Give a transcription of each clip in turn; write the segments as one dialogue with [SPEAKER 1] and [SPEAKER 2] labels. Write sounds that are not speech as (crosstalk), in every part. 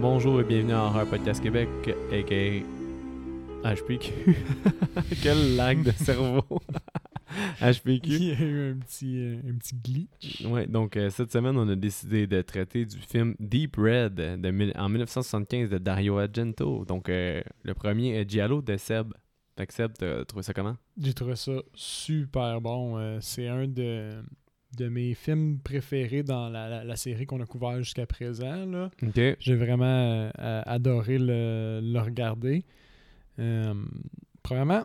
[SPEAKER 1] Bonjour et bienvenue à Horror Podcast Québec, a.k.a. HPQ. (laughs) Quel lag de cerveau. (laughs) HPQ.
[SPEAKER 2] (laughs) Il y a eu un petit, euh, un petit glitch.
[SPEAKER 1] Ouais, donc euh, cette semaine, on a décidé de traiter du film Deep Red de, mille- en 1975 de Dario Argento. Donc euh, le premier est Giallo de Seb. Fait que Seb, t'as trouvé ça comment?
[SPEAKER 2] J'ai trouvé ça super bon. Euh, c'est un de, de mes films préférés dans la, la- la série qu'on a couvert jusqu'à présent. là.
[SPEAKER 1] Ok.
[SPEAKER 2] J'ai vraiment euh, euh, adoré le, le regarder. Euh, premièrement,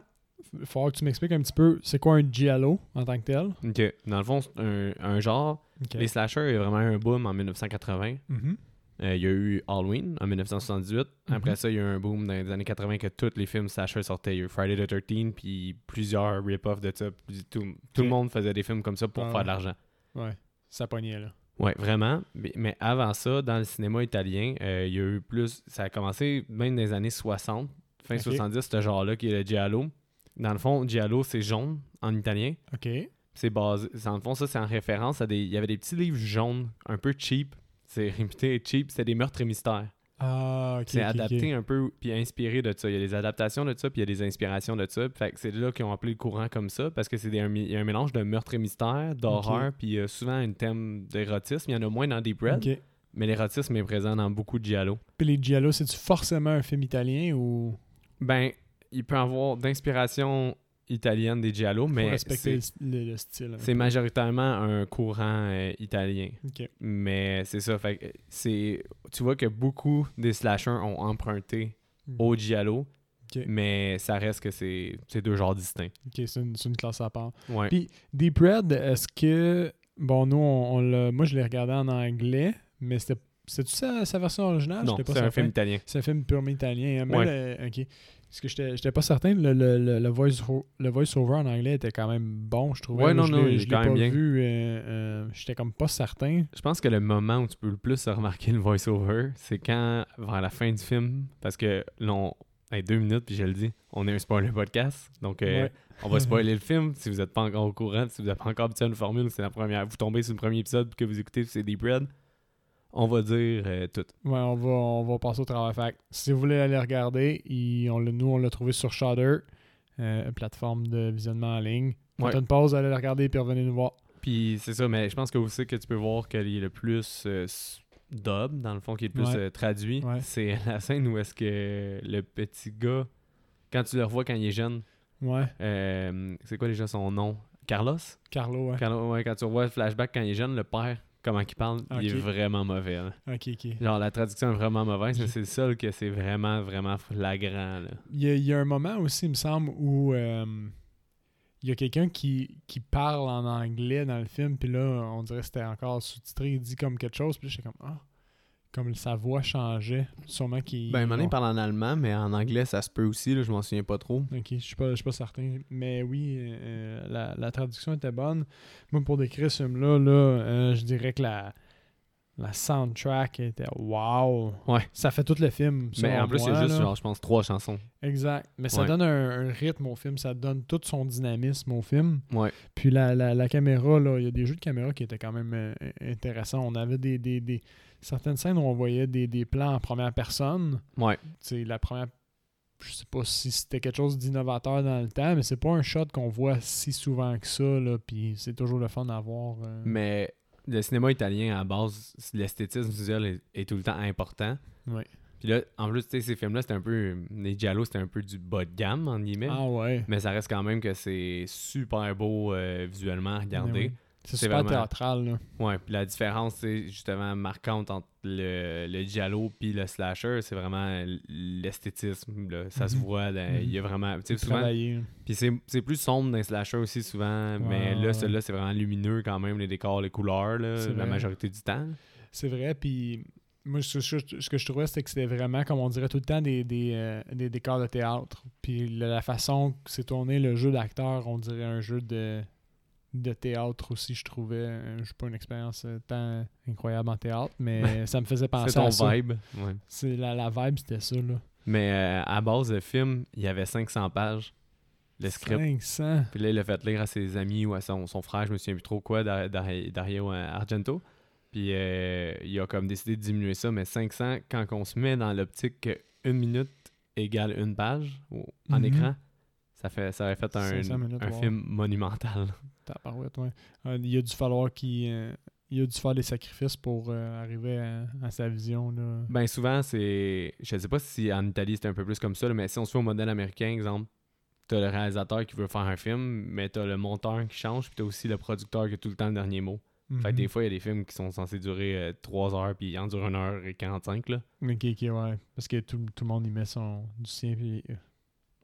[SPEAKER 2] il faudra que tu m'expliques un petit peu c'est quoi un giallo en tant que tel.
[SPEAKER 1] Ok. Dans le fond, c'est un, un genre.
[SPEAKER 2] Ok.
[SPEAKER 1] Les slashers, il y a vraiment eu un boom en 1980.
[SPEAKER 2] Mhm.
[SPEAKER 1] Euh, il y a eu Halloween en 1978. Après
[SPEAKER 2] Mhm.
[SPEAKER 1] ça, il y a eu un boom dans les années 80 que tous les films slashers sortaient. Il y a eu Friday the 13 puis plusieurs rip-offs de ça. Puis Tout, tout le
[SPEAKER 2] Ok.
[SPEAKER 1] monde faisait des films comme ça pour
[SPEAKER 2] Ah
[SPEAKER 1] faire
[SPEAKER 2] ouais.
[SPEAKER 1] de l'argent.
[SPEAKER 2] Ouais, ça pognait là.
[SPEAKER 1] Ouais, vraiment. Mais- Mais avant ça, dans le cinéma italien, euh, il y a eu plus. Ça a commencé même dans les années 60, fin
[SPEAKER 2] Ok.
[SPEAKER 1] 70, ce genre-là qui est le giallo. Dans le fond, giallo, c'est jaune en italien.
[SPEAKER 2] Ok.
[SPEAKER 1] C'est basé. Dans le fond, ça, c'est en référence à des. Il y avait des petits livres jaunes, un peu cheap. C'est (laughs) réputé cheap, c'est des meurtres et mystères.
[SPEAKER 2] Ah, ok.
[SPEAKER 1] C'est
[SPEAKER 2] ok, ok.
[SPEAKER 1] adapté un peu puis inspiré de ça. Il y a des adaptations de ça, puis il y a des inspirations de ça. Fait que c'est là qu'ils ont appelé le courant comme ça, parce que c'est des- un, mi- il y a un mélange de meurtre et mystère, d'horreur, puis euh, souvent un thème d'érotisme. Il y en a moins dans Deep Red,
[SPEAKER 2] Ok.
[SPEAKER 1] mais l'érotisme est présent dans beaucoup de giallo.
[SPEAKER 2] Puis les giallo, c'est-tu forcément un film italien ou
[SPEAKER 1] Ben, il peut avoir d'inspiration italienne des giallo,
[SPEAKER 2] faut
[SPEAKER 1] mais
[SPEAKER 2] respecter
[SPEAKER 1] c'est
[SPEAKER 2] le, le- le style? hein? un
[SPEAKER 1] c'est
[SPEAKER 2] peu?
[SPEAKER 1] majoritairement un courant euh, italien.
[SPEAKER 2] Ok.
[SPEAKER 1] Mais c'est ça, fait que c'est tu vois que beaucoup des slashers ont emprunté
[SPEAKER 2] Mm.
[SPEAKER 1] au giallo,
[SPEAKER 2] Ok.
[SPEAKER 1] mais ça reste que c'est c'est deux genres distincts.
[SPEAKER 2] Ok, c'est une, c'est une classe à part.
[SPEAKER 1] Ouais.
[SPEAKER 2] Puis- Deep Red, est-ce que. Bon, nous, on, on l'a. Moi, je l'ai regardé en anglais, mais c'était. C'est-tu sa, sa version originale?
[SPEAKER 1] non,
[SPEAKER 2] Ah, J'étais pas
[SPEAKER 1] c'est un
[SPEAKER 2] certain.
[SPEAKER 1] film italien.
[SPEAKER 2] C'est un film purement italien. hein, mais le- ok. Parce que j'étais j'étais pas certain. Le, le, le, le voice ho- le voice-over en anglais était quand même bon, je trouvais.
[SPEAKER 1] Ouais,
[SPEAKER 2] Moi,
[SPEAKER 1] non,
[SPEAKER 2] je
[SPEAKER 1] non,
[SPEAKER 2] l'ai-
[SPEAKER 1] il est
[SPEAKER 2] Je l'ai
[SPEAKER 1] quand
[SPEAKER 2] pas
[SPEAKER 1] même bien.
[SPEAKER 2] vu. euh, euh, j'étais comme pas certain.
[SPEAKER 1] Je pense que le moment où tu peux le plus remarquer le voice-over, c'est quand, vers la fin du film, parce que l'on. Hey, deux minutes, puis je le dis, on est un spoiler podcast, donc euh,
[SPEAKER 2] Ouais.
[SPEAKER 1] on
[SPEAKER 2] (laughs)
[SPEAKER 1] va spoiler le film. Si vous n'êtes pas encore au courant, si vous n'êtes pas encore habitué à une formule, c'est la première. Vous tombez sur le premier épisode, puis que vous écoutez, puis c'est Deep Red, on va dire euh, tout.
[SPEAKER 2] Ouais, on va, on va passer au travail. Fait que si vous voulez aller regarder, il- on l'a- nous, on l'a trouvé sur Shudder, euh, une plateforme de visionnement en ligne. Faites
[SPEAKER 1] Ouais.
[SPEAKER 2] une pause, allez le regarder, puis revenez nous voir.
[SPEAKER 1] Puis c'est ça, mais je pense que aussi que tu peux voir qu'il est le plus euh, s- dub, dans le fond, qui est le plus
[SPEAKER 2] Ouais.
[SPEAKER 1] euh, traduit.
[SPEAKER 2] Ouais.
[SPEAKER 1] C'est (laughs) la scène où est-ce que le petit gars, quand tu le revois quand il est jeune,
[SPEAKER 2] Ouais,
[SPEAKER 1] euh, c'est quoi déjà son nom Carlos
[SPEAKER 2] Euh. Carlo, ouais.
[SPEAKER 1] Carlo, ouais, Quand tu revois le flashback quand il est jeune, le père, comment il parle, il est
[SPEAKER 2] Ok.
[SPEAKER 1] vraiment mauvais. là.
[SPEAKER 2] Ok, ok.
[SPEAKER 1] Genre, la traduction est vraiment mauvaise, mais c'est le seul que c'est vraiment, vraiment flagrant. Là.
[SPEAKER 2] Il y, a, il y a un moment aussi, il me semble, où euh, il y a quelqu'un qui, qui parle en anglais dans le film, puis là, on dirait que c'était encore sous-titré, il dit comme quelque chose, puis là, j'étais comme, ah, comme sa voix changeait. Sûrement qu'il.
[SPEAKER 1] Ben, à un moment donné, il
[SPEAKER 2] bon.
[SPEAKER 1] parle en allemand, mais en anglais, ça se peut aussi, là, je m'en souviens pas trop.
[SPEAKER 2] Ok, je suis pas, je suis pas certain. Mais oui, euh, la, la traduction était bonne. Moi, pour décrire ce film-là, là, euh, je dirais que la, la soundtrack était wow.
[SPEAKER 1] Ouais.
[SPEAKER 2] Ça fait tout le film.
[SPEAKER 1] Mais
[SPEAKER 2] selon
[SPEAKER 1] en plus, il y
[SPEAKER 2] moi,
[SPEAKER 1] a juste,
[SPEAKER 2] là.
[SPEAKER 1] genre, je pense, trois chansons.
[SPEAKER 2] Exact. Mais ça
[SPEAKER 1] Ouais.
[SPEAKER 2] donne un, un rythme au film, ça donne tout son dynamisme au film.
[SPEAKER 1] Ouais.
[SPEAKER 2] Puis la, la, la caméra, là, il y a des jeux de caméra qui étaient quand même euh, intéressants. On avait des, des, des- certaines scènes où on voyait des, des plans en première personne
[SPEAKER 1] Ouais.
[SPEAKER 2] c'est la première je sais pas si c'était quelque chose d'innovateur dans le temps mais c'est pas un shot qu'on voit si souvent que ça là puis c'est toujours le fun d'avoir euh,
[SPEAKER 1] Mais le cinéma italien, à la base, l'esthétisme visuel est, est tout le temps important.
[SPEAKER 2] Ouais.
[SPEAKER 1] Puis là, en plus, tu sais, ces films-là, c'était un peu. Les Giallo, c'était un peu du bas de gamme, en guillemets.
[SPEAKER 2] ah ouais
[SPEAKER 1] Mais ça reste quand même que c'est super beau euh, visuellement à regarder.
[SPEAKER 2] Mais Ben oui. c'est
[SPEAKER 1] C'est
[SPEAKER 2] super
[SPEAKER 1] vraiment-
[SPEAKER 2] théâtral là.
[SPEAKER 1] Ouais, puis la différence, c'est justement marquante entre le, le Giallo puis le Slasher, c'est vraiment l'esthétisme. là. Ça se
[SPEAKER 2] Mhm.
[SPEAKER 1] voit, là, il y a vraiment. tu sais, souvent,
[SPEAKER 2] travailler là.
[SPEAKER 1] Puis c'est c'est plus sombre dans les slashers aussi souvent, mais
[SPEAKER 2] Ouais,
[SPEAKER 1] là,
[SPEAKER 2] ouais.
[SPEAKER 1] celui-là, c'est vraiment lumineux quand même, les décors, les couleurs, là,
[SPEAKER 2] C'est
[SPEAKER 1] la
[SPEAKER 2] vrai.
[SPEAKER 1] majorité du temps.
[SPEAKER 2] c'est vrai puis moi ce, ce- ce que je trouvais c'était que c'était vraiment comme on dirait tout le temps des, des, euh, des décors de théâtre puis la, la façon que c'est tourné le jeu d'acteur on dirait un jeu de de théâtre aussi je trouvais Euh, je suis pas une expérience euh, tant incroyable en théâtre
[SPEAKER 1] (laughs)
[SPEAKER 2] mais ça me faisait penser
[SPEAKER 1] C'est ton
[SPEAKER 2] à ça.
[SPEAKER 1] vibe. ouais.
[SPEAKER 2] C'est la, la vibe, c'était ça, là.
[SPEAKER 1] Mais euh, à base, le film, il y avait 500 pages, le script.
[SPEAKER 2] 500.
[SPEAKER 1] Puis là, il l'a fait lire à ses amis ou à son, son frère, je me souviens plus trop quoi, Dar- Dar- Dario euh, Argento. Puis euh, il a comme décidé de diminuer ça, mais 500, quand on se met dans l'optique qu'une minute égale une page au- en
[SPEAKER 2] Mhm.
[SPEAKER 1] écran, ça, fait, ça aurait fait un,
[SPEAKER 2] 500 minutes,
[SPEAKER 1] un
[SPEAKER 2] wow.
[SPEAKER 1] film monumental.
[SPEAKER 2] Tabarouette, ouais. Ah, Il a dû falloir qu'il. euh, il a dû faire des sacrifices pour euh, arriver à, à sa vision. Là.
[SPEAKER 1] Ben souvent, c'est. Je sais pas si en Italie c'était un peu plus comme ça, là, mais si on se fait au modèle américain, exemple, t'as le réalisateur qui veut faire un film, mais t'as le monteur qui change, puis t'as aussi le producteur qui a tout le temps le dernier mot.
[SPEAKER 2] Mhm.
[SPEAKER 1] Fait que des fois, il y a des films qui sont censés durer 3 heures, puis ils en durent 1h45. Là.
[SPEAKER 2] Mhm. Ok, ok, ouais. Parce que tout, tout le monde y met son, du sien. Puis, euh,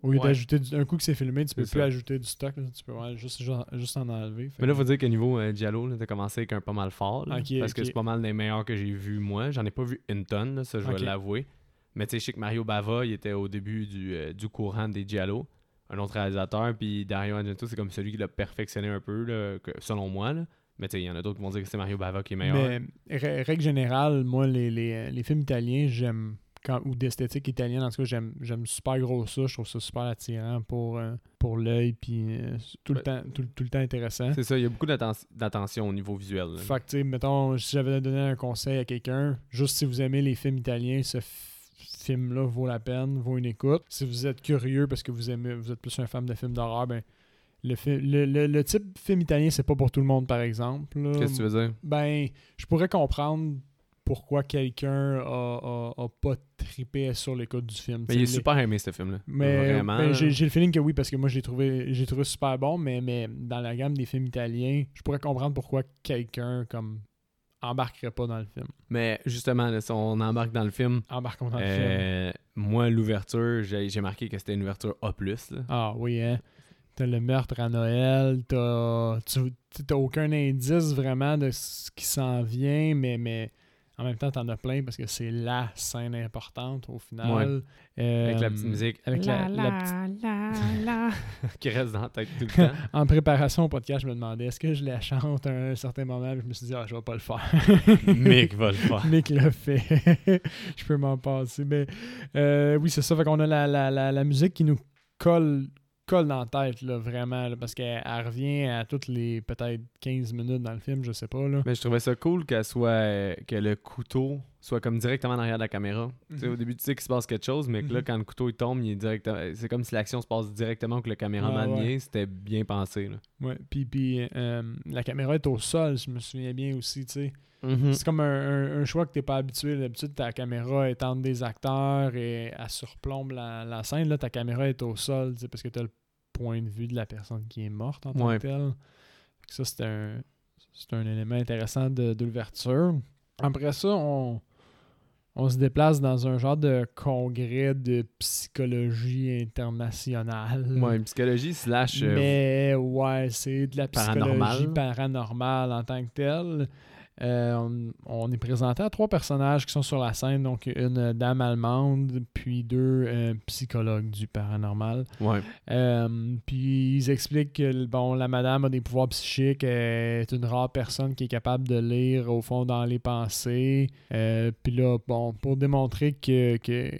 [SPEAKER 2] au lieu
[SPEAKER 1] Ouais.
[SPEAKER 2] d'ajouter. du- Un coup que c'est filmé, tu peux
[SPEAKER 1] C'est
[SPEAKER 2] plus
[SPEAKER 1] ça.
[SPEAKER 2] ajouter du stock. là. Tu peux ouais, juste, juste, juste en enlever. Fait
[SPEAKER 1] Mais là,
[SPEAKER 2] que-
[SPEAKER 1] faut dire qu'au niveau euh, Giallo, là, t'as commencé avec un pas mal fort. là,
[SPEAKER 2] Ok,
[SPEAKER 1] parce que
[SPEAKER 2] ok.
[SPEAKER 1] c'est pas mal des meilleurs que j'ai vus, moi. J'en ai pas vu une tonne, là, ça, je
[SPEAKER 2] Ok.
[SPEAKER 1] vais l'avouer. Mais tu sais, je sais que Mario Bava, il était au début du, euh, du courant des Giallo, un autre réalisateur. Puis Dario Argento, c'est comme celui qui l'a perfectionné un peu, là, que- selon moi. là. Mais tu sais, il y en a d'autres qui vont dire que c'est Mario Bava qui est meilleur.
[SPEAKER 2] Mais rè- règle générale, moi, les, euh, les, les films italiens, j'aime. quand- ou d'esthétique italienne, en tout cas, j'aime, j'aime super gros ça. Je trouve ça super attirant pour, euh, pour l'œil, puis euh, tout, le
[SPEAKER 1] Ouais.
[SPEAKER 2] temps, tout, le- tout le temps intéressant.
[SPEAKER 1] C'est ça, il y a beaucoup d'atten- d'attention au niveau visuel. là.
[SPEAKER 2] Fait que, tu sais, mettons, si j'avais donné un conseil à quelqu'un, juste si vous aimez les films italiens, ce f- film-là vaut la peine, vaut une écoute. Si vous êtes curieux parce que vous aimez, vous êtes plus un fan de films d'horreur, ben, le, fi- le, le, le type film italien, c'est pas pour tout le monde, par exemple. là.
[SPEAKER 1] Qu'est-ce que tu veux dire?
[SPEAKER 2] Ben, je pourrais comprendre pourquoi quelqu'un a, a- a pas trippé sur l'écoute du film.
[SPEAKER 1] Mais il est
[SPEAKER 2] Tu sais,
[SPEAKER 1] super aimé, ce film-là.
[SPEAKER 2] mais,
[SPEAKER 1] Vraiment.
[SPEAKER 2] ben,
[SPEAKER 1] là.
[SPEAKER 2] j'ai j'ai le feeling que oui, parce que moi, je l'ai trouvé, j'ai trouvé super bon, mais, mais dans la gamme des films italiens, je pourrais comprendre pourquoi quelqu'un comme embarquerait pas dans le film.
[SPEAKER 1] mais justement, là, si on embarque dans le film,
[SPEAKER 2] Embarquons dans le film.
[SPEAKER 1] Euh, moi, l'ouverture, j'ai j'ai marqué que c'était une ouverture A. là.
[SPEAKER 2] Ah oui, hein. T'as le meurtre à Noël, t'as tu- tu- t'as aucun indice vraiment de ce qui s'en vient, mais, mais en même temps, t'en as plein parce que c'est la scène importante au final. Euh,
[SPEAKER 1] Avec la petite musique
[SPEAKER 2] Avec la, la petite
[SPEAKER 1] qui reste dans la tête tout le temps.
[SPEAKER 2] (laughs) En préparation au podcast, je me demandais est-ce que je la chante à un certain moment, puis je me suis dit, ah, je vais pas le faire.
[SPEAKER 1] (laughs) Mick
[SPEAKER 2] (laughs)
[SPEAKER 1] va le faire.
[SPEAKER 2] Nick l'a fait. (laughs) je peux m'en passer. Mais euh, oui, c'est ça. Fait qu'on a la, la, la, la musique qui nous colle, colle dans la tête, là, vraiment, là, parce qu'elle elle revient à toutes les peut-être 15 minutes dans le film, je sais pas. Là.
[SPEAKER 1] Mais je trouvais ça cool qu'elle soit euh, que le couteau soit comme directement en arrière de la caméra. Tu sais, au
[SPEAKER 2] Mhm.
[SPEAKER 1] début, tu sais qu'il se passe quelque chose, mais que là,
[SPEAKER 2] Mhm.
[SPEAKER 1] quand le couteau il tombe, il est directement. C'est comme si l'action se passe directement que le caméraman
[SPEAKER 2] Ouais, ouais.
[SPEAKER 1] y est. C'était bien pensé. Là.
[SPEAKER 2] Ouais. Puis, puis euh, la caméra est au sol, je me souviens bien aussi, tu sais.
[SPEAKER 1] Mhm.
[SPEAKER 2] C'est comme un, un- un choix que t'es pas habitué. D'habitude, ta caméra est entre des acteurs et elle surplombe la, la scène. Là, ta caméra est au sol, tu sais, parce que t'as le point de vue de la personne qui est morte en tant
[SPEAKER 1] Ouais.
[SPEAKER 2] que telle. Fait que Ça, c'est un, c'est un élément intéressant de, de l'ouverture. Après ça, on, on se déplace dans un genre de congrès de psychologie internationale.
[SPEAKER 1] Ouais, psychologie slash. euh,
[SPEAKER 2] Mais ouais, c'est de la psychologie
[SPEAKER 1] Paranormal.
[SPEAKER 2] paranormale, en tant que telle. Euh, on, on est présenté à trois personnages qui sont sur la scène, donc une euh, dame allemande, puis deux euh, psychologues du paranormal.
[SPEAKER 1] ouais.
[SPEAKER 2] Euh, puis ils expliquent que bon, la madame a des pouvoirs psychiques, elle est une rare personne qui est capable de lire au fond dans les pensées. Euh, puis là, bon, pour démontrer que, que,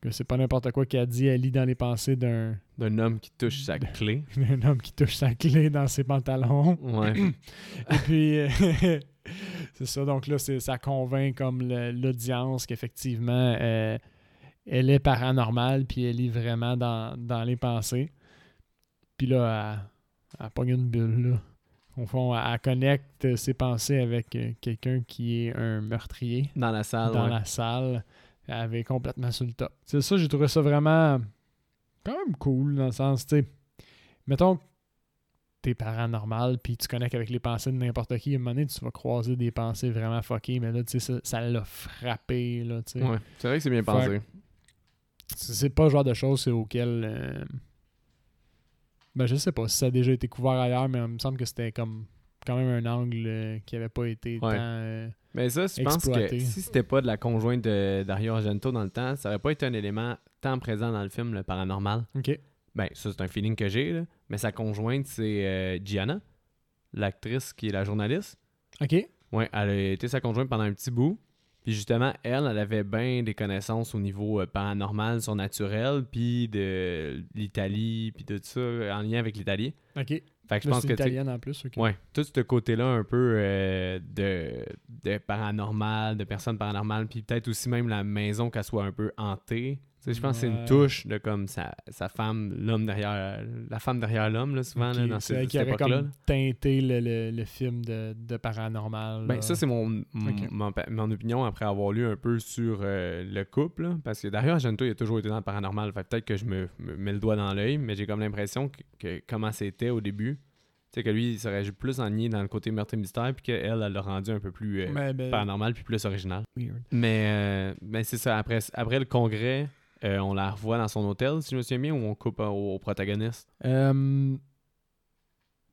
[SPEAKER 2] que c'est pas n'importe quoi qu'elle dit, elle lit dans les pensées d'un
[SPEAKER 1] D'un homme qui touche sa clé.
[SPEAKER 2] un homme qui touche sa clé dans ses pantalons.
[SPEAKER 1] Ouais.
[SPEAKER 2] (coughs) Et puis, euh, (laughs) c'est ça. Donc là, c'est- ça convainc comme le- l'audience qu'effectivement, euh, elle est paranormale, puis elle est vraiment dans, dans les pensées. Puis là, elle, elle pogne une bulle, là. Au fond, elle, elle connecte ses pensées avec euh, quelqu'un qui est un meurtrier
[SPEAKER 1] dans la salle.
[SPEAKER 2] dans
[SPEAKER 1] Ah, ouais.
[SPEAKER 2] la salle. Elle avait complètement sur le top. C'est ça, j'ai trouvé ça vraiment quand même cool dans le sens, tu sais, mettons, que t'es paranormal, puis tu connectes avec les pensées de n'importe qui. À un moment donné, tu vas croiser des pensées vraiment fuckées, mais là, tu sais, ça- ça l'a frappé, là, tu sais.
[SPEAKER 1] Ouais. C'est vrai que c'est bien
[SPEAKER 2] Fait-
[SPEAKER 1] pensé.
[SPEAKER 2] C'est c'est pas le genre de choses auquel. euh, Ben, je sais pas si ça a déjà été couvert ailleurs, mais il me semble que c'était comme quand même un angle euh, qui avait pas été tant.
[SPEAKER 1] Ouais.
[SPEAKER 2] euh,
[SPEAKER 1] Mais ça, je pense que
[SPEAKER 2] Exploité.
[SPEAKER 1] si c'était pas de la conjointe de Dario Argento dans le temps, ça aurait pas été un élément tant présent dans le film, le paranormal.
[SPEAKER 2] Ok.
[SPEAKER 1] Ben, ça, c'est un feeling que j'ai, là. Mais sa conjointe, c'est euh, Gianna, l'actrice qui est la journaliste.
[SPEAKER 2] Ok.
[SPEAKER 1] Ouais, elle a été sa conjointe pendant un petit bout. Puis justement, elle, elle avait bien des connaissances au niveau euh, paranormal, surnaturel, puis de l'Italie, puis de tout ça, en lien avec l'Italie.
[SPEAKER 2] Ok.
[SPEAKER 1] Fait que je
[SPEAKER 2] Là,
[SPEAKER 1] pense
[SPEAKER 2] c'est
[SPEAKER 1] que. tu sais,
[SPEAKER 2] italienne en plus. ok.
[SPEAKER 1] Ouais, tout ce côté-là un peu euh, de, de paranormal, de personnes paranormales, puis peut-être aussi même la maison qu'elle soit un peu hantée. Tu sais, je pense que c'est une
[SPEAKER 2] Ouais.
[SPEAKER 1] touche de comme sa, sa femme, l'homme derrière, la femme derrière l'homme, là, souvent, là,
[SPEAKER 2] Ok,
[SPEAKER 1] dans
[SPEAKER 2] c'est
[SPEAKER 1] ces,
[SPEAKER 2] elle qui
[SPEAKER 1] cette
[SPEAKER 2] aurait
[SPEAKER 1] époque-là.
[SPEAKER 2] comme teinté le, le- le film de, de paranormal.
[SPEAKER 1] Ben,
[SPEAKER 2] là.
[SPEAKER 1] ça, c'est mon, mon-
[SPEAKER 2] Ok.
[SPEAKER 1] mon, pa- mon opinion après avoir lu un peu sur euh, le couple. là. parce que d'ailleurs, Janto, il a toujours été dans le paranormal. Fait que peut-être que je me, me mets le doigt dans l'œil, mais j'ai comme l'impression que, que comment c'était au début. Tu sais, que lui, il serait plus enligné dans le côté meurtre et mystère, puis qu'elle, elle l'a rendu un peu plus euh,
[SPEAKER 2] Mais, ben,
[SPEAKER 1] paranormal, puis plus original.
[SPEAKER 2] weird.
[SPEAKER 1] Mais, euh, ben, c'est ça. Après, après le congrès, euh, on la revoit dans son hôtel, si je me souviens bien, ou on coupe euh, au, au protagoniste.
[SPEAKER 2] Euh,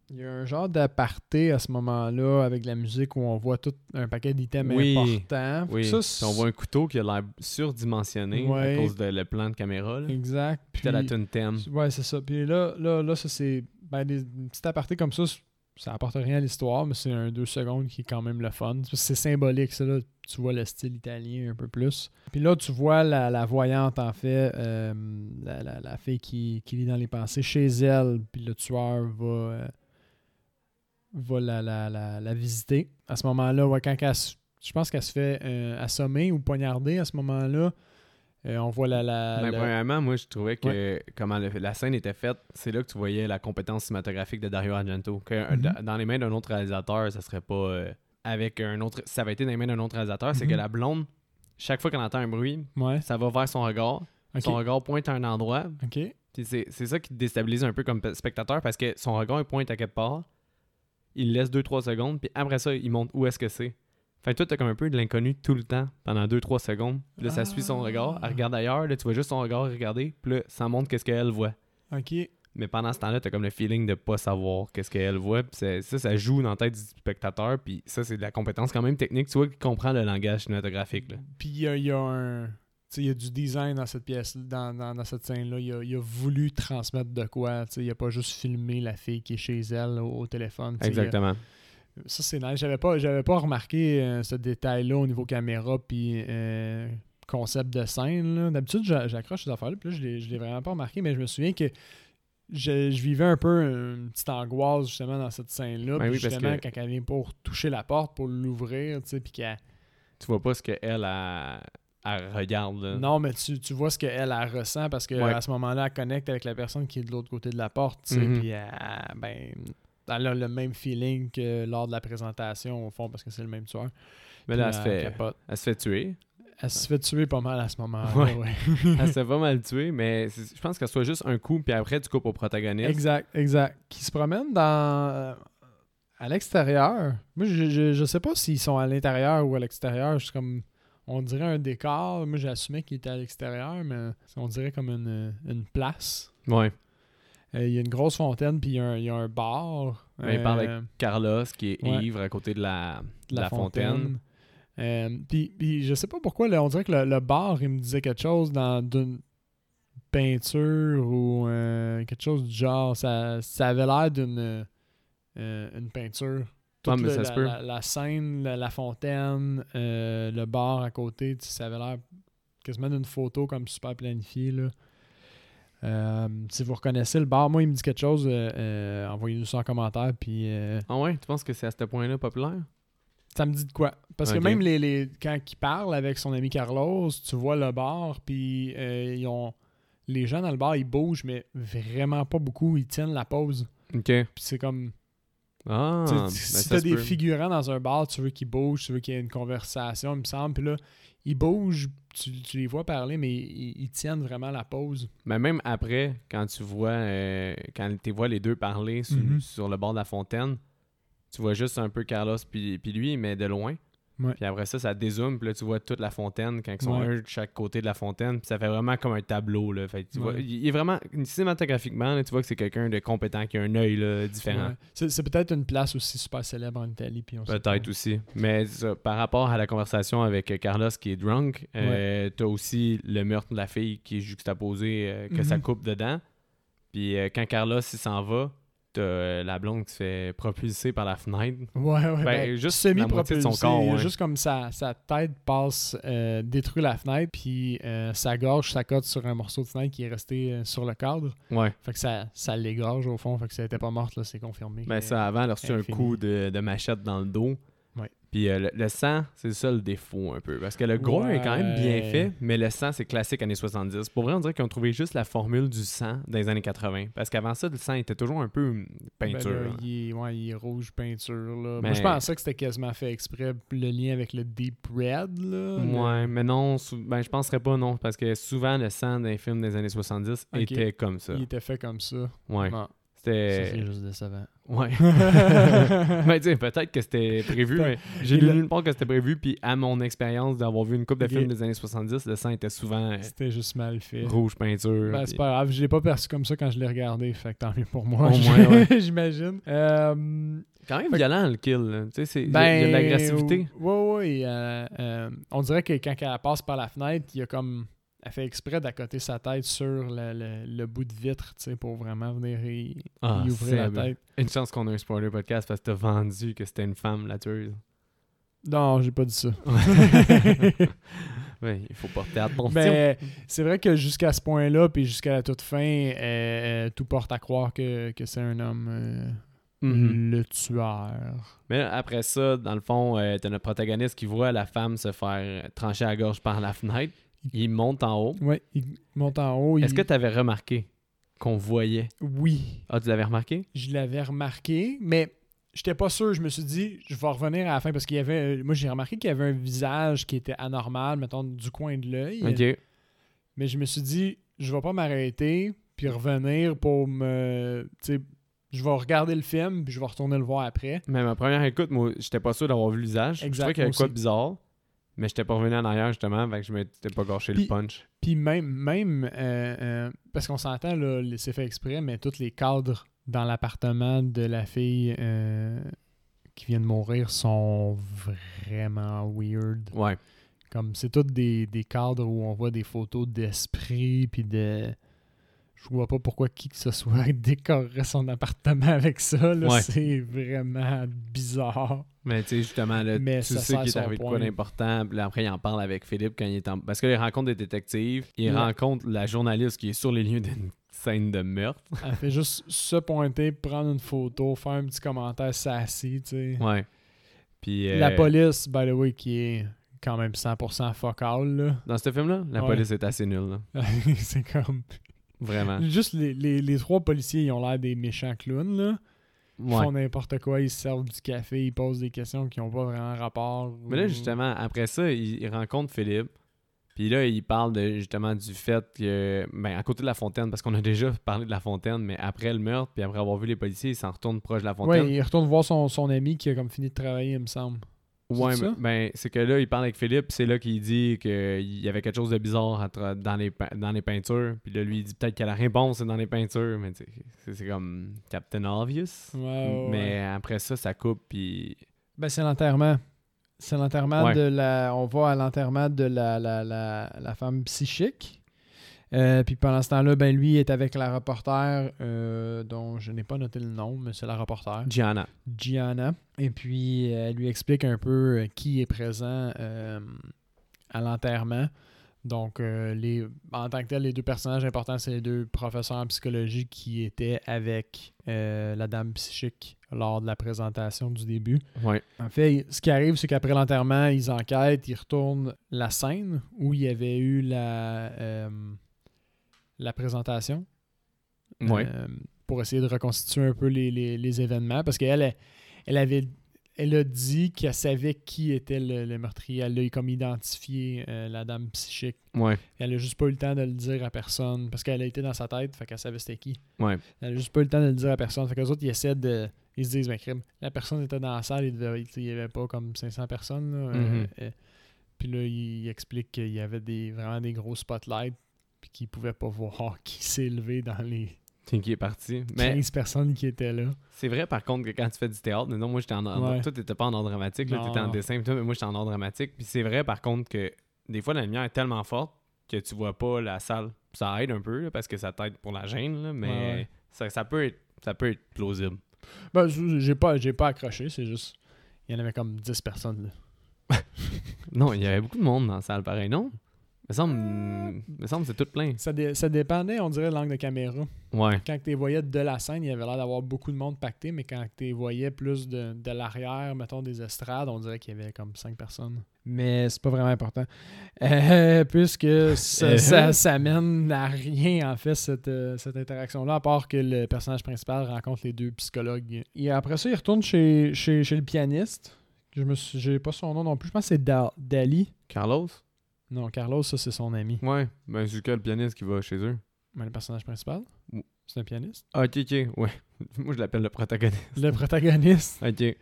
[SPEAKER 2] Il y a un genre d'aparté à ce moment-là avec la musique où on voit tout un paquet d'items
[SPEAKER 1] Oui.
[SPEAKER 2] importants.
[SPEAKER 1] Oui.
[SPEAKER 2] Ça,
[SPEAKER 1] Puis on voit un couteau qui a l'air surdimensionné
[SPEAKER 2] Ouais.
[SPEAKER 1] à cause de le plan de caméra. là.
[SPEAKER 2] Exact.
[SPEAKER 1] Puis
[SPEAKER 2] Puis,
[SPEAKER 1] t'as la tune thème.
[SPEAKER 2] Ouais, c'est ça. Puis là, là, là ça, c'est. Ben, des petits apartés comme ça, c'est- ça apporte rien à l'histoire, mais c'est un deux secondes qui est quand même le fun. C'est parce que C'est symbolique, ça, là. Tu vois le style italien un peu plus. Puis là, tu vois la, la voyante, en fait, euh, la, la- la fille qui, qui lit dans les pensées chez elle. Puis le tueur va. euh, va la, la, la, la visiter. À ce moment-là, ouais, quand qu'elle se- je pense qu'elle se fait euh, assommer ou poignarder à ce moment-là, euh, on voit la. la,
[SPEAKER 1] Ben,
[SPEAKER 2] la-
[SPEAKER 1] Premièrement, moi, je trouvais que comment le- la scène était faite, c'est là que tu voyais la compétence cinématographique de Dario Argento. Que, euh,
[SPEAKER 2] Mhm.
[SPEAKER 1] da- Dans les mains d'un autre réalisateur, ça serait pas. euh, avec un autre. Ça avait été dans les mains d'un autre réalisateur, c'est
[SPEAKER 2] Mhm.
[SPEAKER 1] que la blonde, chaque fois qu'elle entend un bruit,
[SPEAKER 2] Ouais.
[SPEAKER 1] ça va vers son regard.
[SPEAKER 2] Ok.
[SPEAKER 1] Son regard pointe à un endroit.
[SPEAKER 2] OK.
[SPEAKER 1] Puis c'est c'est ça qui te déstabilise un peu comme pe- spectateur parce que son regard il pointe à quelque part, il laisse 2-3 secondes, puis après ça, il montre où est-ce que c'est. Fait que toi, t'as comme un peu de l'inconnu tout le temps pendant 2-3 secondes. Puis là, ça suit son
[SPEAKER 2] Ah.
[SPEAKER 1] regard, elle regarde ailleurs, là, tu vois juste son regard regarder, puis là, ça montre qu'est-ce qu'elle voit.
[SPEAKER 2] OK.
[SPEAKER 1] Mais pendant ce temps-là, t'as comme le feeling de pas savoir qu'est-ce qu'elle voit, puis c'est- ça, ça joue dans la tête du spectateur, puis ça, c'est de la compétence quand même technique. Tu vois qu'il comprend le langage cinématographique, là.
[SPEAKER 2] Puis il y a, il y a un. tu sais, Il y a du design dans cette pièce, dans, dans, dans cette scène-là. Il a, il a voulu transmettre de quoi. tu sais, Il n'a pas juste filmé la fille qui est chez elle au, au téléphone. tu sais, il a-
[SPEAKER 1] Exactement.
[SPEAKER 2] Ça, c'est nice. J'avais pas, j'avais pas remarqué euh, ce détail-là au niveau caméra puis euh, concept de scène. là. D'habitude, j'a- j'accroche ces affaires-là, puis là, je l'ai, je l'ai vraiment pas remarqué, mais je me souviens que je, je vivais un peu une petite angoisse justement dans cette scène-là.
[SPEAKER 1] Ben
[SPEAKER 2] puis
[SPEAKER 1] oui, parce
[SPEAKER 2] justement,
[SPEAKER 1] que-
[SPEAKER 2] quand elle vient pour toucher la porte, pour l'ouvrir, tu sais, puis qu'elle
[SPEAKER 1] Tu vois pas ce qu'elle, elle, elle regarde, là.
[SPEAKER 2] Non, mais tu, tu vois ce qu'elle elle ressent parce que
[SPEAKER 1] Euh. Ouais.
[SPEAKER 2] à ce moment-là, elle connecte avec la personne qui est de l'autre côté de la porte. tu sais,
[SPEAKER 1] Mhm.
[SPEAKER 2] Puis elle, ben, elle a le même feeling que lors de la présentation, au fond, parce que c'est le même tueur.
[SPEAKER 1] Mais
[SPEAKER 2] Puis
[SPEAKER 1] là, elle se fait-
[SPEAKER 2] capote.
[SPEAKER 1] elle se fait tuer.
[SPEAKER 2] Elle se fait tuer pas mal à ce moment-là.
[SPEAKER 1] Ouais.
[SPEAKER 2] ouais.
[SPEAKER 1] (laughs) elle
[SPEAKER 2] (laughs)
[SPEAKER 1] s'est pas mal tuée, mais c'est- je pense qu'elle soit juste un coup, puis après, tu coupes au protagoniste.
[SPEAKER 2] Exact, exact. Qui se promène dans. euh, à l'extérieur. Moi, je, je, je sais pas s'ils sont à l'intérieur ou à l'extérieur. Je suis comme. On dirait un décor. Moi, j'assumais qu'il était à l'extérieur, mais on dirait comme une, une place.
[SPEAKER 1] Ouais.
[SPEAKER 2] Euh, Il y a une grosse fontaine, puis il y, a un- il y a un bar. Euh,
[SPEAKER 1] Ouais, il parle avec Carlos, qui est
[SPEAKER 2] Ouais.
[SPEAKER 1] ivre à côté de la,
[SPEAKER 2] de la,
[SPEAKER 1] la
[SPEAKER 2] fontaine.
[SPEAKER 1] fontaine.
[SPEAKER 2] Euh, puis, puis je sais pas pourquoi, là, on dirait que le, le bar, il me disait quelque chose dans d'une peinture ou euh, quelque chose du genre. Ça, ça avait l'air d'une euh, une peinture.
[SPEAKER 1] Ouais,
[SPEAKER 2] Toute
[SPEAKER 1] Ah, mais
[SPEAKER 2] le-
[SPEAKER 1] ça
[SPEAKER 2] la,
[SPEAKER 1] se peut.
[SPEAKER 2] la- la scène, la, la fontaine, euh, le bar à côté, tu sais, ça avait l'air quasiment d'une photo comme super planifiée. Là. Euh, si vous reconnaissez le bar, moi, il me dit quelque chose, euh, euh, envoyez-nous ça en commentaire. Puis, euh,
[SPEAKER 1] Ah ouais, tu penses que c'est à ce point-là populaire?
[SPEAKER 2] ça me dit de quoi? Parce
[SPEAKER 1] Ok.
[SPEAKER 2] que même les, les- quand il parle avec son ami Carlos, tu vois le bar, puis euh, ils ont... les gens dans le bar, ils bougent, mais vraiment pas beaucoup. Ils tiennent la pause.
[SPEAKER 1] Ok.
[SPEAKER 2] Puis c'est comme.
[SPEAKER 1] Ah,
[SPEAKER 2] tu sais,
[SPEAKER 1] ben,
[SPEAKER 2] si
[SPEAKER 1] ça
[SPEAKER 2] t'as
[SPEAKER 1] se
[SPEAKER 2] des
[SPEAKER 1] peut.
[SPEAKER 2] figurants dans un bar, tu veux qu'ils bougent, tu veux qu'il y ait une conversation, il me semble. Puis là, ils bougent, tu, tu les vois parler, mais ils, ils tiennent vraiment la pause.
[SPEAKER 1] Mais même après, quand tu vois, euh, quand tu vois les deux parler sur,
[SPEAKER 2] Mhm.
[SPEAKER 1] sur le bord de la fontaine, tu vois juste un peu Carlos puis, puis lui, mais de loin.
[SPEAKER 2] Ouais.
[SPEAKER 1] Puis après ça, ça dézoome, puis là, tu vois toute la fontaine quand ils sont
[SPEAKER 2] Ouais.
[SPEAKER 1] un de chaque côté de la fontaine. Puis ça fait vraiment comme un tableau. Là. Fait que tu vois,
[SPEAKER 2] Ouais.
[SPEAKER 1] il il est vraiment, cinématographiquement, là, tu vois que c'est quelqu'un de compétent qui a un œil là, différent.
[SPEAKER 2] Ouais. C'est c'est peut-être une place aussi super célèbre en Italie. puis on sait pas.
[SPEAKER 1] Peut-être aussi. Mais ça, par rapport à la conversation avec euh, Carlos qui est drunk, euh, t'as aussi le meurtre de la fille qui est juxtaposé, euh, que ça
[SPEAKER 2] Mhm.
[SPEAKER 1] coupe dedans. Puis euh, quand Carlos il s'en va, t'as euh, la blonde qui se fait propulser par la fenêtre.
[SPEAKER 2] Ouais, ouais.
[SPEAKER 1] Ben,
[SPEAKER 2] ben,
[SPEAKER 1] juste
[SPEAKER 2] semi-propulsé.
[SPEAKER 1] la moitié de son corps, ouais.
[SPEAKER 2] Juste comme sa, sa tête passe, euh, détruit la fenêtre, puis euh, sa gorge s'accote sur un morceau de fenêtre qui est resté euh, sur le cadre.
[SPEAKER 1] Ouais.
[SPEAKER 2] Fait que ça, ça l'égorge au fond, fait que ça n'était pas morte, là, c'est confirmé.
[SPEAKER 1] Mais
[SPEAKER 2] que-
[SPEAKER 1] Ben, ça, avant, elle a reçu un
[SPEAKER 2] infini.
[SPEAKER 1] coup de, de machette dans le dos.
[SPEAKER 2] Ouais.
[SPEAKER 1] Puis euh, le, le sang, c'est ça le défaut un peu. Parce que le gros est quand même bien
[SPEAKER 2] Ouais.
[SPEAKER 1] fait, mais le sang, c'est classique années 70. Pour vrai, on dirait qu'ils ont trouvé juste la formule du sang dans les années 80. Parce qu'avant ça, le sang était toujours un peu hum,
[SPEAKER 2] Ben là,
[SPEAKER 1] peinture. là. Ben,
[SPEAKER 2] il, est, ouais, il est rouge peinture. Là. Moi,
[SPEAKER 1] Mais-
[SPEAKER 2] je pensais que c'était quasiment fait exprès le lien avec le Deep Red. Là, le-
[SPEAKER 1] Ouais, mais non, sou- ben, je penserais pas non, parce que souvent le sang d'un film des années 70
[SPEAKER 2] Ok.
[SPEAKER 1] était comme ça.
[SPEAKER 2] Il était fait comme ça.
[SPEAKER 1] Ouais. Euh,
[SPEAKER 2] Non, ça,
[SPEAKER 1] C'était.
[SPEAKER 2] c'est juste décevant.
[SPEAKER 1] Ouais.
[SPEAKER 2] (laughs)
[SPEAKER 1] (laughs) mais tu sais, peut-être que c'était prévu, mais j'ai
[SPEAKER 2] Et
[SPEAKER 1] lu
[SPEAKER 2] le-
[SPEAKER 1] nulle part que c'était prévu, puis à mon expérience d'avoir vu une coupe de
[SPEAKER 2] Ok.
[SPEAKER 1] films des années 70, le sang était souvent euh,
[SPEAKER 2] C'était juste mal fait.
[SPEAKER 1] rouge peinture.
[SPEAKER 2] Ben, c'est
[SPEAKER 1] puis-
[SPEAKER 2] pas grave, je l'ai pas perçu comme ça quand je l'ai regardé, fait que tant mieux pour moi.
[SPEAKER 1] Au moins, ouais.
[SPEAKER 2] (laughs) J'imagine. Euh,
[SPEAKER 1] Quand même
[SPEAKER 2] Fait-
[SPEAKER 1] violent le kill, là. tu sais, c'est- il y a-
[SPEAKER 2] ben,
[SPEAKER 1] il y a de l'agressivité.
[SPEAKER 2] Ouais, ouais. et, euh, euh, on dirait que quand elle passe par la fenêtre, il y a comme. Elle fait exprès d'accoter sa tête sur le, le- le bout de vitre, tu sais, pour vraiment venir y, y
[SPEAKER 1] Ah,
[SPEAKER 2] ouvrir
[SPEAKER 1] Seb.
[SPEAKER 2] la tête.
[SPEAKER 1] Une chance qu'on a un spoiler podcast parce que t'as vendu que c'était une femme la
[SPEAKER 2] (laughs)
[SPEAKER 1] tueuse. (laughs)
[SPEAKER 2] Non, j'ai pas dit ça.
[SPEAKER 1] ouais, il faut porter attention.
[SPEAKER 2] Mais Ben, c'est vrai que jusqu'à ce point-là, puis jusqu'à la toute fin, euh, euh, tout porte à croire que, que c'est un homme euh,
[SPEAKER 1] Mhm.
[SPEAKER 2] le tueur.
[SPEAKER 1] Mais là, après ça, dans le fond, euh, t'as notre protagoniste qui voit la femme se faire euh, trancher à la gorge par la fenêtre. Il monte en haut.
[SPEAKER 2] Ouais, il monte en haut.
[SPEAKER 1] Est-ce
[SPEAKER 2] il-
[SPEAKER 1] que t'avais remarqué qu'on voyait
[SPEAKER 2] Oui,
[SPEAKER 1] Ah, tu l'avais remarqué
[SPEAKER 2] je l'avais remarqué, mais j'étais pas sûr. Je me suis dit, je vais revenir à la fin parce qu'il y avait. euh, Moi, j'ai remarqué qu'il y avait un visage qui était anormal, mettons, du coin de l'œil.
[SPEAKER 1] Ok.
[SPEAKER 2] Mais je me suis dit, je vais pas m'arrêter puis revenir pour me. Tu sais, je vais regarder le film puis je vais retourner le voir après.
[SPEAKER 1] Mais ma première écoute, moi, j'étais pas sûr d'avoir vu l'usage. Je
[SPEAKER 2] Exact,
[SPEAKER 1] trouvais qu'il y
[SPEAKER 2] moi
[SPEAKER 1] avait quoi
[SPEAKER 2] aussi.
[SPEAKER 1] de bizarre. Mais j'étais pas revenu en arrière, justement, fait que je m'étais pas gâché
[SPEAKER 2] Puis-
[SPEAKER 1] le punch.
[SPEAKER 2] Puis même, même euh, euh, parce qu'on s'entend, là, les- c'est fait exprès, mais tous les cadres dans l'appartement de la fille euh, qui vient de mourir sont vraiment weird.
[SPEAKER 1] Ouais.
[SPEAKER 2] Comme c'est tous des, des cadres où on voit des photos d'esprit, puis de. Je vois pas pourquoi qui que ce soit (laughs) décorerait son appartement avec ça. là.
[SPEAKER 1] Ouais.
[SPEAKER 2] C'est vraiment bizarre.
[SPEAKER 1] Mais tu sais, justement, là,
[SPEAKER 2] Mais
[SPEAKER 1] tu
[SPEAKER 2] ça
[SPEAKER 1] sais
[SPEAKER 2] sert
[SPEAKER 1] qu'il est
[SPEAKER 2] son
[SPEAKER 1] arrivé de quoi
[SPEAKER 2] point.
[SPEAKER 1] d'important. Puis là, après, il en parle avec Philippe quand il est en. Parce que les rencontres des détectives, il
[SPEAKER 2] Ouais.
[SPEAKER 1] rencontre la journaliste qui est sur les lieux d'une scène de meurtre.
[SPEAKER 2] (laughs) Elle fait juste se pointer, prendre une photo, faire un petit commentaire sassy, tu sais.
[SPEAKER 1] Ouais. Puis.
[SPEAKER 2] La
[SPEAKER 1] euh,
[SPEAKER 2] police, by the way, qui est quand même 100% focale, là.
[SPEAKER 1] Dans ce film-là, la
[SPEAKER 2] Ouais.
[SPEAKER 1] police est assez nulle. là.
[SPEAKER 2] (laughs) c'est comme...
[SPEAKER 1] Vraiment.
[SPEAKER 2] Juste les, les- les trois policiers, ils ont l'air des méchants clowns, là. Ils
[SPEAKER 1] Ouais.
[SPEAKER 2] font n'importe quoi, ils se servent du café, ils posent des questions qui n'ont pas vraiment rapport.
[SPEAKER 1] Mais là,
[SPEAKER 2] ou-
[SPEAKER 1] justement, après ça, il, il rencontre Philippe. Puis là, il parle de, justement du fait que, ben, à côté de la fontaine, parce qu'on a déjà (laughs) parlé de la fontaine, mais après le meurtre, puis après avoir vu les policiers, il s'en retourne proche de la fontaine.
[SPEAKER 2] Ouais, il retourne voir son, son ami qui a comme fini de travailler, il me semble.
[SPEAKER 1] Ouais,
[SPEAKER 2] C'est
[SPEAKER 1] mais-
[SPEAKER 2] ça?
[SPEAKER 1] ben, c'est que là, il parle avec Philippe, puis c'est là qu'il dit qu'il y avait quelque chose de bizarre à tra- dans, les pe- dans les peintures. Puis là, lui, il dit peut-être que la réponse c'est dans les peintures, mais tu sais, c'est c'est comme Captain Obvious.
[SPEAKER 2] Ouais, ouais, ouais.
[SPEAKER 1] mais après ça, ça coupe, puis.
[SPEAKER 2] Ben, c'est l'enterrement. C'est l'enterrement
[SPEAKER 1] Ouais.
[SPEAKER 2] de la. On va à l'enterrement de la, la, la, la femme psychique. Euh, puis pendant ce temps-là, ben lui est avec la reporter euh, dont je n'ai pas noté le nom, mais c'est la reporter,
[SPEAKER 1] Gianna.
[SPEAKER 2] Gianna. Et puis euh, elle lui explique un peu euh, qui est présent euh, à l'enterrement. Donc euh, les, en tant que tel, les deux personnages importants, c'est les deux professeurs en psychologie qui étaient avec euh, la dame psychique lors de la présentation du début.
[SPEAKER 1] Ouais.
[SPEAKER 2] En fait, ce qui arrive, c'est qu'après l'enterrement, ils enquêtent, ils retournent la scène où il y avait eu la, euh, la présentation
[SPEAKER 1] Ouais.
[SPEAKER 2] euh, pour essayer de reconstituer un peu les, les- les événements parce qu'elle elle- elle avait elle a dit qu'elle savait qui était le, le meurtrier. Elle a comme identifié euh, la dame psychique.
[SPEAKER 1] Ouais.
[SPEAKER 2] Elle a juste pas eu le temps de le dire à personne parce qu'elle a été dans sa tête, fait qu'elle savait c'était qui.
[SPEAKER 1] Ouais.
[SPEAKER 2] Elle a juste pas eu le temps de le dire à personne. Fait que les autres, ils essaient de. Ils se disent, ben, crime, la personne était dans la salle, il devait- il y avait pas comme 500 personnes. là. Euh,
[SPEAKER 1] Mhm.
[SPEAKER 2] euh, puis là, il, il explique qu'il y avait des, vraiment des gros spotlights, puis qu'ils pouvaient pas (laughs) voir qui s'est levé dans les
[SPEAKER 1] C'est qui est parti. Mais
[SPEAKER 2] 15 personnes qui étaient là.
[SPEAKER 1] C'est vrai, par contre, que quand tu fais du théâtre, non, moi, j'étais en ordre.
[SPEAKER 2] Ouais.
[SPEAKER 1] Toi, t'étais pas en ordre dramatique, là,
[SPEAKER 2] Non,
[SPEAKER 1] t'étais en
[SPEAKER 2] non.
[SPEAKER 1] dessin, pis tout, mais moi, j'étais en ordre dramatique. Puis c'est vrai, par contre, que des fois, la lumière est tellement forte que tu vois pas la salle. Ça aide un peu, là, parce que ça t'aide pour la gêne, là, mais
[SPEAKER 2] Ouais, ouais.
[SPEAKER 1] Ça, ça peut être Ça peut être plausible.
[SPEAKER 2] Ben, j- j'ai pas, j'ai pas accroché, c'est juste. Il y en avait comme 10 personnes. Là.
[SPEAKER 1] Non, il y avait beaucoup de monde dans la salle, pareil, non? Me semble, me semble que c'est tout plein.
[SPEAKER 2] Ça, dé- ça dépendait, on dirait, de l'angle de caméra.
[SPEAKER 1] Ouais.
[SPEAKER 2] Quand tu les voyais de la scène, il y avait l'air d'avoir beaucoup de monde pacté, mais quand tu les voyais plus de, de l'arrière, mettons des estrades, on dirait qu'il y avait comme 5 personnes. Mais c'est pas vraiment important. Euh, (laughs) puisque ça,
[SPEAKER 1] Euh.
[SPEAKER 2] ça, ça mène à rien, en fait, cette, euh, cette interaction-là, à part que le personnage principal rencontre les deux psychologues. Et après ça, il retourne chez, chez, chez le pianiste. Je me suis- j'ai pas son nom non plus. Je pense que c'est Da- Dali.
[SPEAKER 1] Carlos?
[SPEAKER 2] Non, Carlos, ça, c'est son ami.
[SPEAKER 1] Ouais. Ben, c'est le pianiste qui va chez eux?
[SPEAKER 2] Mais le personnage principal,
[SPEAKER 1] Ou-
[SPEAKER 2] c'est un pianiste.
[SPEAKER 1] Ah, ok, ok. Ouais. (laughs) Moi, je l'appelle le protagoniste.
[SPEAKER 2] Le protagoniste.
[SPEAKER 1] Ok.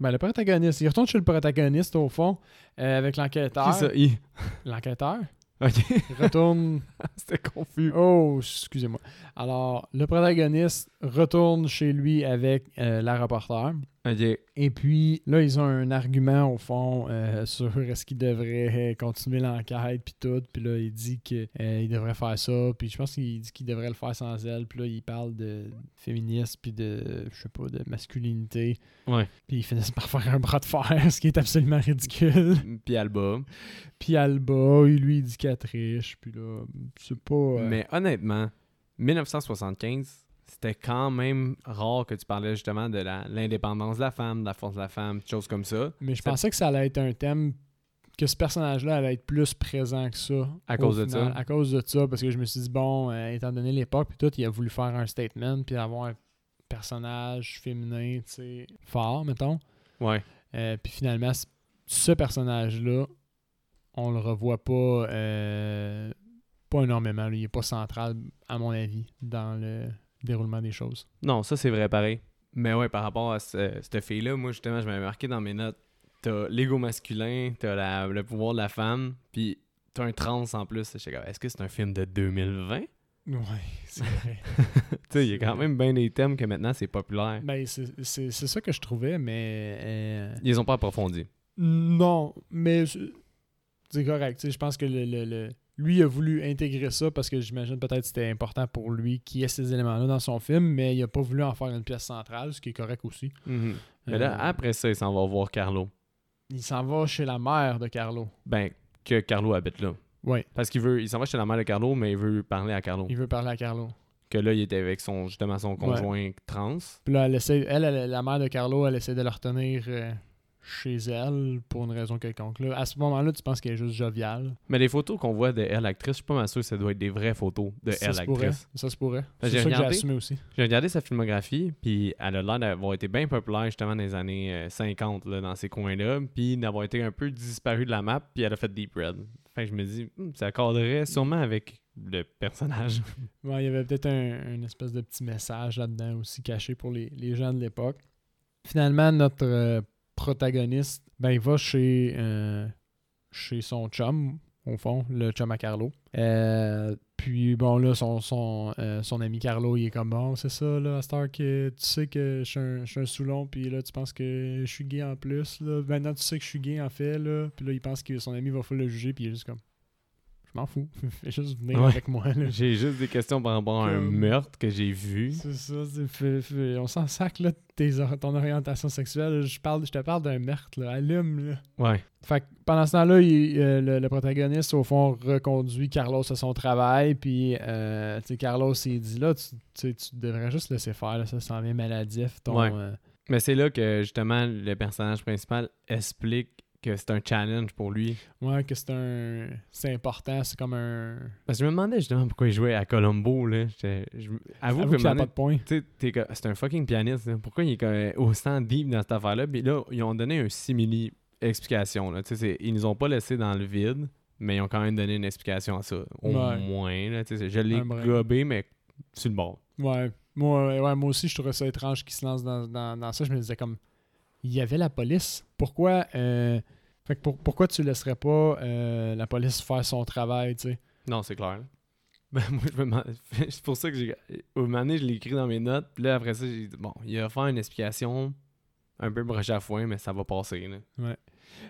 [SPEAKER 2] Ben, le protagoniste. Il retourne chez le protagoniste, au fond, euh, avec
[SPEAKER 1] Qui
[SPEAKER 2] l'enquêteur.
[SPEAKER 1] ça? I.
[SPEAKER 2] L'enquêteur
[SPEAKER 1] Ok. (laughs)
[SPEAKER 2] (laughs) retourne.
[SPEAKER 1] C'était confus.
[SPEAKER 2] oh, excusez-moi. Alors, le protagoniste retourne chez lui avec euh, la reporter.
[SPEAKER 1] Ok.
[SPEAKER 2] Et puis, là, ils ont un argument, au fond, euh, (laughs) sur est-ce qu'il devrait euh, continuer l'enquête, puis tout. Puis là, il dit qu'il devrait faire ça. Puis je pense qu'il dit qu'il devrait le faire sans elle. Puis là, il parle de féminisme, puis de, je sais pas, de masculinité.
[SPEAKER 1] Ouais.
[SPEAKER 2] Puis ils finissent par faire un bras de fer, (laughs) ce qui est absolument ridicule.
[SPEAKER 1] Puis Alba.
[SPEAKER 2] Puis Alba, il lui il dit qu'elle triche. Puis là, c'est pas... euh,
[SPEAKER 1] Mais honnêtement, 1975, c'était quand même rare que tu parlais justement de la- l'indépendance de la femme, de la force de la femme, des choses comme ça,
[SPEAKER 2] Mais je
[SPEAKER 1] c'est-
[SPEAKER 2] pensais que ça allait être un thème... Que ce personnage-là allait être plus présent que ça.
[SPEAKER 1] à
[SPEAKER 2] au
[SPEAKER 1] cause de
[SPEAKER 2] final,
[SPEAKER 1] ça.
[SPEAKER 2] À cause de ça, parce que je me suis dit, bon, euh, étant donné l'époque, puis tout, il a voulu faire un statement, puis avoir un personnage féminin, tu sais, fort, mettons.
[SPEAKER 1] Ouais.
[SPEAKER 2] Euh, puis finalement, c- ce personnage-là, on le revoit pas, euh, pas énormément. là. Il est pas central, à mon avis, dans le déroulement des choses.
[SPEAKER 1] Non, ça c'est vrai pareil. Mais ouais, par rapport à ce- cette fille-là, moi justement, je m'avais marqué dans mes notes, t'as l'ego masculin, t'as la- le pouvoir de la femme, puis t'as un trans en plus. J'étais comme, est-ce que c'est un film de 2020? tu
[SPEAKER 2] Ouais, c'est vrai.
[SPEAKER 1] sais, il y a quand même bien des thèmes que maintenant c'est populaire.
[SPEAKER 2] (laughs) ben, c'est c'est- c'est ça que je trouvais, mais... euh,
[SPEAKER 1] Ils les ont pas approfondi.
[SPEAKER 2] Non, mais je- c'est correct. tu sais, Je pense que le, le- le- lui a voulu intégrer ça parce que j'imagine peut-être que c'était important pour lui qu'il y ait ces éléments-là dans son film, mais il a pas voulu en faire une pièce centrale, ce qui est correct aussi.
[SPEAKER 1] Mais là,
[SPEAKER 2] Euh,
[SPEAKER 1] après ça, ils s'en vont voir Carlo.
[SPEAKER 2] Il s'en va chez la mère de Carlo.
[SPEAKER 1] Ben, que Carlo habite là.
[SPEAKER 2] Oui,
[SPEAKER 1] Parce qu'il veut, il s'en va chez la mère de Carlo, mais il veut parler à Carlo.
[SPEAKER 2] il veut parler à Carlo.
[SPEAKER 1] Que là, il était avec son, justement, son conjoint trans.
[SPEAKER 2] Puis là, elle, essaie, elle, elle- la mère de Carlo, elle essaie de le retenir euh, chez elle pour une raison quelconque. Là, à ce moment-là, tu penses qu'elle est juste joviale.
[SPEAKER 1] Mais les photos qu'on voit de elle actrice, je suis pas mal sûr que ça doit être des vraies photos de
[SPEAKER 2] ça
[SPEAKER 1] elle
[SPEAKER 2] se pourrait.
[SPEAKER 1] actrice.
[SPEAKER 2] Ça se pourrait.
[SPEAKER 1] Ben,
[SPEAKER 2] C'est
[SPEAKER 1] j'ai
[SPEAKER 2] ça que j'ai
[SPEAKER 1] regardé.
[SPEAKER 2] assumé aussi.
[SPEAKER 1] J'ai regardé sa filmographie, puis elle a l'air d'avoir été bien populaire justement dans les années euh, 50, là, dans ces coins-là, puis d'avoir été un peu disparue de la map, puis elle a fait Deep Red. Fait que je me dis, Hmm, ça accorderait sûrement avec le personnage. (laughs)
[SPEAKER 2] Ouais, il y avait peut-être un, un espèce de petit message là-dedans aussi caché pour les, les gens de l'époque. Finalement, notre euh, protagoniste, ben, il va chez, euh, chez son chum, au fond, le chum à Carlo. Euh, puis bon, là, son, son, euh, son ami Carlo, il est comme bon, c'est ça, là, à cette heure que tu sais que je suis un, je suis un soulon, puis là, tu penses que je suis gay en plus, là. Maintenant, tu sais que je suis gay en fait, là. Puis là, il pense que son ami va falloir le juger, puis il est juste comme, je m'en fous, (laughs) fais juste venir
[SPEAKER 1] Ouais.
[SPEAKER 2] avec moi, là.
[SPEAKER 1] j'ai juste des questions par rapport à un
[SPEAKER 2] Comme-
[SPEAKER 1] meurtre que j'ai vu.
[SPEAKER 2] C'est ça, c'est- fais- fais- on s'en sac là, de tes or- ton orientation sexuelle. Je, parle, je te parle d'un meurtre, là. allume. Là.
[SPEAKER 1] Ouais.
[SPEAKER 2] Fait que pendant ce temps-là, il- euh, le, le protagoniste, au fond, reconduit Carlos à son travail. Puis, euh, tu sais, Carlos, il dit là, tu, tu sais, tu devrais juste laisser faire, là, ça s'en vient maladif. Ton,
[SPEAKER 1] Ouais.
[SPEAKER 2] euh,
[SPEAKER 1] Mais c'est là que justement le personnage principal explique que c'est un challenge pour lui.
[SPEAKER 2] ouais, que c'est un. C'est important, c'est comme un.
[SPEAKER 1] Parce que je me demandais justement pourquoi il jouait à Colombo. Là. J'étais- Je, avoue,
[SPEAKER 2] Avoue
[SPEAKER 1] que je
[SPEAKER 2] qu'il
[SPEAKER 1] me
[SPEAKER 2] a pas
[SPEAKER 1] demandais-
[SPEAKER 2] de point.
[SPEAKER 1] tu sais, t'es comme- c'est un fucking pianiste. là. Pourquoi il est comme autant deep dans cette affaire-là? Puis là, ils ont donné un simili explication. Là. Tu sais, c'est- Ils nous ont pas laissé dans le vide, mais ils ont quand même donné une explication à ça. Au
[SPEAKER 2] Ouais.
[SPEAKER 1] moins. Là. Tu sais, je l'ai
[SPEAKER 2] Un brin.
[SPEAKER 1] gobé, mais sur le bord.
[SPEAKER 2] Ouais. Moi, euh, ouais, ouais, moi aussi, je trouvais ça étrange qu'il se lance dans, dans- dans ça. Je me disais comme, il y avait la police. Pourquoi, euh, fait que pour- pourquoi tu laisserais pas euh, la police faire son travail, tu sais?
[SPEAKER 1] Non, c'est clair. (laughs) là. Ben, moi, je me demande- (laughs) C'est pour ça que j'ai. Au moment donné, je l'ai écrit dans mes notes. Puis là, après ça, j'ai dit bon, il va faire une explication un peu broche à foin, mais ça va passer. Là.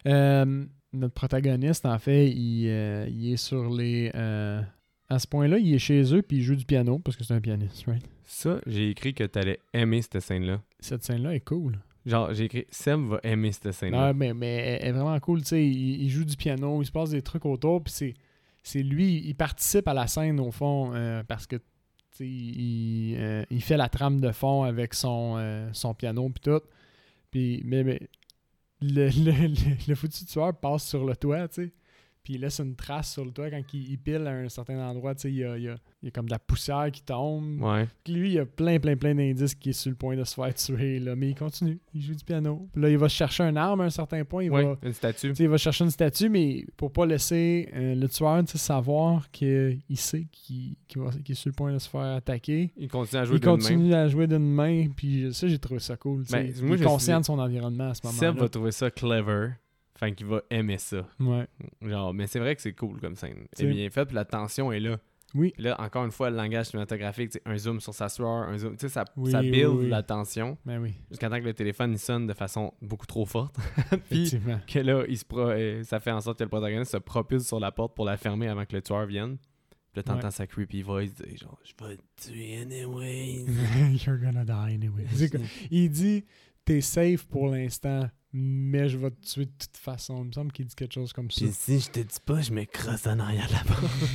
[SPEAKER 2] Euh, notre protagoniste, en fait, il, euh, il est sur les... euh, à ce point-là, il est chez eux puis il joue du piano parce que c'est un pianiste, right?
[SPEAKER 1] Ça, j'ai écrit que t'allais aimer cette scène-là.
[SPEAKER 2] Cette scène-là est cool.
[SPEAKER 1] Genre, j'ai écrit Sam va aimer cette scène-là.
[SPEAKER 2] Non, mais, mais elle est vraiment cool, tu sais. Il, il joue du piano, il se passe des trucs autour, puis c'est, c'est lui, il participe à la scène au fond euh, parce que tu sais, il, euh, il fait la trame de fond avec son, euh, son piano puis tout. Puis, mais, mais le, le, le- le foutu tueur passe sur le toit, tu sais. Puis il laisse une trace sur le toit quand il, il pile à un certain endroit, tu sais. Il y a, il y a- il y a comme de la poussière qui tombe.
[SPEAKER 1] Ouais.
[SPEAKER 2] Puis Lui, il y a plein, plein, plein d'indices qui est sur le point de se faire tuer, là. Mais il continue. Il joue du piano. Puis là, il va chercher un arme à un certain point. Il
[SPEAKER 1] ouais,
[SPEAKER 2] va.
[SPEAKER 1] une statue.
[SPEAKER 2] tu sais, il va chercher une statue, mais pour pas laisser euh, le tueur tu sais, savoir qu'il sait qu'il qu'il va- qu'il est sur le point de se faire attaquer.
[SPEAKER 1] Il continue à jouer
[SPEAKER 2] Il
[SPEAKER 1] d'une main.
[SPEAKER 2] continue à jouer d'une main, puis ça, j'ai trouvé ça cool. tu sais.
[SPEAKER 1] Ben, moi, je me
[SPEAKER 2] il est
[SPEAKER 1] suis
[SPEAKER 2] conscient
[SPEAKER 1] dit-
[SPEAKER 2] de son environnement à ce
[SPEAKER 1] Seb
[SPEAKER 2] moment-là.
[SPEAKER 1] va trouver ça clever. Fait qu'il va aimer ça.
[SPEAKER 2] Ouais.
[SPEAKER 1] Genre, mais c'est vrai que c'est cool comme scène. C'est
[SPEAKER 2] T'sais.
[SPEAKER 1] bien fait, puis la tension est là.
[SPEAKER 2] Oui.
[SPEAKER 1] Puis là, encore une fois, le langage cinématographique, t'sais, un zoom sur sa sueur, un zoom, tu sais, ça,
[SPEAKER 2] Oui,
[SPEAKER 1] ça build
[SPEAKER 2] oui, oui.
[SPEAKER 1] la tension
[SPEAKER 2] Ben oui,
[SPEAKER 1] jusqu'à temps que le téléphone il sonne de façon beaucoup trop forte. (laughs) puis
[SPEAKER 2] (laughs) effectivement.
[SPEAKER 1] que là, il se pro- euh, ça fait en sorte que le protagoniste se propulse sur la porte pour la fermer avant que le tueur vienne. Puis là, t'entends
[SPEAKER 2] Ouais.
[SPEAKER 1] sa creepy voice dire genre, je vais te tuer
[SPEAKER 2] (laughs)
[SPEAKER 1] anyways.
[SPEAKER 2] You're gonna die anyway. C'est quoi? Il dit T'es safe pour l'instant, mais je vais te tuer de toute façon. Il me semble qu'il dit quelque chose comme ça.
[SPEAKER 1] Puis si je te dis pas, je me crosse en arrière de la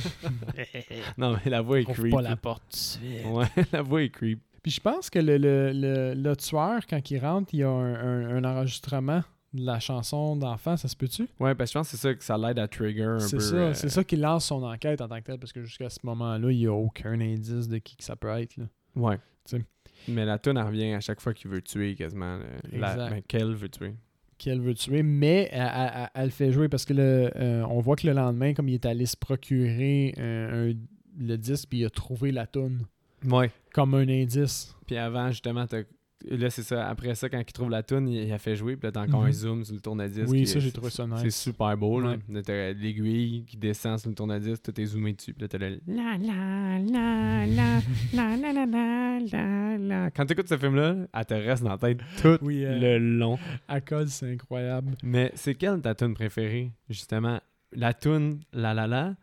[SPEAKER 2] (laughs)
[SPEAKER 1] porte. non, mais la voix est
[SPEAKER 2] Ouvre
[SPEAKER 1] creep.
[SPEAKER 2] pas la porte tout de suite.
[SPEAKER 1] Ouais, (laughs) la voix est creep.
[SPEAKER 2] Puis je pense que le, le, le, le tueur, quand il rentre, il y a un, un- un enregistrement de la chanson d'enfant, ça se peut-tu?
[SPEAKER 1] Ouais, parce que je pense que c'est ça que ça l'aide à trigger un peu.
[SPEAKER 2] C'est ça,
[SPEAKER 1] euh,
[SPEAKER 2] c'est ça qui lance son enquête en tant que tel, parce que jusqu'à ce moment-là, il n'y a aucun indice de qui que ça peut être. là.
[SPEAKER 1] Ouais.
[SPEAKER 2] Tu sais.
[SPEAKER 1] Mais la toune, elle revient à chaque fois qu'il veut tuer quasiment. euh, la-
[SPEAKER 2] Exact.
[SPEAKER 1] ben, qu'elle veut tuer.
[SPEAKER 2] Qui elle veut tuer, mais elle, elle- elle- elle le fait jouer parce que le, euh, on voit que le lendemain, comme il est allé se procurer euh, un- le disque, puis il a trouvé la toune
[SPEAKER 1] Ouais.
[SPEAKER 2] comme un indice.
[SPEAKER 1] Puis avant, justement, t'as- Là, c'est ça. Après ça, quand il trouve la toune, il, il a fait jouer. Puis là, t'as encore
[SPEAKER 2] Mhm.
[SPEAKER 1] un zoom sur le tournadisque.
[SPEAKER 2] oui,
[SPEAKER 1] qui-
[SPEAKER 2] ça, j'ai trouvé ça
[SPEAKER 1] C'est
[SPEAKER 2] nice.
[SPEAKER 1] super beau, là.
[SPEAKER 2] Ouais.
[SPEAKER 1] Là, T'as l'aiguille qui descend sur le tournadisque, tout est zoomé dessus, puis là, t'as le...
[SPEAKER 3] La la la la la la la la la la.
[SPEAKER 1] Quand t'écoutes ce film-là, elle te reste dans la tête tout
[SPEAKER 2] Oui, euh,
[SPEAKER 1] le long.
[SPEAKER 2] à cause, c'est incroyable.
[SPEAKER 1] Mais c'est quelle ta toune préférée, justement? La toune La La La,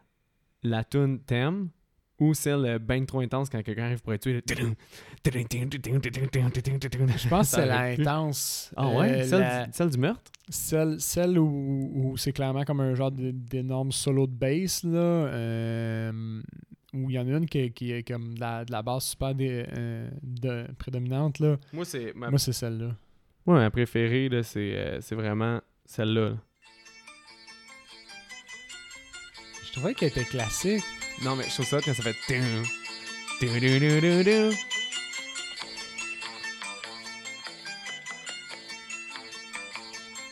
[SPEAKER 1] la toune Thème, ou celle bien trop intense quand quelqu'un arrive pour être tué? là, tudum, tudum, tudum, tudum, tudum, tudum, tudum, tudum.
[SPEAKER 2] Je pense que c'est
[SPEAKER 1] Ça aurait pu.
[SPEAKER 2] l'intense.
[SPEAKER 1] Ah ouais?
[SPEAKER 2] Euh,
[SPEAKER 1] celle,
[SPEAKER 2] la-
[SPEAKER 1] du, celle du meurtre?
[SPEAKER 2] Celle, celle où, où c'est clairement comme un genre de- d'énorme solo de bass, là, euh, où il y en a une qui, est- qui est comme de la, de la basse super dé- euh, de- prédominante, là.
[SPEAKER 1] Moi, c'est... Ma...
[SPEAKER 2] Moi, c'est celle-là.
[SPEAKER 1] Ouais, ma préférée, là, c'est euh, c'est vraiment celle-là. là.
[SPEAKER 2] Je trouvais qu'elle était classique.
[SPEAKER 1] Non, mais je trouve ça hot quand ça fait...
[SPEAKER 2] Ben
[SPEAKER 1] tudum, tudum-dum-dum-dum.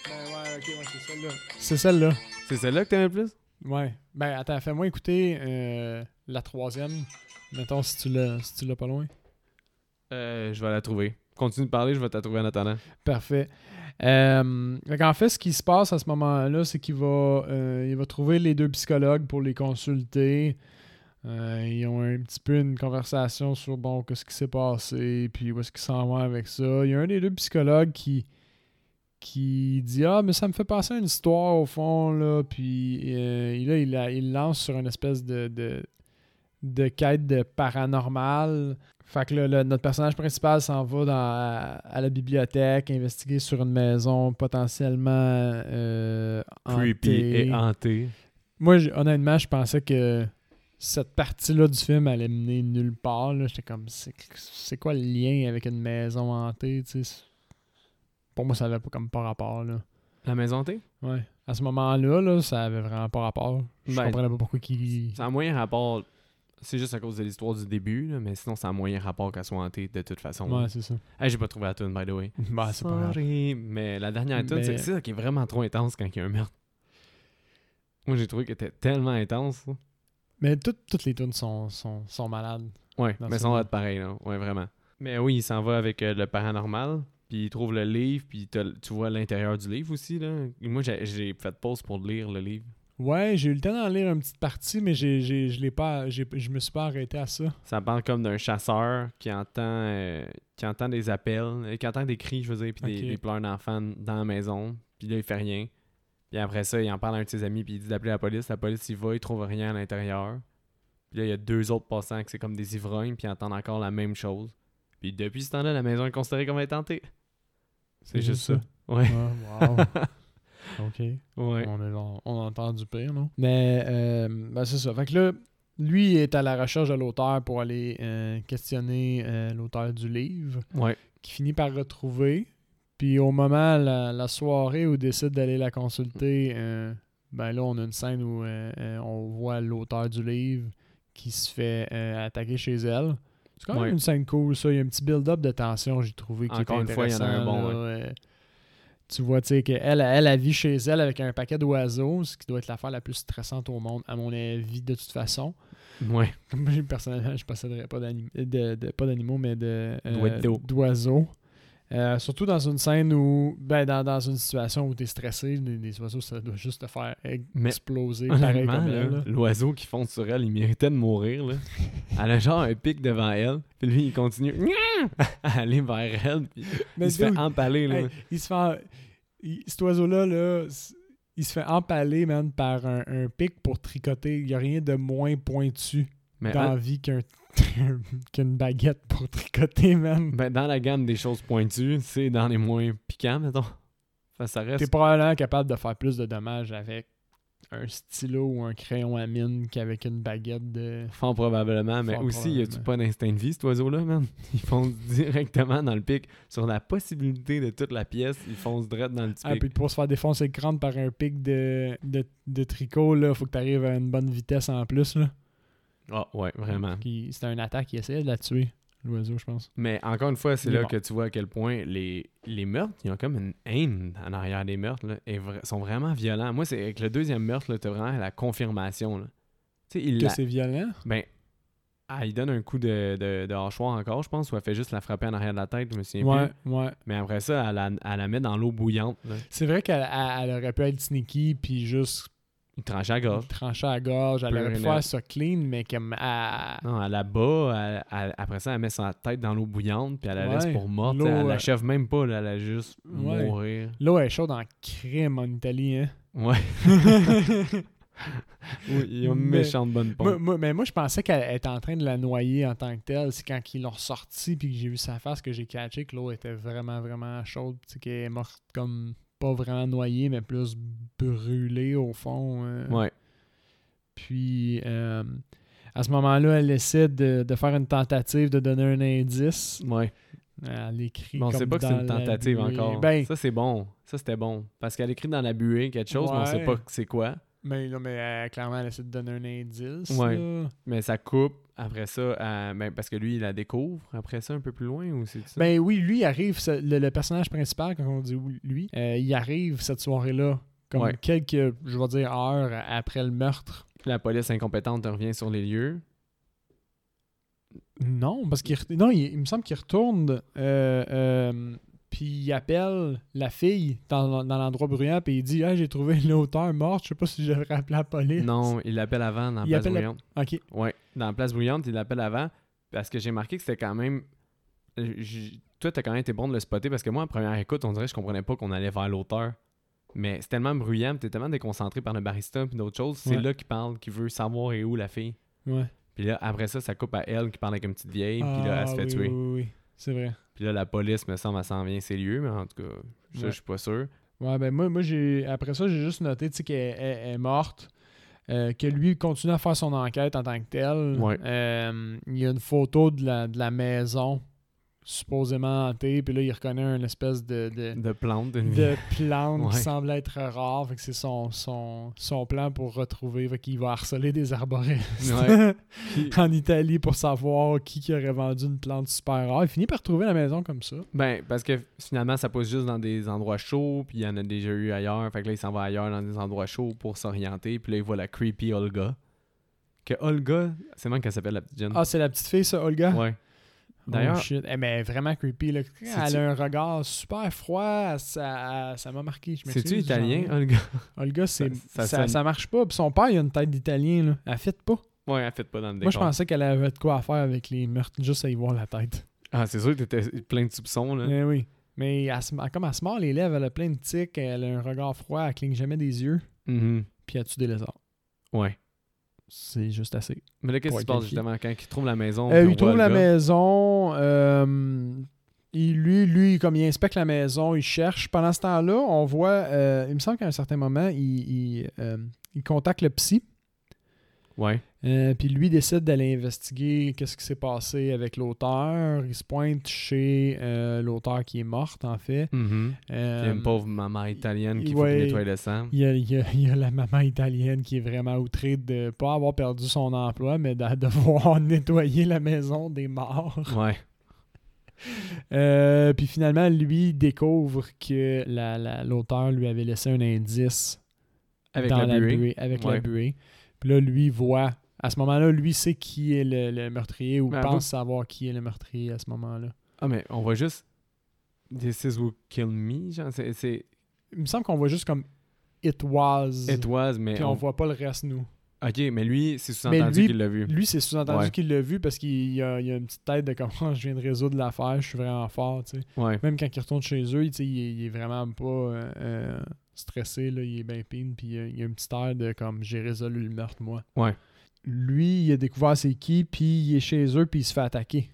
[SPEAKER 2] ouais, ok, c'est celle-là. C'est celle-là.
[SPEAKER 1] C'est celle-là que t'aimes le plus?
[SPEAKER 2] Ouais. Ben, attends, fais-moi écouter euh, la troisième. Mettons si tu l'as si tu l'as pas loin.
[SPEAKER 1] Euh, je vais la trouver. Continue de parler, je vais te la trouver en attendant.
[SPEAKER 2] Parfait. Euh, fait qu'en fait, ce qui se passe à ce moment-là, c'est qu'il va, euh, il va trouver les deux psychologues pour les consulter. Euh, ils ont un petit peu une conversation sur bon, qu'est-ce qui s'est passé, puis où est-ce qu'ils s'en vont avec ça. Il y a un des deux psychologues qui, qui dit Ah, mais ça me fait penser à une histoire au fond, là. Puis euh, là, il, la- il lance sur une espèce de, de, de quête de paranormal. Fait que là, le- notre personnage principal s'en va dans, à, à la bibliothèque, investiguer sur une maison potentiellement euh,
[SPEAKER 1] Creepy
[SPEAKER 2] hantée.
[SPEAKER 1] et hanté.
[SPEAKER 2] Moi, j- honnêtement, je pensais que cette partie-là du film allait mener nulle part. là. J'étais comme, c'est c'est quoi le lien avec une maison hantée? tu sais? C'est- Pour moi, ça avait pas comme pas rapport. Là.
[SPEAKER 1] La maison hantée?
[SPEAKER 2] Ouais. À ce moment-là, là, ça avait vraiment pas rapport. Je
[SPEAKER 1] Ben,
[SPEAKER 2] comprenais pas pourquoi qu'il.
[SPEAKER 1] Ça a moyen rapport. C'est juste à cause de l'histoire du début, là, mais sinon, ça a moyen rapport qu'elle soit hantée de toute façon.
[SPEAKER 2] Ouais, c'est ça. (laughs)
[SPEAKER 1] Hey, j'ai pas trouvé la tune, by the way.
[SPEAKER 2] Ben, c'est pas grave.
[SPEAKER 1] Sorry, mais la dernière tune,
[SPEAKER 2] Mais-
[SPEAKER 1] c'est celle qui est vraiment trop intense quand il y a un meurtre. Moi, j'ai trouvé qu'elle était tellement intense. là.
[SPEAKER 2] Mais toutes toutes les tunes sont, sont, sont malades.
[SPEAKER 1] Ouais,
[SPEAKER 2] Non,
[SPEAKER 1] mais
[SPEAKER 2] c'est
[SPEAKER 1] ça va
[SPEAKER 2] vrai.
[SPEAKER 1] être pareil, là. Ouais, vraiment. Mais oui, il s'en va avec euh, le paranormal, puis il trouve le livre, puis t'as- tu vois l'intérieur du livre aussi, là. Moi, j'ai- j'ai fait pause pour lire le livre.
[SPEAKER 2] Ouais, j'ai eu le temps d'en lire une petite partie, mais j'ai, j'ai- je l'ai pas, j'ai- je me suis pas arrêté à ça.
[SPEAKER 1] Ça parle comme d'un chasseur qui entend euh, qui entend des appels, euh, qui entend des cris, je veux dire, puis des-
[SPEAKER 2] Ok.
[SPEAKER 1] des, pleurs d'enfants dans la maison. Puis là, il fait rien. Puis après ça, il en parle à un de ses amis, puis il dit d'appeler la police. La police, il va, il trouve rien à l'intérieur. Puis Puis là, il y a deux autres passants que c'est comme des ivrognes, puis ils entendent encore la même chose. Puis depuis ce temps-là, la maison est considérée comme intentée. C'est juste ça. (laughs) Ouais.
[SPEAKER 2] Ah, wow. OK.
[SPEAKER 1] Ouais.
[SPEAKER 2] On, est- on- on entend du pire, non? Mais euh, ben, c'est ça. Fait que là, lui il est à la recherche de l'auteur pour aller euh, questionner euh, l'auteur du livre,
[SPEAKER 1] Ouais.
[SPEAKER 2] qui finit par retrouver. Puis au moment, la, la soirée où il décide d'aller la consulter, euh, ben là, on a une scène où euh, euh, on voit l'auteur du livre qui se fait euh, attaquer chez elle. C'est quand même
[SPEAKER 1] Ouais.
[SPEAKER 2] une scène cool, ça. Il y a un petit build-up de tension, j'ai trouvé, qui
[SPEAKER 1] Encore
[SPEAKER 2] était
[SPEAKER 1] une fois, il y en a un
[SPEAKER 2] intéressant,
[SPEAKER 1] bon,
[SPEAKER 2] là. Euh, tu vois, tu sais, qu'elle, elle, elle, elle vit chez elle avec un paquet d'oiseaux, ce qui doit être l'affaire la plus stressante au monde, à mon avis, de toute façon.
[SPEAKER 1] Ouais.
[SPEAKER 2] Moi, personnellement, je posséderais pas, d'anim- de, de- pas d'animaux, mais de, euh,
[SPEAKER 1] D'oiseaux.
[SPEAKER 2] d'oiseaux. Euh, surtout dans une scène où, ben, dans, dans une situation où tu es stressé, les, les oiseaux, ça doit juste te faire ex-
[SPEAKER 1] Mais
[SPEAKER 2] exploser, (laughs) pareil
[SPEAKER 1] Honnêtement,
[SPEAKER 2] comme
[SPEAKER 1] là,
[SPEAKER 2] elle, là.
[SPEAKER 1] l'oiseau qui fonce sur elle, il méritait de mourir. Là. Elle a genre un pic devant elle, puis lui, il continue (laughs) Nya! à aller vers elle, puis
[SPEAKER 2] Mais
[SPEAKER 1] il se fait
[SPEAKER 2] dude,
[SPEAKER 1] empaler. Là.
[SPEAKER 2] hey, il se fait en- il- cet oiseau-là, là, s- il se fait empaler, man, par un, un pic pour tricoter. Il n'y a rien de moins pointu
[SPEAKER 1] Mais
[SPEAKER 2] dans la
[SPEAKER 1] hon-
[SPEAKER 2] vie qu'un- (laughs) qu'une baguette pour tricoter, man.
[SPEAKER 1] ben, dans la gamme des choses pointues, c'est dans les moins piquants, mettons. Enfin, ça
[SPEAKER 2] T'es
[SPEAKER 1] reste.
[SPEAKER 2] probablement capable de faire plus de dommages avec un stylo ou un crayon à mine qu'avec une baguette de.
[SPEAKER 1] Fort probablement, mais
[SPEAKER 2] Fort
[SPEAKER 1] aussi, il a-tu
[SPEAKER 2] probablement.
[SPEAKER 1] pas d'instinct de vie, cet oiseau-là, man? (laughs) Il fonce directement dans le pic. Sur la possibilité de toute la pièce, il fonce direct dans le petit
[SPEAKER 2] Ah,
[SPEAKER 1] pic.
[SPEAKER 2] puis pour se faire défoncer le crâne par un pic de, de, de tricot, là, faut que t'arrives à une bonne vitesse en plus. Là.
[SPEAKER 1] Ah, ouais, vraiment.
[SPEAKER 2] Qui- C'est un attaque qui essaie de la tuer, l'oiseau, je pense.
[SPEAKER 1] Mais encore une fois, c'est
[SPEAKER 2] Il est
[SPEAKER 1] là
[SPEAKER 2] mort.
[SPEAKER 1] que tu vois à quel point les, les meurtres, ils ont comme une haine en arrière des meurtres, là, et vra- sont vraiment violents. Moi, c'est avec le deuxième meurtre, là, t'as vraiment la confirmation. là. Tu sais, il
[SPEAKER 2] Que
[SPEAKER 1] la-
[SPEAKER 2] c'est violent.
[SPEAKER 1] Ben, ah, il donne un coup de, de, de hachoir encore, je pense, ou elle fait juste la frapper en arrière de la tête, je me souviens
[SPEAKER 2] Ouais,
[SPEAKER 1] plus.
[SPEAKER 2] ouais.
[SPEAKER 1] Mais après ça, elle la, elle la met dans l'eau bouillante. là.
[SPEAKER 2] C'est vrai qu'elle elle- elle aurait pu être sneaky puis juste
[SPEAKER 1] Il tranche la gorge.
[SPEAKER 2] trancher à la gorge. Elle
[SPEAKER 1] Pure
[SPEAKER 2] aurait pu
[SPEAKER 1] et
[SPEAKER 2] faire
[SPEAKER 1] net.
[SPEAKER 2] ça clean, mais comme. ah, elle-
[SPEAKER 1] Non, elle la bat, elle- elle- après ça, elle met sa tête dans l'eau bouillante, puis elle la
[SPEAKER 2] Ouais.
[SPEAKER 1] laisse pour morte.
[SPEAKER 2] L'eau,
[SPEAKER 1] Elle
[SPEAKER 2] euh,
[SPEAKER 1] l'achève même pas, là, elle la juste
[SPEAKER 2] Ouais.
[SPEAKER 1] mourir.
[SPEAKER 2] L'eau est chaude en crime en Italie, hein.
[SPEAKER 1] Ouais. (laughs) Oui, il y a une
[SPEAKER 2] Mais-
[SPEAKER 1] méchante bonne pompe.
[SPEAKER 2] Moi- moi- mais moi, je pensais qu'elle était en train de la noyer en tant que telle. C'est quand ils l'ont sortie puis que j'ai vu sa face que j'ai catché que l'eau était vraiment, vraiment chaude. Tu sais, qu'elle est morte comme pas vraiment noyée, mais plus brûlée au fond. euh.
[SPEAKER 1] Ouais.
[SPEAKER 2] Puis, euh, à ce moment-là, elle essaie de, de faire une tentative de donner un indice.
[SPEAKER 1] Ouais.
[SPEAKER 2] Elle écrit.
[SPEAKER 1] Mais on
[SPEAKER 2] comme
[SPEAKER 1] sait pas que c'est
[SPEAKER 2] dans
[SPEAKER 1] une
[SPEAKER 2] la
[SPEAKER 1] tentative
[SPEAKER 2] buée.
[SPEAKER 1] encore.
[SPEAKER 2] Ben,
[SPEAKER 1] Ça, c'est bon. Ça, c'était bon. Parce qu'elle écrit dans la buée quelque chose, mais on
[SPEAKER 2] Ouais.
[SPEAKER 1] sait pas que c'est quoi.
[SPEAKER 2] mais, là, mais euh, clairement, elle essaie de donner un indice.
[SPEAKER 1] Ouais.
[SPEAKER 2] là.
[SPEAKER 1] Mais ça coupe. Après ça, euh, ben, parce que lui, il la découvre. Après ça, un peu plus loin, ou c'est ça?
[SPEAKER 2] Ben oui, lui, il arrive, ce- le, le personnage principal, quand on dit oui, lui, euh, il arrive cette soirée-là, comme
[SPEAKER 1] Ouais.
[SPEAKER 2] quelques, je vais dire, heures après le meurtre.
[SPEAKER 1] Puis la police incompétente revient sur les lieux.
[SPEAKER 2] Non, parce qu'il re- non, il, il me semble qu'il retourne, euh, euh, puis il appelle la fille dans, dans l'endroit bruyant, puis il dit Ah, j'ai trouvé l'auteur morte, je sais pas si je devrais appeler la (laughs) police.
[SPEAKER 1] Non, il l'appelle avant dans la
[SPEAKER 2] Il
[SPEAKER 1] place
[SPEAKER 2] appelle la-
[SPEAKER 1] bruyante.
[SPEAKER 2] Ok.
[SPEAKER 1] Ouais. Dans la place bruyante, il l'appelle avant. Parce que j'ai marqué que c'était quand même. euh, J- Toi, t'as quand même été bon de le spotter. Parce que moi, à première écoute, on dirait que je comprenais pas qu'on allait vers l'auteur. Mais c'est tellement bruyant, puis t'es tellement déconcentré par le barista puis d'autres choses. C'est
[SPEAKER 2] Ouais.
[SPEAKER 1] là qu'il parle, qu'il veut savoir est où la fille.
[SPEAKER 2] Ouais.
[SPEAKER 1] Puis là, après ça, ça coupe à elle qui parle avec une petite vieille, puis là, elle se
[SPEAKER 2] Ah,
[SPEAKER 1] fait
[SPEAKER 2] oui,
[SPEAKER 1] tuer.
[SPEAKER 2] Oui, oui, c'est vrai.
[SPEAKER 1] Puis là, la police, me semble, elle s'en vient, c'est lieux, mais en tout cas, ça,
[SPEAKER 2] Ouais.
[SPEAKER 1] je suis pas sûr.
[SPEAKER 2] Ouais, ben moi, moi j'ai après ça, j'ai juste noté tu sais, qu'elle elle- elle est morte, euh, que lui continue à faire son enquête en tant que tel.
[SPEAKER 1] Ouais.
[SPEAKER 2] Euh, il y a une photo de la, de la maison supposément hantée, puis là, il reconnaît une espèce de, de,
[SPEAKER 1] De plante, d'une vie.
[SPEAKER 2] de plante qui
[SPEAKER 1] Ouais.
[SPEAKER 2] semble être rare. Fait que c'est son, son, son plan pour retrouver. Fait qu'il va harceler des arboristes
[SPEAKER 1] Ouais. Puis-
[SPEAKER 2] (laughs) en Italie pour savoir qui, qui aurait vendu une plante super rare. Il finit par trouver la maison comme ça.
[SPEAKER 1] Ben, parce que finalement, ça pousse juste dans des endroits chauds, puis il y en a déjà eu ailleurs. Fait que là, il s'en va ailleurs dans des endroits chauds pour s'orienter. Puis là, il voit la creepy Olga. Que Olga, c'est même qu'elle s'appelle la petite jeune.
[SPEAKER 2] Ah, c'est la petite fille, ça, Olga?
[SPEAKER 1] ouais.
[SPEAKER 2] D'ailleurs,
[SPEAKER 1] D'ailleurs-
[SPEAKER 2] Oh, Eh, mais vraiment creepy. Là. Elle
[SPEAKER 1] C'est-tu-
[SPEAKER 2] a un regard super froid. Ça ça m'a marqué. Je
[SPEAKER 1] C'est-tu
[SPEAKER 2] m'excuse,
[SPEAKER 1] italien,
[SPEAKER 2] genre.
[SPEAKER 1] Olga? (laughs)
[SPEAKER 2] Olga, c'est- ça,
[SPEAKER 1] Ça- ça
[SPEAKER 2] ça,
[SPEAKER 1] sonne-
[SPEAKER 2] marche pas. Puis son père, il a une tête d'Italien. là. Elle fit pas.
[SPEAKER 1] Ouais, elle fait pas dans le
[SPEAKER 2] Moi, je
[SPEAKER 1] décor.
[SPEAKER 2] pensais qu'elle avait de quoi à faire avec les meurtres, juste à y voir la tête.
[SPEAKER 1] Ah, c'est sûr que t'étais plein de soupçons, là.
[SPEAKER 2] Mais oui. Mais elle se- elle- comme elle se mord les lèvres, elle a plein de tics, elle a un regard froid, elle cligne jamais des yeux,
[SPEAKER 1] Mhm.
[SPEAKER 2] puis elle tue des lézards.
[SPEAKER 1] Ouais.
[SPEAKER 2] c'est juste assez.
[SPEAKER 1] Mais là, qu'est-ce
[SPEAKER 2] Pour
[SPEAKER 1] qui se passe
[SPEAKER 2] être qualifié.
[SPEAKER 1] justement quand ils trouvent la maison?
[SPEAKER 2] Euh,
[SPEAKER 1] puis on
[SPEAKER 2] il trouve
[SPEAKER 1] voit
[SPEAKER 2] la
[SPEAKER 1] le gars?
[SPEAKER 2] maison. euh, il, lui, lui, comme il inspecte la maison, il cherche. Pendant ce temps-là, on voit. euh, il me semble qu'à un certain moment, il, il, euh, il contacte le psy.
[SPEAKER 1] Ouais.
[SPEAKER 2] Euh, puis lui décide d'aller investiguer qu'est-ce qui s'est passé avec l'auteur. Il se pointe chez euh, l'auteur qui est morte, en fait.
[SPEAKER 1] Mhm. Puis Il y a
[SPEAKER 2] Euh,
[SPEAKER 1] une pauvre maman italienne qui
[SPEAKER 2] ouais.
[SPEAKER 1] faut nettoyer le sang.
[SPEAKER 2] il y, a, il y a- il y a la maman italienne qui est vraiment outrée de pas avoir perdu son emploi, mais de (laughs) devoir nettoyer la maison des morts.
[SPEAKER 1] (laughs) Ouais.
[SPEAKER 2] Euh, puis finalement, lui découvre que la- la- l'auteur lui avait laissé un indice
[SPEAKER 1] Avec
[SPEAKER 2] dans
[SPEAKER 1] la buée.
[SPEAKER 2] avec la
[SPEAKER 1] Ouais.
[SPEAKER 2] buée. Puis là, lui voit. À ce moment-là, lui sait qui est le, le meurtrier ou
[SPEAKER 1] Mais
[SPEAKER 2] pense
[SPEAKER 1] avoue-
[SPEAKER 2] savoir qui est le meurtrier à ce moment-là.
[SPEAKER 1] Ah, mais on voit juste... This is who kill me, genre. C'est, c'est...
[SPEAKER 2] Il me semble qu'on voit juste comme It was.
[SPEAKER 1] It was, mais...
[SPEAKER 2] puis
[SPEAKER 1] on-
[SPEAKER 2] on voit pas le reste, nous.
[SPEAKER 1] OK, mais lui, c'est sous-entendu
[SPEAKER 2] lui-
[SPEAKER 1] qu'il l'a vu.
[SPEAKER 2] Lui, c'est sous-entendu
[SPEAKER 1] Ouais.
[SPEAKER 2] qu'il l'a vu parce qu'il y a, il y a une petite tête de comment je viens de résoudre l'affaire, je suis vraiment fort, tu sais.
[SPEAKER 1] Ouais.
[SPEAKER 2] Même quand il retourne chez eux, il, tu sais, il est, il est vraiment pas euh, euh, stressé, là, il est bien pine, puis euh, il y a un petit air de comme j'ai résolu le meurtre, moi.
[SPEAKER 1] Ouais.
[SPEAKER 2] Lui, il a découvert c'est qui, puis il est chez eux, puis il se fait attaquer.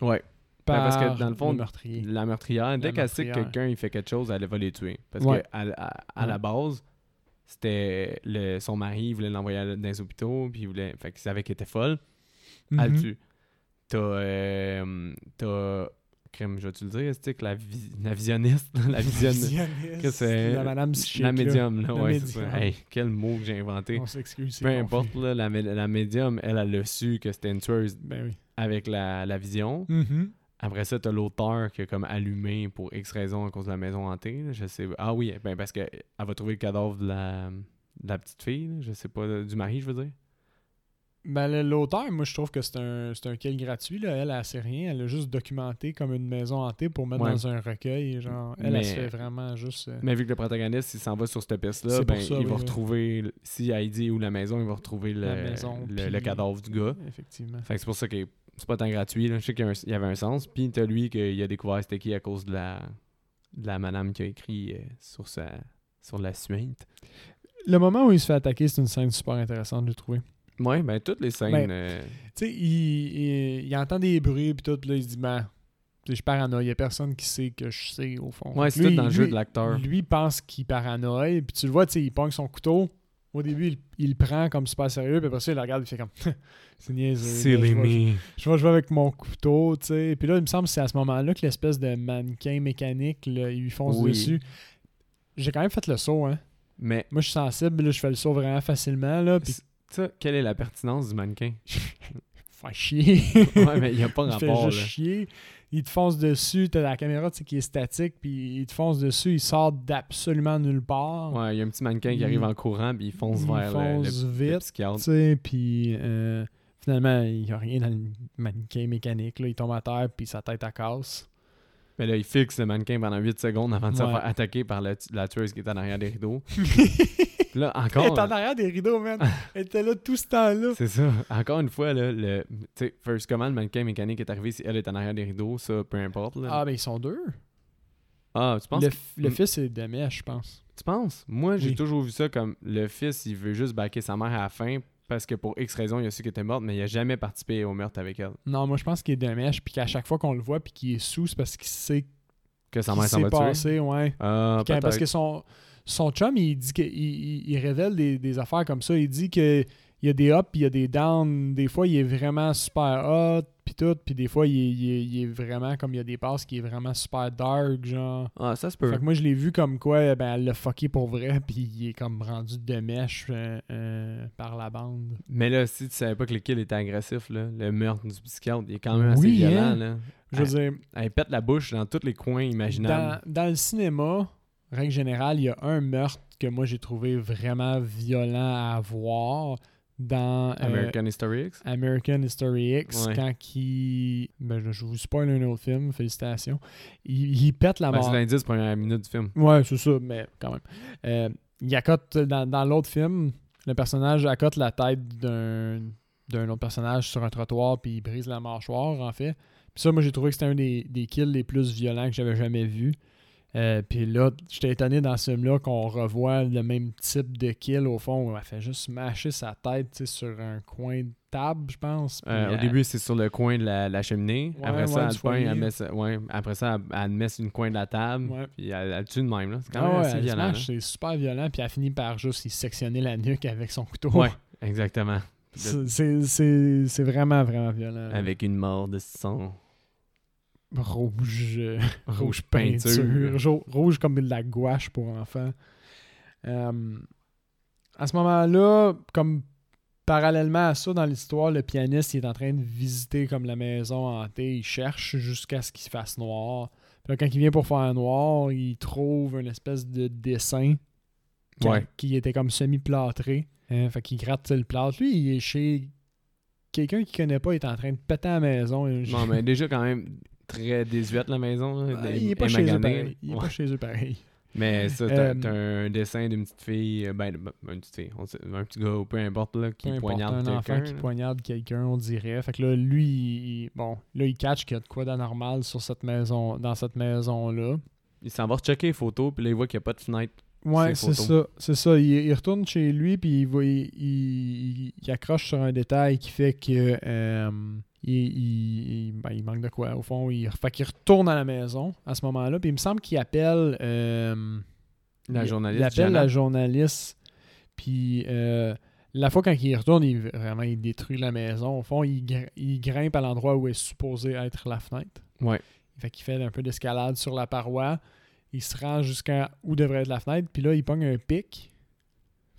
[SPEAKER 1] Ouais. Ben,
[SPEAKER 2] Par
[SPEAKER 1] parce que dans le fond,
[SPEAKER 2] meurtrier.
[SPEAKER 1] La meurtrière, dès
[SPEAKER 2] La
[SPEAKER 1] qu'elle sait que
[SPEAKER 2] meurtrière.
[SPEAKER 1] quelqu'un il fait quelque chose, elle va les tuer. Parce
[SPEAKER 2] Ouais.
[SPEAKER 1] que à, à- à la
[SPEAKER 2] Ouais.
[SPEAKER 1] base, c'était le, son mari, il voulait l'envoyer à- dans les hôpitaux, puis il voulait. Fait qu'il savait qu'elle était folle, elle le
[SPEAKER 2] Mhm.
[SPEAKER 1] tue. T'as. euh, t'as. Crème, je vais-tu le dire, c'est que la, vi- la visionniste. (laughs) la visionne.
[SPEAKER 2] Visionniste,
[SPEAKER 1] que c'est-
[SPEAKER 2] La madame psychique.
[SPEAKER 1] La
[SPEAKER 2] là.
[SPEAKER 1] médium, là,
[SPEAKER 2] La
[SPEAKER 1] ouais, c'est ça.
[SPEAKER 2] médium.
[SPEAKER 1] Hey, quel mot que j'ai inventé.
[SPEAKER 2] On s'excuse. c'est
[SPEAKER 1] Peu
[SPEAKER 2] confus.
[SPEAKER 1] importe, là, la, mé- la médium, elle, elle a su que c'était une tueuse
[SPEAKER 2] Ben oui.
[SPEAKER 1] avec la, la vision.
[SPEAKER 2] Mhm.
[SPEAKER 1] Après ça, t'as l'auteur qui a comme allumé pour X raison à cause de la maison hantée. là, je sais. Ah oui, ben parce que elle va trouver le cadavre de la, de la petite fille, là, je sais pas, de- du mari, je veux dire.
[SPEAKER 2] Ben, le- l'auteur, moi, je trouve que c'est un, c'est un kill gratuit. Là. Elle, elle sait rien. Elle a juste documenté comme une maison hantée pour mettre
[SPEAKER 1] Ouais.
[SPEAKER 2] dans un recueil. Genre, elle, elle
[SPEAKER 1] Mais-
[SPEAKER 2] se fait vraiment juste. euh,
[SPEAKER 1] Mais vu que le protagoniste, il s'en va sur cette piste-là,
[SPEAKER 2] C'est pour
[SPEAKER 1] ben,
[SPEAKER 2] ça,
[SPEAKER 1] il
[SPEAKER 2] oui,
[SPEAKER 1] va
[SPEAKER 2] oui.
[SPEAKER 1] retrouver, le- si Heidi ou la maison, il va retrouver le,
[SPEAKER 2] La maison,
[SPEAKER 1] le,
[SPEAKER 2] puis-
[SPEAKER 1] le cadavre du gars.
[SPEAKER 2] Effectivement.
[SPEAKER 1] Fait que c'est pour ça que c'est pas tant gratuit. là. Je sais qu'il y, a un- il y avait un sens. Puis t'as lui qu'il a découvert c'était qui à cause de la, de la madame qui a écrit euh, sur sa sur la suinte.
[SPEAKER 2] Le moment où il se fait attaquer, c'est une scène super intéressante, j'ai trouvé.
[SPEAKER 1] Ouais, ben toutes les scènes.
[SPEAKER 2] Ben,
[SPEAKER 1] euh,
[SPEAKER 2] Tu sais, il, il, il entend des bruits, puis tout, puis là, il se dit, ben, tu sais, je paranoïe. Il a personne qui sait que je sais, au fond.
[SPEAKER 1] Ouais,
[SPEAKER 2] Fait
[SPEAKER 1] c'est
[SPEAKER 2] que
[SPEAKER 1] tout
[SPEAKER 2] lui,
[SPEAKER 1] dans le jeu
[SPEAKER 2] lui-
[SPEAKER 1] de l'acteur.
[SPEAKER 2] Lui pense qu'il paranoïe, puis tu le vois, tu sais, il pogne son couteau. Au début, il, il le prend comme super sérieux, puis après ça, il le regarde, il fait comme, (laughs) c'est niaiseux. là, je vois- je vais jouer avec mon couteau, tu sais. Puis là, il me semble que c'est à ce moment-là que l'espèce de mannequin mécanique, là, il lui fonce
[SPEAKER 1] Oui.
[SPEAKER 2] dessus. J'ai quand même fait le saut, hein.
[SPEAKER 1] Mais
[SPEAKER 2] Moi, je suis sensible, là, je fais le saut vraiment facilement, là, puis
[SPEAKER 1] ça, quelle est la pertinence du
[SPEAKER 2] (laughs)
[SPEAKER 1] mannequin?
[SPEAKER 2] fais chier.
[SPEAKER 1] (laughs) ouais,
[SPEAKER 2] (laughs)
[SPEAKER 1] mais il n'y a pas
[SPEAKER 2] il fait
[SPEAKER 1] rapport.
[SPEAKER 2] juste
[SPEAKER 1] là.
[SPEAKER 2] chier. Il te fonce dessus, t'as la caméra, tu sais, qui est statique, puis il te fonce dessus, il sort d'absolument nulle part.
[SPEAKER 1] Ouais, il y a un petit mannequin qui arrive en courant puis il fonce
[SPEAKER 2] il
[SPEAKER 1] vers le- le,
[SPEAKER 2] fonce
[SPEAKER 1] le
[SPEAKER 2] vite, tu
[SPEAKER 1] psychiatre.
[SPEAKER 2] sais, puis euh, finalement, il n'y a rien dans le mannequin mécanique, là. Il tombe à terre, puis sa tête, à (laughs) casse.
[SPEAKER 1] Mais là, il fixe le mannequin pendant 8 secondes avant de se
[SPEAKER 2] Ouais.
[SPEAKER 1] faire attaquer par la, la tueuse qui est en arrière des rideaux. Puis là,
[SPEAKER 2] (laughs) Elle est
[SPEAKER 1] encore.
[SPEAKER 2] en arrière des rideaux, (laughs) man. Elle était là tout ce temps-là.
[SPEAKER 1] C'est ça. Encore une fois, là, le, tu sais, first, comment le mannequin mécanique est arrivé si elle est en arrière des rideaux, ça, peu importe. là.
[SPEAKER 2] Ah, ben ils sont deux.
[SPEAKER 1] Ah, tu penses?
[SPEAKER 2] Le, f- le
[SPEAKER 1] Mm.
[SPEAKER 2] fils est de mèche, je pense.
[SPEAKER 1] Tu penses? Moi, j'ai
[SPEAKER 2] Oui.
[SPEAKER 1] toujours vu ça comme le fils, il veut juste baquer sa mère à la fin parce que pour X raison, il a su qu'elle était morte, mais il a jamais participé au meurtre avec elle.
[SPEAKER 2] Non, moi je pense qu'il est de mèche, puis qu'à chaque fois qu'on le voit, puis qu'il est sous, c'est parce qu'il sait
[SPEAKER 1] Que sa
[SPEAKER 2] qu'il
[SPEAKER 1] mère s'en
[SPEAKER 2] s'est
[SPEAKER 1] va tuer.
[SPEAKER 2] passé, ouais.
[SPEAKER 1] Ah,
[SPEAKER 2] Quand- parce
[SPEAKER 1] peut-être.
[SPEAKER 2] que son, son chum, il dit que, il, il- il révèle des, des affaires comme ça. Il dit que il y a des ups, puis il y a des downs. Des fois, il est vraiment super hot, puis tout. Puis des fois, il est, il est- il est vraiment comme il y a des passes qui est vraiment super dark, genre.
[SPEAKER 1] Ah, ça se peut.
[SPEAKER 2] Fait que moi, je l'ai vu comme quoi, ben, elle l'a fucké pour vrai, (laughs) puis il est comme rendu de mèche euh, euh, par la bande.
[SPEAKER 1] Mais là, si tu savais pas que le kill était agressif, là, le meurtre du psychiatre, il est quand même assez
[SPEAKER 2] Oui,
[SPEAKER 1] violent.
[SPEAKER 2] hein?
[SPEAKER 1] Là.
[SPEAKER 2] Je veux dire,
[SPEAKER 1] Elle pète la bouche dans tous les coins imaginables.
[SPEAKER 2] dans, dans le cinéma, règle générale, il y a un meurtre que moi, j'ai trouvé vraiment violent à voir dans euh,
[SPEAKER 1] American History X.
[SPEAKER 2] American History X,
[SPEAKER 1] Ouais.
[SPEAKER 2] quand qui Ben, je, je vous spoil un autre film, félicitations. Il, il pète la
[SPEAKER 1] Ben,
[SPEAKER 2] mort.
[SPEAKER 1] c'est l'indice première minute du film.
[SPEAKER 2] Ouais, c'est ça, mais quand même. Euh, il accote, dans, dans l'autre film, le personnage accote la tête d'un d'un autre personnage sur un trottoir, puis il brise la mâchoire, en fait. Puis ça, moi, j'ai trouvé que c'était un des, des kills les plus violents que j'avais jamais vu. Euh, Puis là, j'étais étonné dans ce film-là qu'on revoit le même type de kill au fond. où Elle fait juste mâcher sa tête tu sais, sur un coin de table, je pense. Puis
[SPEAKER 1] Euh, Au
[SPEAKER 2] elle-
[SPEAKER 1] début, c'est sur le coin de la, la cheminée.
[SPEAKER 2] Ouais,
[SPEAKER 1] après,
[SPEAKER 2] ouais,
[SPEAKER 1] ça,
[SPEAKER 2] du
[SPEAKER 1] elle peint, elle
[SPEAKER 2] foyer.
[SPEAKER 1] met ça- ouais. après ça, elle, elle met sur une coin de la table.
[SPEAKER 2] Ouais.
[SPEAKER 1] Puis elle, elle tue de même. là. C'est quand
[SPEAKER 2] Ah
[SPEAKER 1] même
[SPEAKER 2] ouais,
[SPEAKER 1] assez
[SPEAKER 2] elle se
[SPEAKER 1] violent. hein.
[SPEAKER 2] mâche, c'est super violent. Puis elle finit par juste y sectionner la nuque avec son couteau.
[SPEAKER 1] là. Ouais, exactement.
[SPEAKER 2] C'est- C'est c'est- c'est vraiment, vraiment violent.
[SPEAKER 1] Avec une mort de sang.
[SPEAKER 2] rouge, euh, rouge peinture, jau- rouge comme de la gouache pour enfants. Euh, à ce moment-là, comme parallèlement à ça dans l'histoire, le pianiste il est en train de visiter comme la maison hantée, il cherche jusqu'à ce qu'il fasse noir. Puis là, quand il vient pour faire noir, il trouve une espèce de dessin qui,
[SPEAKER 1] Ouais.
[SPEAKER 2] qui était comme semi-plâtré. Hein, fait qu'il gratte le plâtre. Lui, il est chez quelqu'un qu'il connaît pas, il est en train de péter à la maison.
[SPEAKER 1] Non, mais déjà, quand même, très désuète la maison. là,
[SPEAKER 2] Ah,
[SPEAKER 1] et-
[SPEAKER 2] il est pas
[SPEAKER 1] et
[SPEAKER 2] chez eux
[SPEAKER 1] maganée.
[SPEAKER 2] pareil. Il est
[SPEAKER 1] Ouais.
[SPEAKER 2] pas chez
[SPEAKER 1] (laughs)
[SPEAKER 2] eux pareil.
[SPEAKER 1] Mais ça, t'as
[SPEAKER 2] Euh,
[SPEAKER 1] t'as un dessin d'une petite fille, euh, ben, ben, une petite fille, on sait- un petit gars, ou peu importe, là, qui
[SPEAKER 2] Peu importe,
[SPEAKER 1] poignarde
[SPEAKER 2] un enfant
[SPEAKER 1] quelqu'un.
[SPEAKER 2] qui
[SPEAKER 1] là.
[SPEAKER 2] poignarde quelqu'un, on dirait. Fait que là, lui, il- bon, là, il catch qu'il y a de quoi d'anormal sur cette maison, dans cette maison-là.
[SPEAKER 1] Il s'en va checker les photos, puis là, il voit qu'il n'y a pas de fenêtre.
[SPEAKER 2] Ouais,
[SPEAKER 1] Ses
[SPEAKER 2] c'est
[SPEAKER 1] photos.
[SPEAKER 2] ça. C'est ça. Il, il retourne chez lui, puis il, voit- il, il- il accroche sur un détail qui fait que. euh, il, il- il- ben, il manque de quoi, au fond. Il, fait qu'il retourne à la maison à ce moment-là, puis il me semble qu'il appelle. euh,
[SPEAKER 1] La
[SPEAKER 2] Il-
[SPEAKER 1] journaliste.
[SPEAKER 2] Il appelle la
[SPEAKER 1] Janet.
[SPEAKER 2] journaliste. Puis euh, la fois quand il y retourne, il, vraiment, il détruit la maison. Au fond, il, gr- il grimpe à l'endroit où est supposé être la fenêtre.
[SPEAKER 1] Ouais.
[SPEAKER 2] Fait qu'il fait un peu d'escalade sur la paroi. Il se rend jusqu'à où devrait être la fenêtre. Puis là, il pogne un pic.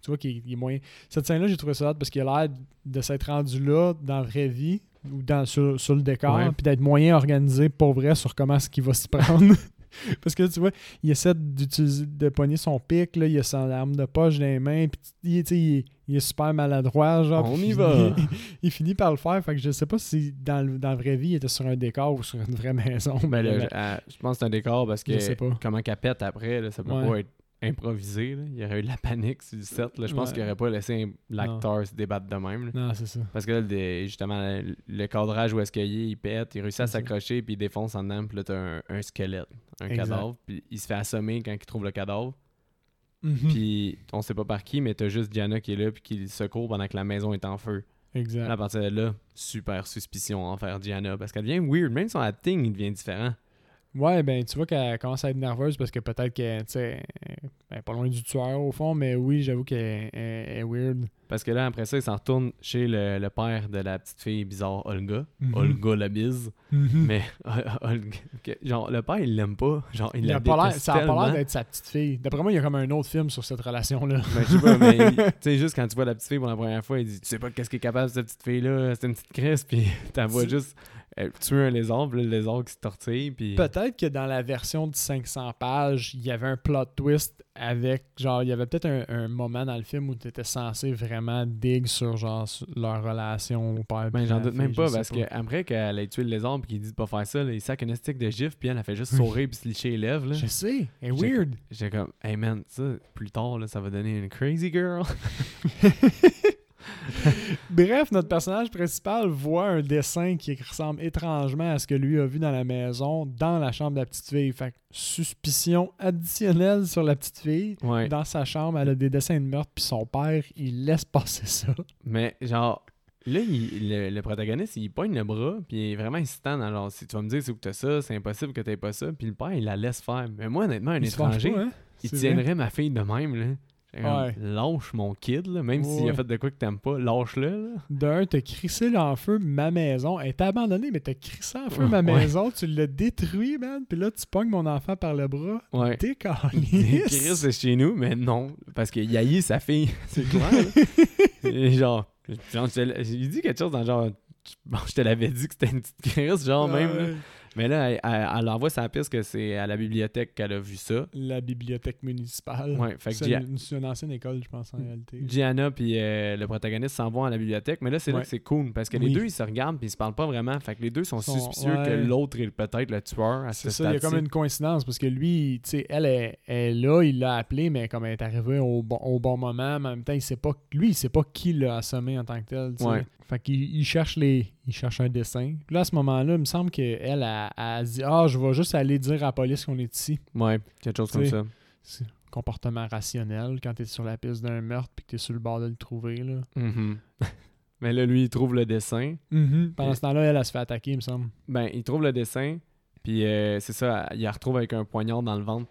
[SPEAKER 2] Tu vois qu'il il est moyen. Cette scène-là, j'ai trouvé ça hot parce qu'il a l'air de s'être rendu là dans la vraie vie ou dans, sur, sur le décor,
[SPEAKER 1] Ouais.
[SPEAKER 2] puis d'être moyen organisé pour vrai sur comment est-ce qu'il va s'y (laughs) prendre. Parce que tu vois, il essaie d'utiliser, de pogner son pic, là, il a son arme de poche dans les mains, puis il, est- tu sais, il est- il est super maladroit, genre.
[SPEAKER 1] On
[SPEAKER 2] puis
[SPEAKER 1] y
[SPEAKER 2] il-
[SPEAKER 1] va.
[SPEAKER 2] Il, finit par le faire, fait que je sais pas si dans, le- dans la vraie vie, il était sur un décor ou sur une vraie (laughs) maison.
[SPEAKER 1] (laughs) Ben,
[SPEAKER 2] mais
[SPEAKER 1] là,
[SPEAKER 2] là,
[SPEAKER 1] je- elle- je pense que c'est un décor parce
[SPEAKER 2] Je sais
[SPEAKER 1] que
[SPEAKER 2] pas.
[SPEAKER 1] comment qu'elle pète après, là, ça peut
[SPEAKER 2] Ouais.
[SPEAKER 1] pas être improvisé. là. Il y aurait eu de la panique sur le set. là. Je pense
[SPEAKER 2] Ouais.
[SPEAKER 1] qu'il aurait pas laissé un- l'acteur se débattre de même. là.
[SPEAKER 2] Non, c'est ça.
[SPEAKER 1] Parce que là, le- justement, le- le cadrage où est-ce qu'il est, il pète, il réussit à
[SPEAKER 2] C'est ça.
[SPEAKER 1] s'accrocher, puis il défonce en dedans, puis là, t'as un, un squelette, un
[SPEAKER 2] Exact.
[SPEAKER 1] cadavre, puis il se fait assommer quand il trouve le cadavre.
[SPEAKER 2] Mhm.
[SPEAKER 1] Puis on sait pas par qui, mais t'as juste Diana qui est là, puis qui le secourt pendant que la maison est en feu.
[SPEAKER 2] exact.
[SPEAKER 1] Là, à partir de là, super suspicion envers Diana, parce qu'elle devient weird, même son acting, il devient différent.
[SPEAKER 2] Ouais, ben tu vois qu'elle commence à être nerveuse parce que peut-être qu'elle, tu sais, elle est pas loin du tueur au fond, mais oui, j'avoue qu'elle elle- elle est weird.
[SPEAKER 1] Parce que là, après ça, il s'en retourne chez le, le père de la petite fille bizarre, Olga.
[SPEAKER 2] Mhm.
[SPEAKER 1] Olga la bise.
[SPEAKER 2] Hmm.
[SPEAKER 1] Mais (laughs) Olga, que- genre, le père, il l'aime pas. Genre, il,
[SPEAKER 2] Il
[SPEAKER 1] la
[SPEAKER 2] a pas l'air-
[SPEAKER 1] déteste
[SPEAKER 2] ça a pas
[SPEAKER 1] tellement.
[SPEAKER 2] l'air d'être sa petite fille. D'après moi, il y a comme un autre film sur cette relation-là.
[SPEAKER 1] Ben, je sais pas, mais il- tu sais, juste quand tu vois la petite fille pour la première fois, il dit Tu sais pas qu'est-ce qui est capable de cette petite fille-là, c'est une petite crise, puis (laughs) t'en vois
[SPEAKER 2] C'est-
[SPEAKER 1] juste euh, tuer un lézard, puis là, le lézard qui se tortille, puis.
[SPEAKER 2] Peut-être que dans la version de 500 pages, il y avait un plot twist avec, genre, il y avait peut-être un, un moment dans le film où tu étais censé vraiment dig sur, genre, sur leur relation au père.
[SPEAKER 1] Ben,
[SPEAKER 2] puis
[SPEAKER 1] j'en
[SPEAKER 2] la
[SPEAKER 1] doute même
[SPEAKER 2] fille,
[SPEAKER 1] pas,
[SPEAKER 2] je sais
[SPEAKER 1] parce que après qu'elle ait tué le lézard, puis qu'il dit de pas faire ça, là, il sac un stick de gif, puis elle a fait juste sourire, puis se licher les lèvres. là.
[SPEAKER 2] Je sais, elle est
[SPEAKER 1] J'ai-
[SPEAKER 2] weird.
[SPEAKER 1] J'étais comme Hey man, ça, plus tard, là, ça va donner une crazy
[SPEAKER 2] (laughs)
[SPEAKER 1] girl.
[SPEAKER 2] Bref, notre personnage principal voit un dessin qui ressemble étrangement à ce que lui a vu dans la maison, dans la chambre de la petite fille. Fait que suspicion additionnelle sur la petite fille.
[SPEAKER 1] Ouais.
[SPEAKER 2] Dans sa chambre, elle a des dessins de meurtre, puis son père, il laisse passer ça.
[SPEAKER 1] Mais genre, là, il- le, le protagoniste, il pogne le bras, puis il est vraiment insistant. dans, Genre, si tu vas me dire c'est où que t'as ça, c'est impossible que t'aies pas ça, puis le père, il la laisse faire. Mais moi, honnêtement, un
[SPEAKER 2] Il se fâche
[SPEAKER 1] étranger,
[SPEAKER 2] pas, hein?
[SPEAKER 1] il
[SPEAKER 2] C'est
[SPEAKER 1] tiendrait
[SPEAKER 2] vrai.
[SPEAKER 1] ma fille de même, là. J'étais comme,
[SPEAKER 2] Ouais.
[SPEAKER 1] Lâche mon kid, là, même s'il a
[SPEAKER 2] Ouais.
[SPEAKER 1] fait de quoi que t'aimes pas, lâche-le. là.
[SPEAKER 2] D'un, t'as crissé là en feu ma maison. Elle t'a abandonnée, mais t'as crissé en feu
[SPEAKER 1] Ouais.
[SPEAKER 2] ma maison. Tu l'as détruit, man. Puis là, tu pognes mon enfant par le bras.
[SPEAKER 1] Ouais.
[SPEAKER 2] T'es
[SPEAKER 1] Chris,
[SPEAKER 2] calice.
[SPEAKER 1] c'est chez nous, mais non, parce qu'il haït sa fille, (laughs) c'est clair.
[SPEAKER 2] (laughs)
[SPEAKER 1] là. Et genre, genre, je te l- il dit quelque chose dans le genre, bon, je te l'avais dit que c'était une petite crise, genre même. là.
[SPEAKER 2] Ouais.
[SPEAKER 1] Mais là, elle, elle- elle envoie sa piste que c'est à la bibliothèque qu'elle a vu ça.
[SPEAKER 2] La bibliothèque municipale.
[SPEAKER 1] Ouais, fait que
[SPEAKER 2] C'est
[SPEAKER 1] Gia-
[SPEAKER 2] une, c'est une ancienne école, je pense, en réalité.
[SPEAKER 1] Gianna puis euh, le protagoniste s'en vont à la bibliothèque, mais là c'est là
[SPEAKER 2] Ouais.
[SPEAKER 1] que c'est cool parce que
[SPEAKER 2] Oui.
[SPEAKER 1] les deux ils se regardent puis ils se parlent pas vraiment, fait que les deux sont,
[SPEAKER 2] Sont-
[SPEAKER 1] suspicieux
[SPEAKER 2] ouais.
[SPEAKER 1] que l'autre est peut-être le tueur à ce
[SPEAKER 2] C'est ça, il y a
[SPEAKER 1] stade-ci.
[SPEAKER 2] comme une coïncidence parce que lui, tu sais, elle est, elle est là, il l'a appelé, mais comme elle est arrivée au bon, au bon moment, mais en même temps, il sait pas, lui, il sait pas qui l'a assommé en tant que tel. tu sais.
[SPEAKER 1] Ouais.
[SPEAKER 2] Fait qu'il il cherche les. Il cherche un dessin. Puis là, à ce moment-là, il me semble qu'elle elle, elle, elle dit Ah, je vais juste aller dire à la police qu'on est ici.
[SPEAKER 1] Ouais, quelque chose comme
[SPEAKER 2] T'sais,
[SPEAKER 1] ça.
[SPEAKER 2] C'est un comportement rationnel quand t'es sur la piste d'un meurtre puis que t'es sur le bord de le trouver. Là.
[SPEAKER 1] Mhm. (laughs) Mais là, lui, il trouve le dessin. Mm-hmm.
[SPEAKER 2] Pendant ce temps-là, elle, elle se fait attaquer, il me semble.
[SPEAKER 1] Ben, il trouve le dessin, puis euh, c'est ça, il la retrouve avec un poignard dans le ventre.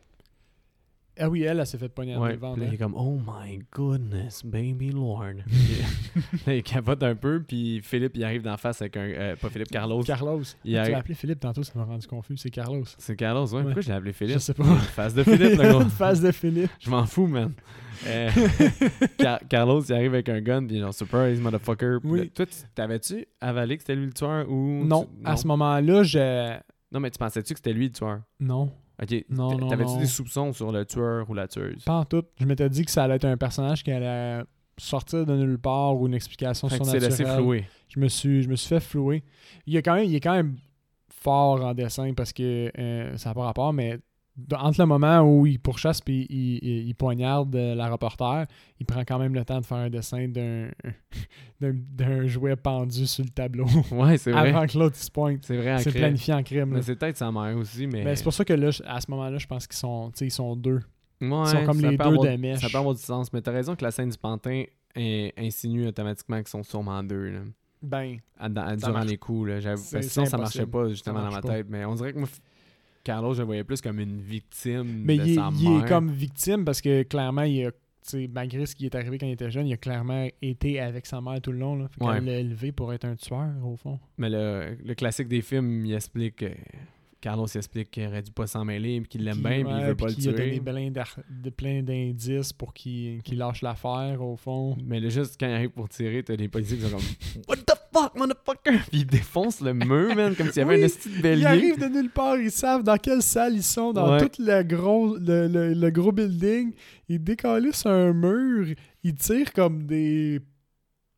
[SPEAKER 2] Ah oui, elle, elle s'est fait pogner
[SPEAKER 1] Ouais,
[SPEAKER 2] le ventre.
[SPEAKER 1] puis là, il
[SPEAKER 2] hein.
[SPEAKER 1] est comme Oh my goodness, baby Lord. (laughs) Puis, là, il capote un peu, puis Philippe, il arrive d'en face avec un. euh, pas Philippe, Carlos.
[SPEAKER 2] Carlos.
[SPEAKER 1] Il
[SPEAKER 2] Tu l'as
[SPEAKER 1] arrive.
[SPEAKER 2] appelé Philippe tantôt, ça m'a rendu confus. C'est Carlos.
[SPEAKER 1] C'est Carlos, ouais.
[SPEAKER 2] Ouais.
[SPEAKER 1] Pourquoi je l'ai appelé Philippe
[SPEAKER 2] Je sais pas.
[SPEAKER 1] Face de Philippe,
[SPEAKER 2] (laughs)
[SPEAKER 1] le gros.
[SPEAKER 2] Une face de Philippe.
[SPEAKER 1] Je m'en fous, man.
[SPEAKER 2] (laughs)
[SPEAKER 1] Euh, Car- Carlos, il arrive avec un gun, puis genre, surprise, motherfucker. Puis
[SPEAKER 2] Oui.
[SPEAKER 1] là, Toi, tu- t'avais-tu avalé que c'était lui le tueur ou.
[SPEAKER 2] Non,
[SPEAKER 1] tu-
[SPEAKER 2] à ce moment-là, je.
[SPEAKER 1] Non, mais tu pensais-tu que c'était lui le tueur
[SPEAKER 2] Non,
[SPEAKER 1] Ok.
[SPEAKER 2] Non,
[SPEAKER 1] T'a-
[SPEAKER 2] non,
[SPEAKER 1] T'avais-tu
[SPEAKER 2] non.
[SPEAKER 1] des soupçons sur le tueur ou la tueuse
[SPEAKER 2] pas en tout. Je m'étais dit que ça allait être un personnage qui allait sortir de nulle part ou une explication
[SPEAKER 1] Fait que tu t'es
[SPEAKER 2] surnaturelle.
[SPEAKER 1] laissé flouer.
[SPEAKER 2] Je me suis, je me suis fait flouer. Il, a quand même, il est quand même fort en dessin parce que euh, ça n'a pas rapport, mais d- entre le moment où il pourchasse puis il, il- il poignarde euh, la reporter, il prend quand même le temps de faire un dessin d'un (laughs) d'un- d'un jouet pendu sur le tableau
[SPEAKER 1] Ouais, c'est vrai.
[SPEAKER 2] avant que l'autre se pointe.
[SPEAKER 1] C'est vrai, en
[SPEAKER 2] C'est
[SPEAKER 1] crime.
[SPEAKER 2] planifié en crime. là.
[SPEAKER 1] Mais c'est peut-être sa mère aussi, mais.
[SPEAKER 2] Mais c'est pour ça que là, je- à ce moment-là, je pense qu'ils sont, tu sais, ils sont deux.
[SPEAKER 1] Ouais,
[SPEAKER 2] Ils sont comme
[SPEAKER 1] ça
[SPEAKER 2] les
[SPEAKER 1] peut
[SPEAKER 2] deux
[SPEAKER 1] avoir-
[SPEAKER 2] de mèche.
[SPEAKER 1] Ça peut avoir du sens, mais t'as raison que la scène du pantin euh, insinue automatiquement qu'ils sont sûrement deux, là.
[SPEAKER 2] Ben,
[SPEAKER 1] à- dans- à-
[SPEAKER 2] Ça
[SPEAKER 1] durant
[SPEAKER 2] marche-
[SPEAKER 1] les coups. Là, j'avoue.
[SPEAKER 2] C'est-
[SPEAKER 1] Parce que
[SPEAKER 2] c'est
[SPEAKER 1] sinon, ça marchait
[SPEAKER 2] impossible.
[SPEAKER 1] pas justement
[SPEAKER 2] Ça
[SPEAKER 1] dans ma
[SPEAKER 2] marche pas.
[SPEAKER 1] tête. Mais on dirait que moi, f- Carlos, je le voyais plus comme une victime
[SPEAKER 2] mais
[SPEAKER 1] de
[SPEAKER 2] il, est,
[SPEAKER 1] sa
[SPEAKER 2] il est
[SPEAKER 1] mère.
[SPEAKER 2] comme victime parce que clairement, il a, tu sais, malgré ce qui est arrivé quand il était jeune, il a clairement été avec sa mère tout le long. Là. Fait
[SPEAKER 1] Ouais.
[SPEAKER 2] qu'elle l'a élevé pour être un tueur, au fond.
[SPEAKER 1] Mais le, le classique des films, il explique... que- Carlos il explique qu'il aurait dû pas s'en mêler, puis qu'il l'aime
[SPEAKER 2] Puis,
[SPEAKER 1] bien, puis il
[SPEAKER 2] ouais,
[SPEAKER 1] veut
[SPEAKER 2] puis
[SPEAKER 1] pas le
[SPEAKER 2] qu'il a donné
[SPEAKER 1] tuer.
[SPEAKER 2] plein d'ar- de plein d'indices pour qu'il qu'il lâche l'affaire, au fond.
[SPEAKER 1] Mais là, juste quand il arrive pour tirer, t'as des policiers qui sont
[SPEAKER 2] (laughs)
[SPEAKER 1] comme « What the fuck, motherfucker? » Puis ils défoncent le mur, man, comme s'il y avait
[SPEAKER 2] Oui,
[SPEAKER 1] un esti de
[SPEAKER 2] Ils
[SPEAKER 1] bélier.
[SPEAKER 2] arrivent de nulle part, ils savent dans quelle salle ils sont, dans
[SPEAKER 1] Ouais.
[SPEAKER 2] tout le gros, le, le- le gros building. Ils décalissent un mur, ils tirent comme des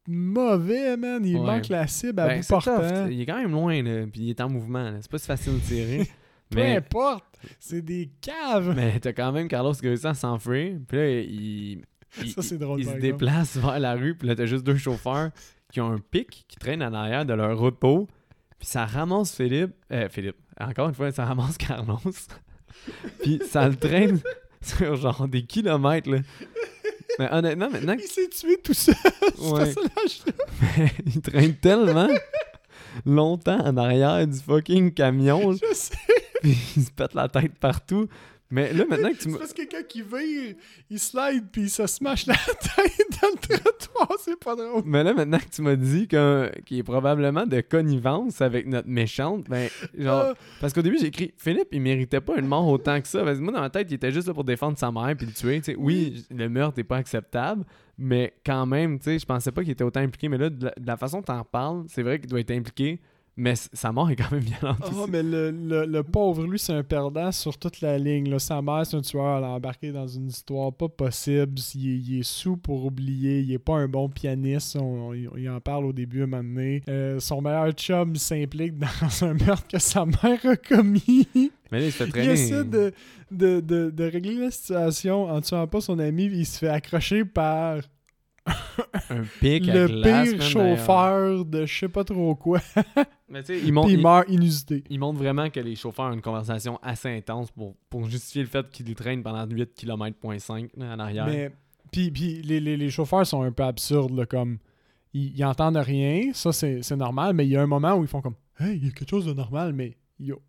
[SPEAKER 2] mauvais, man. Ils
[SPEAKER 1] Ouais.
[SPEAKER 2] manquent la cible à
[SPEAKER 1] Ben,
[SPEAKER 2] bout
[SPEAKER 1] c'est tough,
[SPEAKER 2] portant.
[SPEAKER 1] Il est quand même loin, là, puis il est en mouvement. là. C'est pas si facile de tirer.
[SPEAKER 2] (laughs) Peu
[SPEAKER 1] mais
[SPEAKER 2] importe, c'est des (laughs) caves.
[SPEAKER 1] mais t'as quand même Carlos qui réussit à s'enfuir. Puis là, il, il-
[SPEAKER 2] ça, c'est drôle.
[SPEAKER 1] il se
[SPEAKER 2] par exemple.
[SPEAKER 1] déplace vers la rue, puis là, t'as juste deux chauffeurs qui ont un pic qui traîne en arrière de leur repos. Puis ça ramasse Philippe. euh, Philippe, encore une fois, ça ramasse (laughs) Carlos. puis ça le traîne (laughs) sur genre des kilomètres, là. Mais honnêtement, maintenant (laughs)
[SPEAKER 2] Il s'est tué tout seul, (laughs) ce
[SPEAKER 1] Ouais.
[SPEAKER 2] personnage-là.
[SPEAKER 1] qu'il traîne tellement longtemps en arrière du fucking camion, là, (laughs)
[SPEAKER 2] Je sais,
[SPEAKER 1] puis il se pète la tête partout. Mais là, maintenant que tu me.
[SPEAKER 2] c'est parce que quelqu'un qui vire, il slide puis ça se mâche la (laughs) tête dans le trottoir. C'est pas drôle.
[SPEAKER 1] Mais là, maintenant que tu m'as dit qu'un- qu'il est probablement de connivence avec notre méchante, ben, genre,
[SPEAKER 2] Ah.
[SPEAKER 1] parce qu'au début, j'ai écrit Philippe, il méritait pas une mort autant que ça. Parce que moi, dans ma tête, il était juste là pour défendre sa mère puis le tuer. tu sais. Oui, j- le meurtre est pas acceptable, mais quand même, tu sais, je pensais pas qu'il était autant impliqué. Mais là, de la, de la façon dont t'en parles, c'est vrai qu'il doit être impliqué, mais c- sa mort est quand même violente.
[SPEAKER 2] Oh,
[SPEAKER 1] aussi.
[SPEAKER 2] mais le, le- le pauvre, lui, c'est un perdant sur toute la ligne. Là. Sa mère, c'est un tueur. Elle a embarqué dans une histoire pas possible. Il est, il est sous pour oublier. Il est pas un bon pianiste. On, on- il en parle au début à un moment donné. Euh, son meilleur chum s'implique (laughs) dans un meurtre que sa mère a commis.
[SPEAKER 1] Mais là, il se fait
[SPEAKER 2] Il
[SPEAKER 1] traîner.
[SPEAKER 2] essaie de, de, de- de régler la situation en tuant pas son ami. Il se fait accrocher par
[SPEAKER 1] Un pic à
[SPEAKER 2] le
[SPEAKER 1] glace,
[SPEAKER 2] pire
[SPEAKER 1] man, d'ailleurs.
[SPEAKER 2] chauffeur de je sais pas trop quoi.
[SPEAKER 1] Mais tu sais, il monte-
[SPEAKER 2] Puis il
[SPEAKER 1] il-
[SPEAKER 2] meurt inusité.
[SPEAKER 1] Il montre vraiment que les chauffeurs ont une conversation assez intense pour, pour justifier le fait qu'ils traînent pendant 8 km.5 en arrière.
[SPEAKER 2] Mais puis, puis les, les- les chauffeurs sont un peu absurdes, là, comme ils, ils entendent rien, ça c'est c'est normal, mais il y a un moment où ils font comme Hey, il y a quelque chose de normal, mais yo,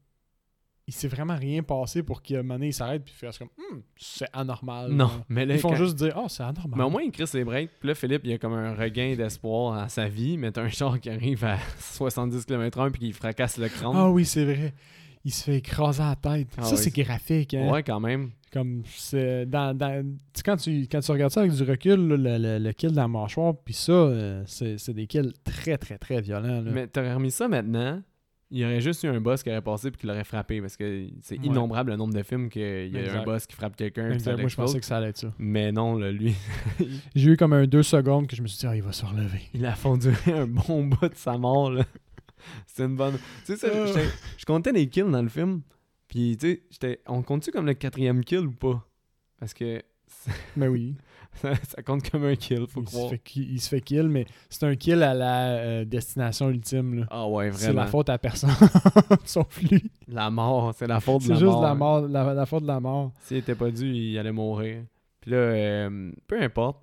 [SPEAKER 2] il s'est vraiment rien passé pour qu'à un moment donné, ils s'arrêtent puis ils fassent comme Hmm, c'est anormal.
[SPEAKER 1] non,
[SPEAKER 2] Là.
[SPEAKER 1] mais là,
[SPEAKER 2] euh, Ils font
[SPEAKER 1] quand-
[SPEAKER 2] juste dire Oh, c'est anormal.
[SPEAKER 1] Mais au moins, il crisse les breaks. Puis là, Philippe, il a comme un regain d'espoir à sa vie. Mais t'as un char qui arrive à (laughs) 70 km/h puis qui fracasse le crâne.
[SPEAKER 2] Ah oui, c'est vrai. Il se fait écraser la tête.
[SPEAKER 1] Ah
[SPEAKER 2] ça,
[SPEAKER 1] oui.
[SPEAKER 2] c'est graphique. Hein?
[SPEAKER 1] Ouais, quand même.
[SPEAKER 2] Comme c'est dans, dans- tu sais, quand, tu, quand tu regardes ça avec du recul, là, le, le- le kill dans la mâchoire, puis ça, euh, c'est c'est des kills très, très, très violents. là.
[SPEAKER 1] Mais t'aurais remis ça maintenant. Il y aurait juste eu un boss qui aurait passé puis qui l'aurait frappé. Parce que c'est
[SPEAKER 2] Ouais.
[SPEAKER 1] innombrable le nombre de films qu'il y a
[SPEAKER 2] Exact.
[SPEAKER 1] un boss qui frappe quelqu'un. puis ça
[SPEAKER 2] Exact, moi, je
[SPEAKER 1] l'explose.
[SPEAKER 2] pensais que ça allait être ça.
[SPEAKER 1] Mais non, là, lui,
[SPEAKER 2] J'ai eu comme un deux secondes que je me suis dit, ah, il va se relever.
[SPEAKER 1] Il a fondu (laughs) un bon bout de sa mort, là. (laughs) C'était une bonne. Tu sais, ça,
[SPEAKER 2] Euh.
[SPEAKER 1] j'étais- je comptais les kills dans le film. Puis, tu sais, j'étais- on compte-tu comme le quatrième kill ou pas Parce que. (laughs)
[SPEAKER 2] Mais oui.
[SPEAKER 1] ça compte comme un kill, faut
[SPEAKER 2] il, se
[SPEAKER 1] croire.
[SPEAKER 2] fait, ki- il se fait kill, mais c'est un kill à la euh, destination ultime. là.
[SPEAKER 1] Ah ouais,
[SPEAKER 2] C'est la
[SPEAKER 1] vraiment.
[SPEAKER 2] faute à personne, (laughs) sauf lui.
[SPEAKER 1] La mort, c'est la faute de
[SPEAKER 2] C'est
[SPEAKER 1] la
[SPEAKER 2] juste
[SPEAKER 1] mort.
[SPEAKER 2] la, mort, la, la faute de la mort.
[SPEAKER 1] S'il était pas dû, il allait mourir. Puis là, euh, peu importe,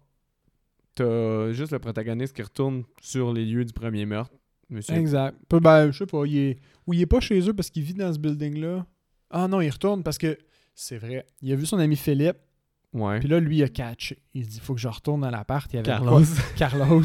[SPEAKER 1] t'as juste le protagoniste qui retourne sur les lieux du premier meurtre. Monsieur.
[SPEAKER 2] Exact. Peu- ben, je sais pas, il est... ou il est pas chez eux parce qu'il vit dans ce building-là. Ah non, il retourne parce que, c'est vrai, il a vu son ami Philippe,
[SPEAKER 1] ouais.
[SPEAKER 2] puis là, lui, il a catché. Il se dit, faut que je retourne à l'appart. Il y avait
[SPEAKER 1] Carlos. (laughs)
[SPEAKER 2] quoi? (laughs) Carlos.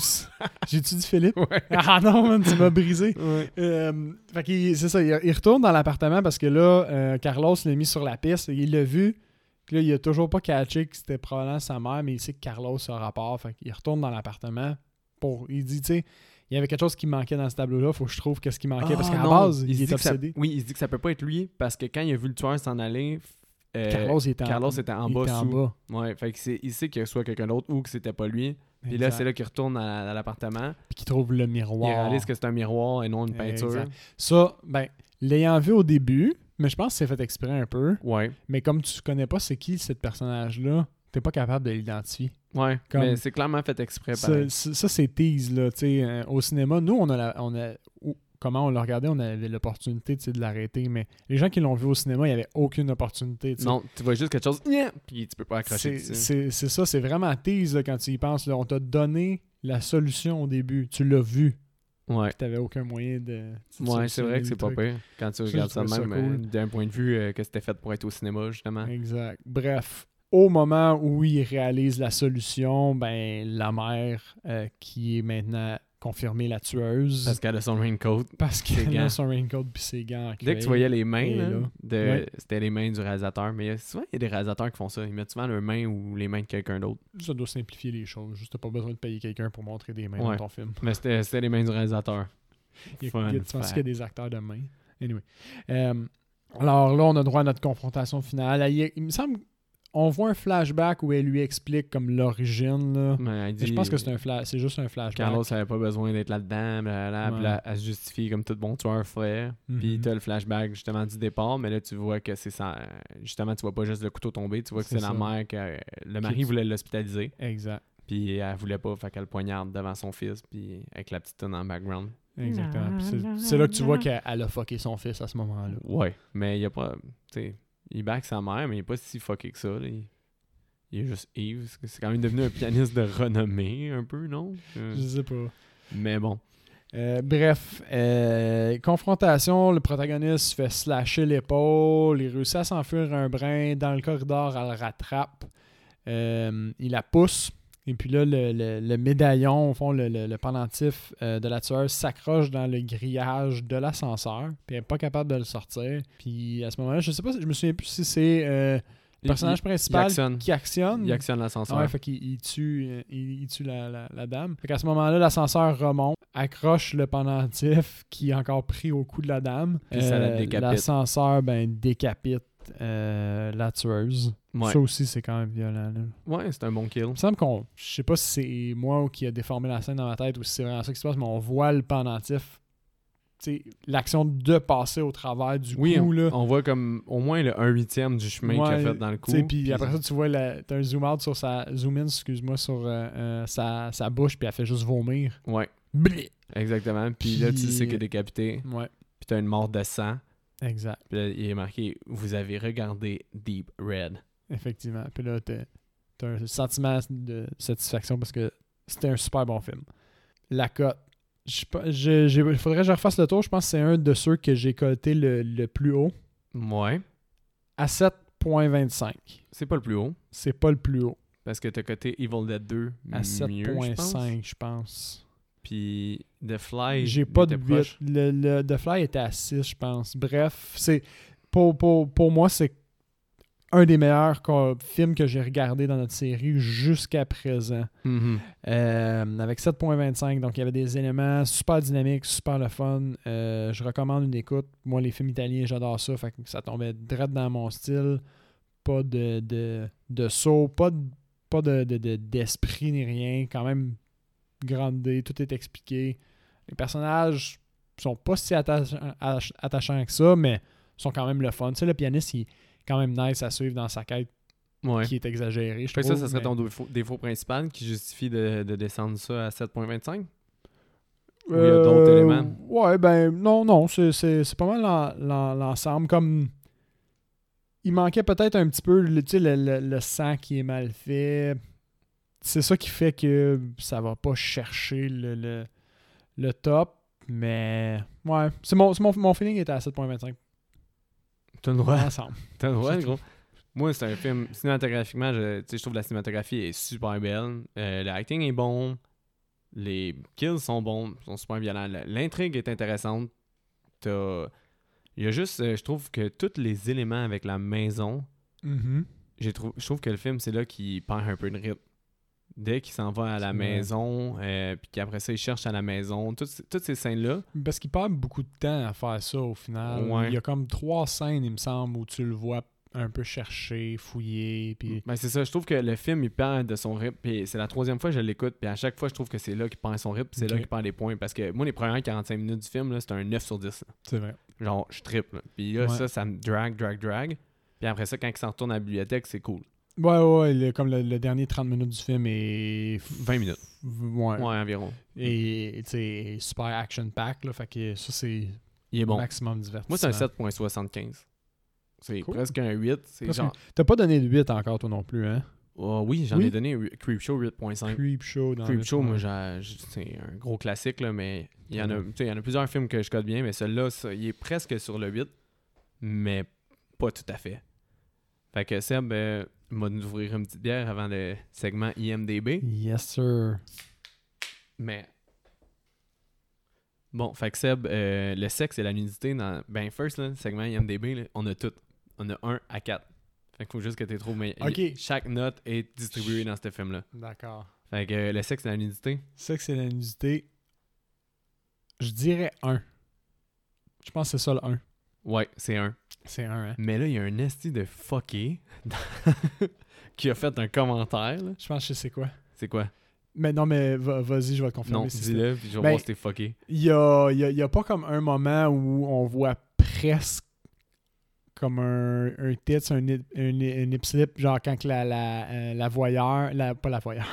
[SPEAKER 2] J'ai-tu dit Philippe?
[SPEAKER 1] ouais.
[SPEAKER 2] Ah non, man, tu m'as brisé.
[SPEAKER 1] Ouais.
[SPEAKER 2] Euh, fait qu'il- c'est ça, il, il retourne dans l'appartement parce que là, euh, Carlos l'a mis sur la piste, il l'a vu. Puis là, il a toujours pas catché que c'était probablement sa mère, mais il sait que Carlos a rapport. Fait qu'il retourne dans l'appartement pour. Il dit, tu sais, il y avait quelque chose qui manquait dans ce tableau-là, faut que je trouve qu'est-ce qui manquait. parce
[SPEAKER 1] Ah,
[SPEAKER 2] qu'à la
[SPEAKER 1] non,
[SPEAKER 2] base,
[SPEAKER 1] se
[SPEAKER 2] il,
[SPEAKER 1] dit
[SPEAKER 2] est
[SPEAKER 1] que ça-
[SPEAKER 2] obsédé.
[SPEAKER 1] oui, il se dit que ça peut pas être lui parce que quand il a vu le tueur s'en aller, euh,
[SPEAKER 2] Carlos, il était en,
[SPEAKER 1] Carlos était en
[SPEAKER 2] il
[SPEAKER 1] bas
[SPEAKER 2] était en
[SPEAKER 1] sous.
[SPEAKER 2] bas.
[SPEAKER 1] Ouais, fait que c'est- il sait que soit quelqu'un d'autre ou que c'était pas lui. Puis là,
[SPEAKER 2] Exact.
[SPEAKER 1] c'est là qu'il retourne à, à l'appartement.
[SPEAKER 2] Puis qu'il trouve le
[SPEAKER 1] Il
[SPEAKER 2] miroir.
[SPEAKER 1] réalise que c'est un miroir et non une peinture.
[SPEAKER 2] Exact. Ça, ben, l'ayant vu au début, mais je pense que c'est fait exprès un peu.
[SPEAKER 1] Ouais.
[SPEAKER 2] Mais comme tu connais pas c'est qui ce personnage-là, t'es pas capable de l'identifier.
[SPEAKER 1] Ouais.
[SPEAKER 2] Comme-
[SPEAKER 1] Mais c'est clairement fait exprès.
[SPEAKER 2] Ça,
[SPEAKER 1] pareil.
[SPEAKER 2] ça, ça, c'est tease, là, tu sais, euh, au cinéma. Nous, on a, la- on a ou- comment on l'a regardé, on avait l'opportunité, tu sais, de l'arrêter, mais les gens qui l'ont vu au cinéma, il n'y avait aucune opportunité, tu sais.
[SPEAKER 1] Non, tu vois juste quelque chose, gna, puis tu peux pas accrocher
[SPEAKER 2] C'est
[SPEAKER 1] dessus.
[SPEAKER 2] c'est- c'est ça, c'est vraiment tease, là, quand tu y penses, là. On t'a donné la solution au début, tu l'as vu,
[SPEAKER 1] Ouais.
[SPEAKER 2] tu n'avais aucun moyen de... tu te
[SPEAKER 1] Ouais, c'est
[SPEAKER 2] solutionner
[SPEAKER 1] vrai
[SPEAKER 2] le
[SPEAKER 1] que c'est pas
[SPEAKER 2] truc.
[SPEAKER 1] pire. Quand tu
[SPEAKER 2] Ça, j'ai
[SPEAKER 1] regardes ça de
[SPEAKER 2] trouvé
[SPEAKER 1] même,
[SPEAKER 2] ça
[SPEAKER 1] euh,
[SPEAKER 2] cool.
[SPEAKER 1] d'un point de vue euh, que c'était fait pour être au cinéma, justement.
[SPEAKER 2] Exact. Bref, au moment où il réalise la solution, ben la mère euh, qui est maintenant confirmée la tueuse
[SPEAKER 1] Parce qu'elle a son raincoat.
[SPEAKER 2] parce
[SPEAKER 1] ses
[SPEAKER 2] qu'elle
[SPEAKER 1] gants.
[SPEAKER 2] a son raincoat puis ses gants. en
[SPEAKER 1] Dès que tu
[SPEAKER 2] cuir.
[SPEAKER 1] voyais les mains,
[SPEAKER 2] Et
[SPEAKER 1] là,
[SPEAKER 2] là.
[SPEAKER 1] de-
[SPEAKER 2] Ouais.
[SPEAKER 1] c'était les mains du réalisateur. Mais euh, souvent, il y a des réalisateurs qui font ça. Ils mettent souvent leurs mains ou les mains de quelqu'un d'autre.
[SPEAKER 2] ça doit simplifier les choses. Juste t'as pas besoin de payer quelqu'un pour montrer des mains
[SPEAKER 1] Ouais.
[SPEAKER 2] dans ton film. (laughs)
[SPEAKER 1] Mais c'était c'était les mains du réalisateur.
[SPEAKER 2] Il y a,
[SPEAKER 1] Fun
[SPEAKER 2] il y a- tu penses
[SPEAKER 1] fact.
[SPEAKER 2] qu'il y a des acteurs de main. Anyway. Euh, alors là, on a droit à notre confrontation finale. Elle y- Il me semble on voit un flashback où elle lui explique comme l'origine. là.
[SPEAKER 1] (laughs) Mais elle
[SPEAKER 2] Mais Je
[SPEAKER 1] dit-
[SPEAKER 2] pense que c'est un flash, c'est juste un flashback.
[SPEAKER 1] Mm. euh, Carlos n'avait pas besoin d'être là-dedans, blablabla. Puis
[SPEAKER 2] Ouais.
[SPEAKER 1] là, elle se justifie comme tout bon tueur frère. Puis
[SPEAKER 2] Mhm.
[SPEAKER 1] t'as le flashback justement du départ, mais là tu vois que c'est ça. Justement, tu vois pas juste le couteau tomber, tu vois que
[SPEAKER 2] C'est
[SPEAKER 1] c'est la
[SPEAKER 2] ça.
[SPEAKER 1] mère que euh, le mari
[SPEAKER 2] Qui-
[SPEAKER 1] voulait l'hospitaliser,
[SPEAKER 2] Exact.
[SPEAKER 1] puis elle voulait pas, fait qu'elle le poignarde devant son fils, puis avec la petite tonne en background.
[SPEAKER 2] Exactement. Puis
[SPEAKER 3] Non,
[SPEAKER 2] c'est-
[SPEAKER 3] non,
[SPEAKER 2] C'est là que
[SPEAKER 1] (laughs)
[SPEAKER 2] tu vois
[SPEAKER 3] non.
[SPEAKER 2] qu'elle elle a fucké son fils à ce moment-là.
[SPEAKER 1] Ouais, mais il y a pas, tu sais, il back sa mère, mais il est pas si fucké que ça. là. Il, il est juste Yves, parce que c'est quand même devenu un pianiste de renommée un peu, non Euh,
[SPEAKER 2] Je sais pas.
[SPEAKER 1] Mais bon,
[SPEAKER 2] Euh, bref, euh, confrontation, le protagoniste se fait slasher l'épaule, il réussit à s'enfuir un brin, dans le corridor, elle le rattrape, Euh, il la pousse, et puis là, le, le- le médaillon, au fond, le, le- le pendentif euh, de la tueuse s'accroche dans le grillage de l'ascenseur, puis elle n'est pas capable de le sortir. Puis à ce moment-là, je sais pas, si- je me souviens plus si c'est euh, le
[SPEAKER 1] Il-
[SPEAKER 2] personnage
[SPEAKER 1] il-
[SPEAKER 2] principal
[SPEAKER 1] actionne.
[SPEAKER 2] qui actionne.
[SPEAKER 1] il actionne l'ascenseur.
[SPEAKER 2] Ouais, fait qu'il il tue, euh, il, il tue la, la- la dame. Fait qu'à ce moment-là, l'ascenseur remonte, accroche le pendentif qui est encore pris au cou de la dame. Euh,
[SPEAKER 1] Puis ça la décapite.
[SPEAKER 2] L'ascenseur, ben, décapite euh, la tueuse.
[SPEAKER 1] ouais,
[SPEAKER 2] Ça aussi, c'est quand même violent. là.
[SPEAKER 1] Ouais, c'est un bon kill.
[SPEAKER 2] Il me semble qu'on. Je sais pas si c'est moi ou qui a déformé la scène dans ma tête ou si c'est vraiment ça qui se passe, mais on voit le pendentif. Tu sais, l'action de passer au travers du
[SPEAKER 1] Oui, hein.
[SPEAKER 2] cou,
[SPEAKER 1] on,
[SPEAKER 2] là.
[SPEAKER 1] on voit comme au moins le 1 huitième du chemin
[SPEAKER 2] Ouais,
[SPEAKER 1] qu'il a fait dans le coup.
[SPEAKER 2] Tu sais, puis après ça, tu vois, la- t'as un zoom out sur sa. Zoom in, excuse-moi, sur euh, euh, sa, sa bouche, puis elle fait juste vomir.
[SPEAKER 1] Ouais,
[SPEAKER 2] Blé!
[SPEAKER 1] exactement. Puis là, tu
[SPEAKER 2] Puis-
[SPEAKER 1] sais qu'il est décapité.
[SPEAKER 2] Ouais,
[SPEAKER 1] Puis t'as une mort de sang.
[SPEAKER 2] exact.
[SPEAKER 1] Puis là, il est marqué Vous avez regardé Deep Red.
[SPEAKER 2] Effectivement. Puis là, t'as t'as un sentiment de satisfaction parce que c'était un super bon film. La cote. Je sais pas- je- j'ai- Il faudrait que je refasse le tour. Je pense que c'est un de ceux que j'ai coté le, le plus haut.
[SPEAKER 1] Ouais.
[SPEAKER 2] À 7.25.
[SPEAKER 1] C'est pas le plus haut.
[SPEAKER 2] C'est pas le plus haut.
[SPEAKER 1] Parce que t'as coté Evil Dead 2
[SPEAKER 2] À
[SPEAKER 1] mieux, je pense.
[SPEAKER 2] 7.5, je pense.
[SPEAKER 1] Puis The Fly.
[SPEAKER 2] J'ai pas de
[SPEAKER 1] était
[SPEAKER 2] huit.
[SPEAKER 1] proche.
[SPEAKER 2] Le, le- The Fly était à 6, je pense. Bref, c'est pour, pour, pour moi, c'est un des meilleurs co- films que j'ai regardé dans notre série jusqu'à présent.
[SPEAKER 1] Mhm.
[SPEAKER 2] Euh, avec 7.25, donc il y avait des éléments super dynamiques, super le fun. Euh, je recommande une écoute. Moi, les films italiens, j'adore ça. Fait que ça tombait direct dans mon style. Pas de, de, de saut, pas de pas de, de- de- d'esprit ni rien. Quand même, grande D, tout est expliqué. Les personnages sont pas si atta- ach- attachants que ça, mais sont quand même le fun. Tu sais, le pianiste, il est quand même nice à suivre dans sa quête
[SPEAKER 1] Ouais.
[SPEAKER 2] qui est exagéré. Je
[SPEAKER 1] Fait
[SPEAKER 2] trouve,
[SPEAKER 1] que ça, ça serait
[SPEAKER 2] mais-
[SPEAKER 1] ton défaut, défaut principal qui justifie de, de descendre ça à 7.25? Ou il y a
[SPEAKER 2] Euh,
[SPEAKER 1] d'autres éléments?
[SPEAKER 2] Ouais, ben non, non, c'est- c'est c'est pas mal l'en- l'en- l'ensemble. Comme il manquait peut-être un petit peu le, tu sais, le, le- le sang qui est mal fait. C'est ça qui fait que ça va pas chercher le, le, le top. Mais ouais, c'est mon, c'est mon, mon feeling était à 7.25
[SPEAKER 1] T'as le
[SPEAKER 2] pour
[SPEAKER 1] droit.
[SPEAKER 2] l'ensemble.
[SPEAKER 1] T'as le droit,
[SPEAKER 2] C'est
[SPEAKER 1] gros. Moi, c'est un film, cinématographiquement, je, tu sais, je trouve que la cinématographie est super belle. Euh, le acting est bon. Les kills sont bons, sont super violents. La- L'intrigue est intéressante. T'as- Il y a juste, euh, je trouve que tous les éléments avec la maison, Mm-hmm.
[SPEAKER 2] Mhm.
[SPEAKER 1] j'ai trou- je trouve que le film, c'est là qu'il perd un peu de rythme. Dès qu'il s'en va à la
[SPEAKER 2] C'est vrai.
[SPEAKER 1] maison, euh, puis qu'après ça, il cherche à la maison, toutes, ces- toutes ces scènes-là,
[SPEAKER 2] Parce qu'il perd beaucoup de temps à faire ça au final.
[SPEAKER 1] Ouais.
[SPEAKER 2] Il y a comme trois scènes, il me semble, où tu le vois un peu chercher, fouiller, puis
[SPEAKER 1] Ben c'est ça, je trouve que le film il perd de son rythme puis c'est la troisième fois que je l'écoute puis à chaque fois je trouve que c'est là qu'il perd son rythme, puis c'est là
[SPEAKER 2] Ok.
[SPEAKER 1] qu'il perd des points parce que moi les premières 45 minutes du film là, c'est un 9 sur 10. là.
[SPEAKER 2] c'est vrai.
[SPEAKER 1] Genre je trippe. là. Puis là
[SPEAKER 2] Ouais.
[SPEAKER 1] ça ça me drag drag drag. Puis après ça quand il s'en retourne à la bibliothèque, c'est cool.
[SPEAKER 2] Ouais, ouais, le- comme le, le dernier 30 minutes du film est.
[SPEAKER 1] 20 minutes.
[SPEAKER 2] Ouais.
[SPEAKER 1] Ouais, environ.
[SPEAKER 2] Et tu sais, super action-pack, là. Fait que ça, c'est
[SPEAKER 1] Il est bon.
[SPEAKER 2] maximum divertissant.
[SPEAKER 1] Moi c'est un 7.75. C'est
[SPEAKER 2] Cool.
[SPEAKER 1] presque un 8, c'est
[SPEAKER 2] Presque
[SPEAKER 1] genre
[SPEAKER 2] T'as pas donné de 8 encore, toi non plus, hein?
[SPEAKER 1] Oh oui, j'en
[SPEAKER 2] Oui.
[SPEAKER 1] ai donné un Creepshow 8.5.
[SPEAKER 2] Creepshow dans
[SPEAKER 1] Creepshow,
[SPEAKER 2] le-
[SPEAKER 1] moi, j'ai- j'ai- c'est un gros classique, là, mais il y, en a,
[SPEAKER 2] Ouais.
[SPEAKER 1] tu sais, il y en a plusieurs films que je code bien, mais celui-là, ça, il est presque sur le 8, mais pas tout à fait. Fait que Seb euh, m'a nous ouvrir une petite bière avant le segment IMDB,
[SPEAKER 2] Yes, sir.
[SPEAKER 1] mais... Bon, fait que Seb, euh, le sexe et la nudité dans... Ben, first, là, le segment IMDB, là, on a tout. On a 1 à 4. Fait qu'il faut juste que tu trouves, mais
[SPEAKER 2] Ok.
[SPEAKER 1] y- chaque note est distribuée dans ce film-là.
[SPEAKER 2] D'accord.
[SPEAKER 1] Fait que euh, le sexe et la nudité,
[SPEAKER 2] Ça que c'est la nudité. Je dirais 1. Je pense que c'est ça le 1.
[SPEAKER 1] ouais, c'est un.
[SPEAKER 2] C'est 1, hein?
[SPEAKER 1] Mais là, il y a un esti de fucké (laughs) qui a fait un commentaire. là.
[SPEAKER 2] Je pense que je sais quoi.
[SPEAKER 1] C'est quoi?
[SPEAKER 2] Mais non, mais va- vas-y, je vais te confirmer.
[SPEAKER 1] Non,
[SPEAKER 2] si c'est-
[SPEAKER 1] dis-le, puis je vais
[SPEAKER 2] Ben,
[SPEAKER 1] voir si t'es fucké.
[SPEAKER 2] il y a, il y a- il y a pas comme un moment où on voit presque comme un, un tits, un, nip- un, ni- un nip slip, genre quand que la, la, euh, la voyeur, la, pas la voyeur,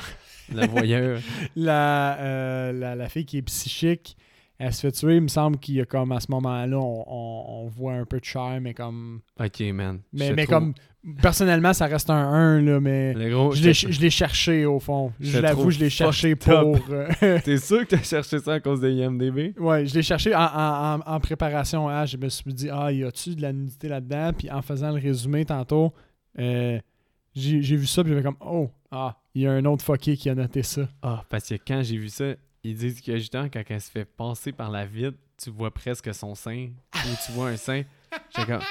[SPEAKER 2] (laughs)
[SPEAKER 1] La voyeur. (laughs)
[SPEAKER 2] la, euh, la, la fille qui est psychique, elle se fait tuer. Il me semble qu'il y a comme à ce moment-là, on, on- on voit un peu de chair, mais comme.
[SPEAKER 1] ok, man.
[SPEAKER 2] Mais,
[SPEAKER 1] Je
[SPEAKER 2] mais
[SPEAKER 1] trouve-
[SPEAKER 2] comme. Personnellement, ça reste un 1, là, mais.
[SPEAKER 1] Le gros,
[SPEAKER 2] Je l'ai, je l'ai cherché au fond.
[SPEAKER 1] Je
[SPEAKER 2] Je
[SPEAKER 1] te
[SPEAKER 2] l'avoue,
[SPEAKER 1] trouve
[SPEAKER 2] je l'ai cherché
[SPEAKER 1] fucked
[SPEAKER 2] pour.
[SPEAKER 1] up.
[SPEAKER 2] euh,
[SPEAKER 1] (laughs)
[SPEAKER 2] (laughs)
[SPEAKER 1] t'es sûr que t'as cherché ça à cause de IMDB?
[SPEAKER 2] Ouais, je l'ai cherché en, en- en- en préparation. Hein, je me suis dit, ah, y a-tu de la nudité là-dedans? Puis en faisant le résumé tantôt, euh, j'ai j'ai vu ça, puis j'avais comme, oh, ah, il y a un autre fucké qui a noté ça.
[SPEAKER 1] Ah, parce que quand j'ai vu ça, ils disent que justement, quand elle se fait passer par la vitre, tu vois presque son sein, ou tu vois un sein. J'étais comme-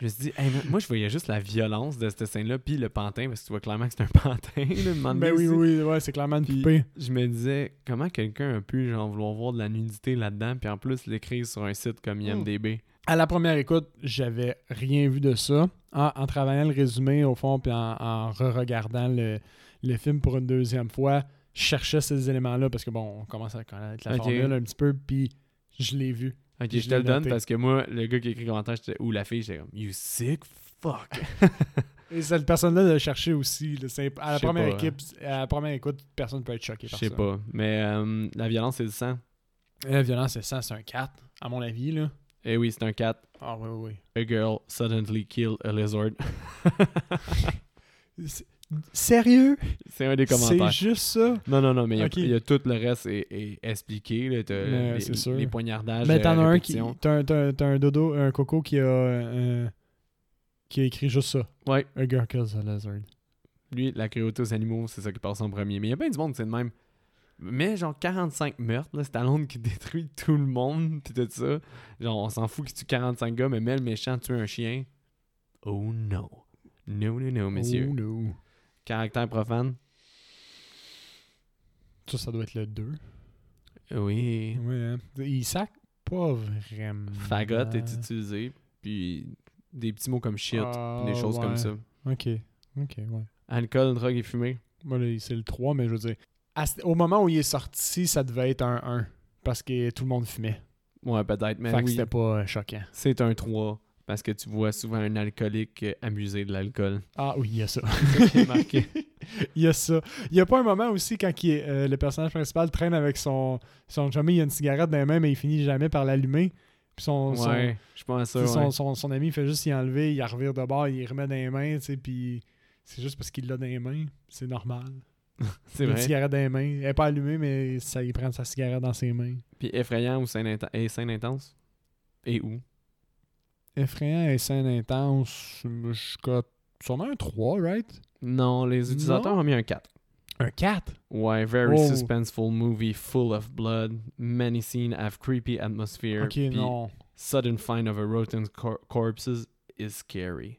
[SPEAKER 1] Je me suis dit, Hey, moi, je voyais juste la violence de cette scène-là, puis le pantin, parce que tu vois clairement que c'est un (laughs) pantin. Là, de
[SPEAKER 2] Ben oui, oui, ouais, c'est clairement une
[SPEAKER 1] Puis-
[SPEAKER 2] poupée.
[SPEAKER 1] je me disais comment quelqu'un a pu genre vouloir voir de la nudité là-dedans puis en plus l'écrire sur un site
[SPEAKER 2] Hmm.
[SPEAKER 1] comme IMDb.
[SPEAKER 2] À la première écoute, j'avais rien vu de ça. En, en travaillant le résumé, au fond, puis en, en re-regardant le, le film pour une deuxième fois, je cherchais ces éléments-là, parce que bon, on commence à connaître la
[SPEAKER 1] Ok.
[SPEAKER 2] formule un petit peu, puis je l'ai vu.
[SPEAKER 1] OK,
[SPEAKER 2] Je
[SPEAKER 1] je, te le
[SPEAKER 2] l'ai
[SPEAKER 1] donne
[SPEAKER 2] noté.
[SPEAKER 1] parce que moi le gars qui écrit le commentaire j'étais- ou la fille j'étais comme you sick
[SPEAKER 2] (laughs)
[SPEAKER 1] fuck.
[SPEAKER 2] Et cette personne-là de le chercher aussi. là, c'est imp- à, la
[SPEAKER 1] Je sais
[SPEAKER 2] première
[SPEAKER 1] pas, hein.
[SPEAKER 2] équipe, à la première écoute, personne ne peut être choqué
[SPEAKER 1] Je
[SPEAKER 2] par
[SPEAKER 1] sais
[SPEAKER 2] ça.
[SPEAKER 1] pas, mais euh, la violence c'est le sang.
[SPEAKER 2] Euh, La violence, c'est ça, c'est un 4, à mon avis. là.
[SPEAKER 1] Eh oui, c'est un cat.
[SPEAKER 2] Ah oui, oui,
[SPEAKER 1] A girl suddenly kill a lizard. (laughs)
[SPEAKER 2] oui. C'est- Sérieux?
[SPEAKER 1] c'est un des
[SPEAKER 2] C'est
[SPEAKER 1] commentaires.
[SPEAKER 2] juste ça?
[SPEAKER 1] Non, non, non, mais il y a-
[SPEAKER 2] Ok.
[SPEAKER 1] il y, a tout le reste est, est expliqué. Là, t'as
[SPEAKER 2] Mais
[SPEAKER 1] les,
[SPEAKER 2] c'est sûr.
[SPEAKER 1] les poignardages.
[SPEAKER 2] Mais
[SPEAKER 1] euh,
[SPEAKER 2] t'en as un qui...
[SPEAKER 1] répétitions.
[SPEAKER 2] T'as un, t'as un- t'as un dodo, un coco qui a... euh, qui a écrit juste ça.
[SPEAKER 1] Ouais.
[SPEAKER 2] A girl kills a lizard.
[SPEAKER 1] Lui, la cruauté aux animaux, c'est ça qui passe en premier. Mais il y a bien du monde, c'est le même. Mais genre 45 meurtres, là, c'est Stallone qui (laughs) détruit tout le monde, pis tout ça. Genre, on s'en fout qu'il tue 45 gars, mais même le méchant tue un chien. Oh non. Non, non, non, monsieur.
[SPEAKER 2] Oh, no.
[SPEAKER 1] Caractère profane.
[SPEAKER 2] Ça, ça doit être le 2.
[SPEAKER 1] Oui.
[SPEAKER 2] Ouais, hein. Il sac pas vraiment.
[SPEAKER 1] Fagot est utilisé, puis des petits mots comme shit,
[SPEAKER 2] Ah,
[SPEAKER 1] puis des choses
[SPEAKER 2] ouais.
[SPEAKER 1] comme ça.
[SPEAKER 2] OK. OK, ouais.
[SPEAKER 1] Alcool, drogue et fumée.
[SPEAKER 2] Moi, là, c'est le 3, mais je veux dire. à ce- au moment où il est sorti, ça devait être un 1. Parce que tout le monde fumait.
[SPEAKER 1] Ouais, peut-être, mais
[SPEAKER 2] fait que
[SPEAKER 1] oui,
[SPEAKER 2] c'était pas euh, choquant.
[SPEAKER 1] c'est un 3. Parce que tu vois souvent un alcoolique euh, amusé de l'alcool.
[SPEAKER 2] Ah oui, il y a ça.
[SPEAKER 1] J'ai marqué.
[SPEAKER 2] (laughs) Il y a ça. Il y a pas un moment aussi quand il est- euh, le personnage principal traîne avec son, son chummy, il a une cigarette dans les mains, mais il finit jamais par l'allumer. Puis son, son-
[SPEAKER 1] Ouais, je pense
[SPEAKER 2] tu
[SPEAKER 1] ça.
[SPEAKER 2] sais, son,
[SPEAKER 1] ouais.
[SPEAKER 2] son- son ami, il fait juste y enlever, il la revire de bord, il la remet dans les mains, tu sais, puis c'est juste parce qu'il l'a dans les mains. C'est normal.
[SPEAKER 1] C'est
[SPEAKER 2] Il a Une
[SPEAKER 1] vrai.
[SPEAKER 2] cigarette dans les mains. Elle n'est pas allumée, mais ça, il prend sa cigarette dans ses mains.
[SPEAKER 1] Puis effrayant ou scène, inten- et scène intense. Et où
[SPEAKER 2] Effrayant et scène intense, je cote sûrement un 3, right?
[SPEAKER 1] Non, les utilisateurs ont mis un 4.
[SPEAKER 2] Un 4?
[SPEAKER 1] Ouais, very
[SPEAKER 2] Oh.
[SPEAKER 1] suspenseful movie full of blood, many scenes have creepy atmosphere.
[SPEAKER 2] Ok,
[SPEAKER 1] puis
[SPEAKER 2] non.
[SPEAKER 1] Sudden find of a rotten cor- corpses is scary.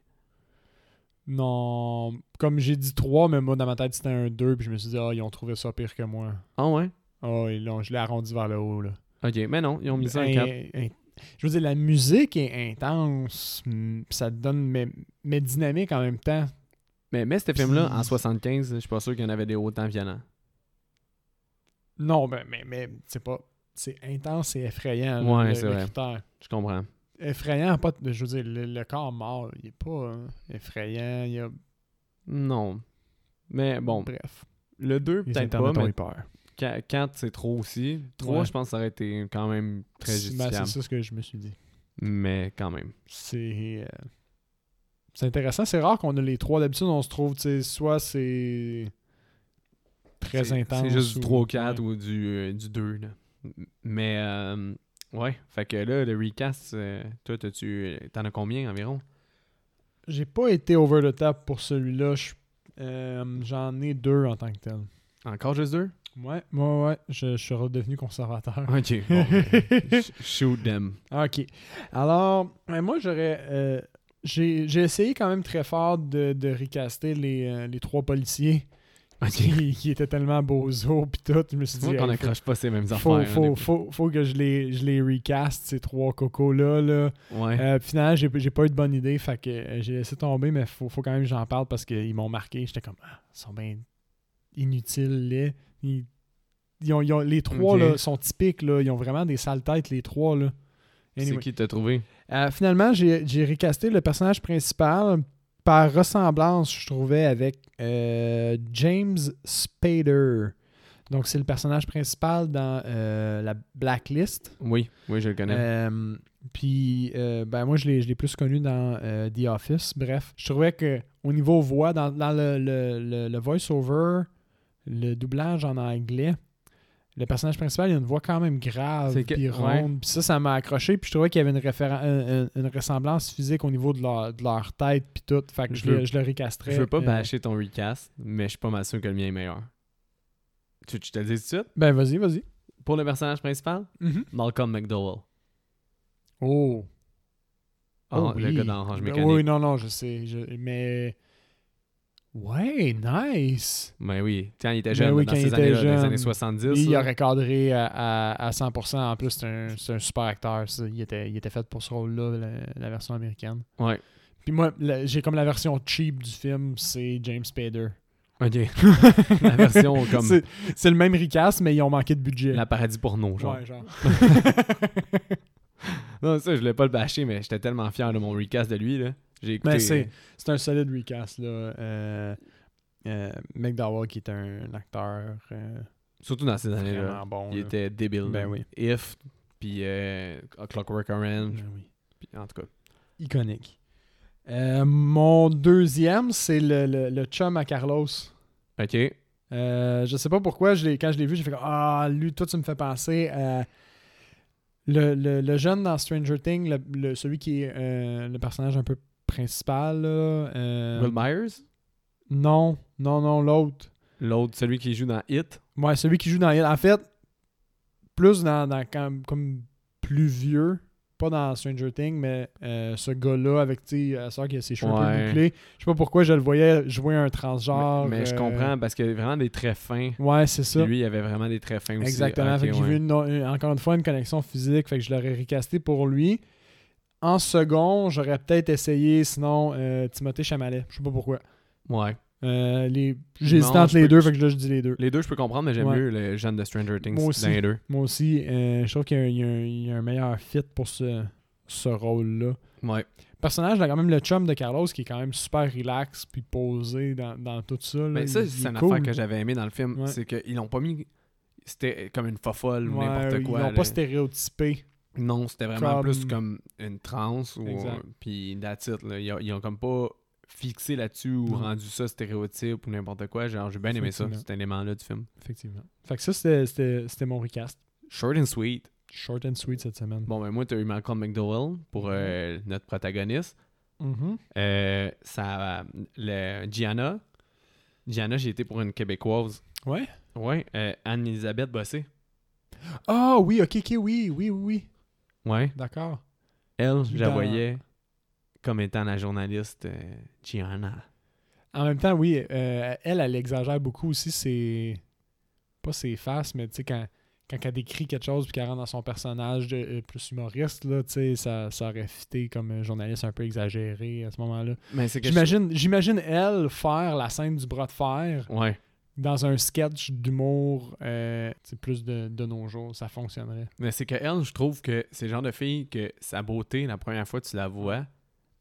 [SPEAKER 2] Non. Comme j'ai dit 3, mais moi, dans ma tête, c'était un 2, puis je me suis dit, ah, ils ont trouvé ça pire que moi.
[SPEAKER 1] Ah ouais?
[SPEAKER 2] Ah, ils l'ont- je l'ai arrondi vers le haut, là.
[SPEAKER 1] Ok, mais non, ils ont mis ça un
[SPEAKER 2] Un-
[SPEAKER 1] 4.
[SPEAKER 2] un- je veux dire, la musique est intense, mm, puis ça te donne, mais, mais dynamique en même temps.
[SPEAKER 1] Mais, mais ce film-là, en
[SPEAKER 2] Puis-
[SPEAKER 1] 75, je suis pas sûr qu'il y en avait des autant violents.
[SPEAKER 2] Non, mais, mais, mais c'est pas. C'est intense et effrayant. là,
[SPEAKER 1] Ouais,
[SPEAKER 2] le-
[SPEAKER 1] c'est
[SPEAKER 2] le
[SPEAKER 1] vrai.
[SPEAKER 2] critère.
[SPEAKER 1] Je comprends.
[SPEAKER 2] effrayant, pas, je veux dire, le, le corps mort, il est pas euh, effrayant, il y a...
[SPEAKER 1] Non. Mais bon,
[SPEAKER 2] Bref.
[SPEAKER 1] le 2,
[SPEAKER 2] Les
[SPEAKER 1] peut-être pas,
[SPEAKER 2] Internet ont
[SPEAKER 1] mais
[SPEAKER 2] eu peur.
[SPEAKER 1] 4, c'est trop aussi. 3,
[SPEAKER 2] Ouais.
[SPEAKER 1] je pense que ça aurait été quand même très
[SPEAKER 2] C'est- ben,
[SPEAKER 1] justifiable.
[SPEAKER 2] c'est ça ce que je me suis dit.
[SPEAKER 1] Mais quand même.
[SPEAKER 2] C'est... euh, c'est intéressant, c'est rare qu'on a les trois. D'habitude, on se trouve, tu sais, soit c'est... Très
[SPEAKER 1] C'est-
[SPEAKER 2] intense.
[SPEAKER 1] C'est juste du
[SPEAKER 2] ou-
[SPEAKER 1] 3 4
[SPEAKER 2] ouais.
[SPEAKER 1] ou du, euh, du 2. Là. M- Mais euh, ouais, fait que là, le recast, euh, toi, t'as-tu- euh, t'en as combien environ?
[SPEAKER 2] J'ai pas été over the top pour celui-là. Je- euh, J'en ai deux en tant que tel.
[SPEAKER 1] Encore juste 2?
[SPEAKER 2] Ouais, ouais, ouais. Je, je suis redevenu conservateur. Ah,
[SPEAKER 1] Ok, bon, ben,
[SPEAKER 2] (laughs)
[SPEAKER 1] sh- shoot them.
[SPEAKER 2] OK. Alors, ben, moi, j'aurais. euh, j'ai j'ai essayé quand même très fort de, de recaster les, euh, les trois policiers
[SPEAKER 1] Ok.
[SPEAKER 2] qui, qui étaient tellement beaux puis tout. Je me suis
[SPEAKER 1] Tu
[SPEAKER 2] dit,
[SPEAKER 1] vois qu'on
[SPEAKER 2] hey, faut,
[SPEAKER 1] accroche pas ces mêmes
[SPEAKER 2] faut,
[SPEAKER 1] affaires. hein,
[SPEAKER 2] faut,
[SPEAKER 1] depuis-
[SPEAKER 2] faut- faut que je les, je les recaste, ces trois cocos-là. Là.
[SPEAKER 1] Ouais.
[SPEAKER 2] Euh, puis finalement, j'ai j'ai pas eu de bonne idée, fait que euh, j'ai laissé tomber, mais faut, faut quand même que j'en parle parce qu'ils m'ont marqué. J'étais comme, ah, ils sont bien inutiles, les. Ils, ils ont, ils ont- les trois
[SPEAKER 1] Ok.
[SPEAKER 2] là, sont typiques, là. ils ont vraiment des sales têtes, les trois. Là. Anyway.
[SPEAKER 1] C'est qui t'a trouvé?
[SPEAKER 2] Euh, finalement, j'ai j'ai recasté le personnage principal par ressemblance, je trouvais, avec euh, James Spader. Donc, c'est le personnage principal dans euh, la Blacklist.
[SPEAKER 1] Oui, oui, je le connais.
[SPEAKER 2] Euh, puis, euh, ben moi, je l'ai je l'ai plus connu dans euh, The Office. Bref, je trouvais que au niveau voix, dans, dans le, le, le- le voice-over, le doublage en anglais, le personnage principal, il a une voix quand même grave,
[SPEAKER 1] C'est que-
[SPEAKER 2] puis
[SPEAKER 1] ouais.
[SPEAKER 2] ronde. Puis ça, ça m'a accroché. Puis je trouvais qu'il y avait une, référen- un- un- une ressemblance physique au niveau de leur, de leur tête, puis tout. Fait que je,
[SPEAKER 1] Je veux-
[SPEAKER 2] le, je le recasterais.
[SPEAKER 1] je veux pas
[SPEAKER 2] euh,
[SPEAKER 1] bâcher ton recast, mais je suis pas mal sûr que le mien est meilleur. Tu, tu te le dis tout de suite?
[SPEAKER 2] Ben, vas-y, vas-y.
[SPEAKER 1] Pour le personnage principal, Malcolm McDowell.
[SPEAKER 2] Oh.
[SPEAKER 1] Ah,
[SPEAKER 2] Oh
[SPEAKER 1] Le
[SPEAKER 2] oui.
[SPEAKER 1] gars dans Orange
[SPEAKER 2] Ben
[SPEAKER 1] Mécanique.
[SPEAKER 2] Oui, non, non, je sais. je- mais. Ouais, nice.
[SPEAKER 1] Ben oui, quand il était
[SPEAKER 2] Ben
[SPEAKER 1] jeune,
[SPEAKER 2] oui,
[SPEAKER 1] dans
[SPEAKER 2] quand il
[SPEAKER 1] ces
[SPEAKER 2] était
[SPEAKER 1] années-là, dans les
[SPEAKER 2] jeune.
[SPEAKER 1] années 70.
[SPEAKER 2] Lui, il
[SPEAKER 1] là.
[SPEAKER 2] aurait cadré à, à, à 100%. En plus, c'est un, c'est un super acteur. ça. Il était, il était fait pour ce rôle-là, la, la version américaine.
[SPEAKER 1] Ouais.
[SPEAKER 2] Puis moi, la- j'ai comme la version cheap du film, c'est James Spader.
[SPEAKER 1] OK. (laughs) la
[SPEAKER 2] (laughs)
[SPEAKER 1] version comme
[SPEAKER 2] C'est- C'est le même ricasse, mais ils ont manqué de budget.
[SPEAKER 1] la paradis porno, genre.
[SPEAKER 2] Ouais, genre.
[SPEAKER 1] (laughs) Non, ça, je voulais pas le bâcher, mais j'étais tellement fier de mon recast de lui, là. J'ai écouté...
[SPEAKER 2] Mais Ben, c'est c'est un solide recast, là. Euh, euh, McDowell, qui est un acteur euh,
[SPEAKER 1] Surtout dans ces années-là.
[SPEAKER 2] vraiment bon.
[SPEAKER 1] Il
[SPEAKER 2] là.
[SPEAKER 1] était débile.
[SPEAKER 2] Ben
[SPEAKER 1] là.
[SPEAKER 2] oui.
[SPEAKER 1] If, puis euh, A Clockwork Orange,
[SPEAKER 2] Ben oui.
[SPEAKER 1] puis en tout cas.
[SPEAKER 2] iconique. Euh, mon deuxième, c'est le, le- le chum à Carlos.
[SPEAKER 1] OK.
[SPEAKER 2] Euh, je sais pas pourquoi, je l'ai- quand je l'ai vu, j'ai fait comme, Ah, lui, toi, tu me fais penser à. Le, le- le jeune dans Stranger Things, le- le- celui qui est euh, le personnage un peu principal. là, euh,
[SPEAKER 1] Will Myers?
[SPEAKER 2] non, non, non, l'autre.
[SPEAKER 1] L'autre, celui qui joue dans Hit?
[SPEAKER 2] Ouais, celui qui joue dans En fait, plus dans, dans comme, comme plus vieux, pas dans Stranger Things, mais euh, ce gars-là avec tu sais, la soeur qui a ses cheveux un peu
[SPEAKER 1] Ouais.
[SPEAKER 2] bouclés. Je sais pas pourquoi je le voyais jouer un transgenre.
[SPEAKER 1] mais mais je
[SPEAKER 2] euh,
[SPEAKER 1] comprends, parce qu'il y a vraiment des traits fins.
[SPEAKER 2] Ouais, c'est ça.
[SPEAKER 1] Lui, il avait vraiment des traits fins aussi.
[SPEAKER 2] Exactement.
[SPEAKER 1] Ok,
[SPEAKER 2] fait que j'ai
[SPEAKER 1] ouais.
[SPEAKER 2] vu une- une- encore une fois une connexion physique. Fait que je l'aurais recasté pour lui. En second, j'aurais peut-être essayé, sinon, euh, Timothée Chamalet. Je sais pas pourquoi.
[SPEAKER 1] Ouais.
[SPEAKER 2] Euh, les... J'hésite
[SPEAKER 1] Non,
[SPEAKER 2] entre
[SPEAKER 1] je
[SPEAKER 2] les
[SPEAKER 1] peux-
[SPEAKER 2] deux, fait que là, je dis les deux.
[SPEAKER 1] Les deux, je peux comprendre, mais j'aime
[SPEAKER 2] Ouais.
[SPEAKER 1] mieux le jeune de Stranger Things
[SPEAKER 2] Moi aussi.
[SPEAKER 1] dans les deux.
[SPEAKER 2] Moi aussi, euh, je trouve qu'il y, a un- il y a un- il y a un meilleur fit pour ce, ce rôle-là.
[SPEAKER 1] Ouais.
[SPEAKER 2] personnage, il a quand même le chum de Carlos qui est quand même super relax puis posé dans, dans tout ça. là.
[SPEAKER 1] Mais
[SPEAKER 2] Il-
[SPEAKER 1] ça,
[SPEAKER 2] il
[SPEAKER 1] c'est
[SPEAKER 2] est
[SPEAKER 1] une
[SPEAKER 2] cool.
[SPEAKER 1] affaire que j'avais aimé dans le film.
[SPEAKER 2] Ouais.
[SPEAKER 1] C'est qu'ils l'ont pas mis. C'était comme une fofolle ou
[SPEAKER 2] Ouais,
[SPEAKER 1] n'importe quoi.
[SPEAKER 2] Ils l'ont
[SPEAKER 1] là.
[SPEAKER 2] pas stéréotypé.
[SPEAKER 1] Non, c'était vraiment
[SPEAKER 2] Comme-
[SPEAKER 1] plus comme une transe ou euh,
[SPEAKER 2] Exact.
[SPEAKER 1] puis that's it, là. Ils, ont, ils ont comme pas fixé là-dessus ou
[SPEAKER 2] Non.
[SPEAKER 1] rendu ça stéréotype ou n'importe quoi. Genre, j'ai bien aimé ça,
[SPEAKER 2] Effectivement.
[SPEAKER 1] cet élément-là du film.
[SPEAKER 2] Effectivement. Fait que ça, c'était- c'était c'était mon recast.
[SPEAKER 1] Short and sweet.
[SPEAKER 2] Short and sweet cette semaine.
[SPEAKER 1] Bon, ben moi, t'as eu Malcolm McDowell pour euh, notre protagoniste.
[SPEAKER 2] Mhm.
[SPEAKER 1] Euh, ça, le, Gianna. Gianna, j'ai été pour une Québécoise.
[SPEAKER 2] Ouais.
[SPEAKER 1] Ouais, euh, Anne-Elisabeth Bossé.
[SPEAKER 2] Ah oui, ok, ok, oui, oui, oui, oui.
[SPEAKER 1] Ouais.
[SPEAKER 2] D'accord.
[SPEAKER 1] Elle, je la
[SPEAKER 2] Dans-
[SPEAKER 1] voyais comme étant la journaliste euh, Gianna.
[SPEAKER 2] En même temps, oui, euh, elle, elle exagère beaucoup aussi ses. Pas ses faces, mais tu sais, quand, quand elle décrit quelque chose puis qu'elle rentre dans son personnage de, euh, plus humoriste, là, tu sais, ça, ça aurait fité comme un journaliste un peu exagéré à ce moment-là.
[SPEAKER 1] Mais c'est que
[SPEAKER 2] J'imagine, j'imagine elle faire la scène du bras de fer
[SPEAKER 1] je- Ouais.
[SPEAKER 2] dans un sketch d'humour, euh, tu sais, plus de, de nos jours, ça fonctionnerait.
[SPEAKER 1] Mais c'est que elle, je trouve que c'est le genre de fille que sa beauté, la première fois que tu la vois,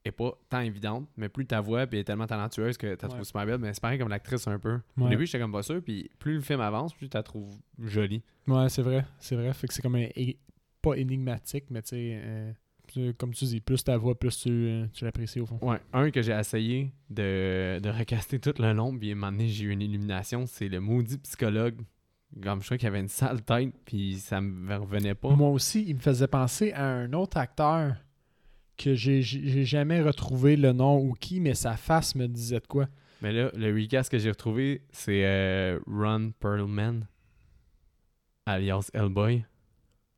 [SPEAKER 1] est pas tant évidente, mais plus ta voix, puis elle est tellement talentueuse que t'as
[SPEAKER 2] Ouais.
[SPEAKER 1] trouves super belle, mais c'est pareil comme l'actrice un peu. Au
[SPEAKER 2] Ouais.
[SPEAKER 1] début, j'étais comme pas sûr, puis plus le film avance, plus t'as trouves jolie.
[SPEAKER 2] Ouais, c'est vrai, c'est vrai. Fait que c'est comme un, é- pas énigmatique, mais tu sais, euh, tu- comme tu dis, plus ta voix, plus tu, euh, tu l'apprécies au fond.
[SPEAKER 1] Ouais, un que j'ai essayé de, de recaster tout le long, puis à un moment donné, j'ai eu une illumination, c'est le maudit psychologue. Comme je crois qu'il avait une sale tête, puis ça me revenait pas.
[SPEAKER 2] Moi aussi, il me faisait penser à un autre acteur que j'ai j'ai- j'ai jamais retrouvé le nom ou qui, mais sa face me disait de quoi.
[SPEAKER 1] Mais là, le recast que j'ai retrouvé, c'est euh, Ron Perlman, alias Hellboy.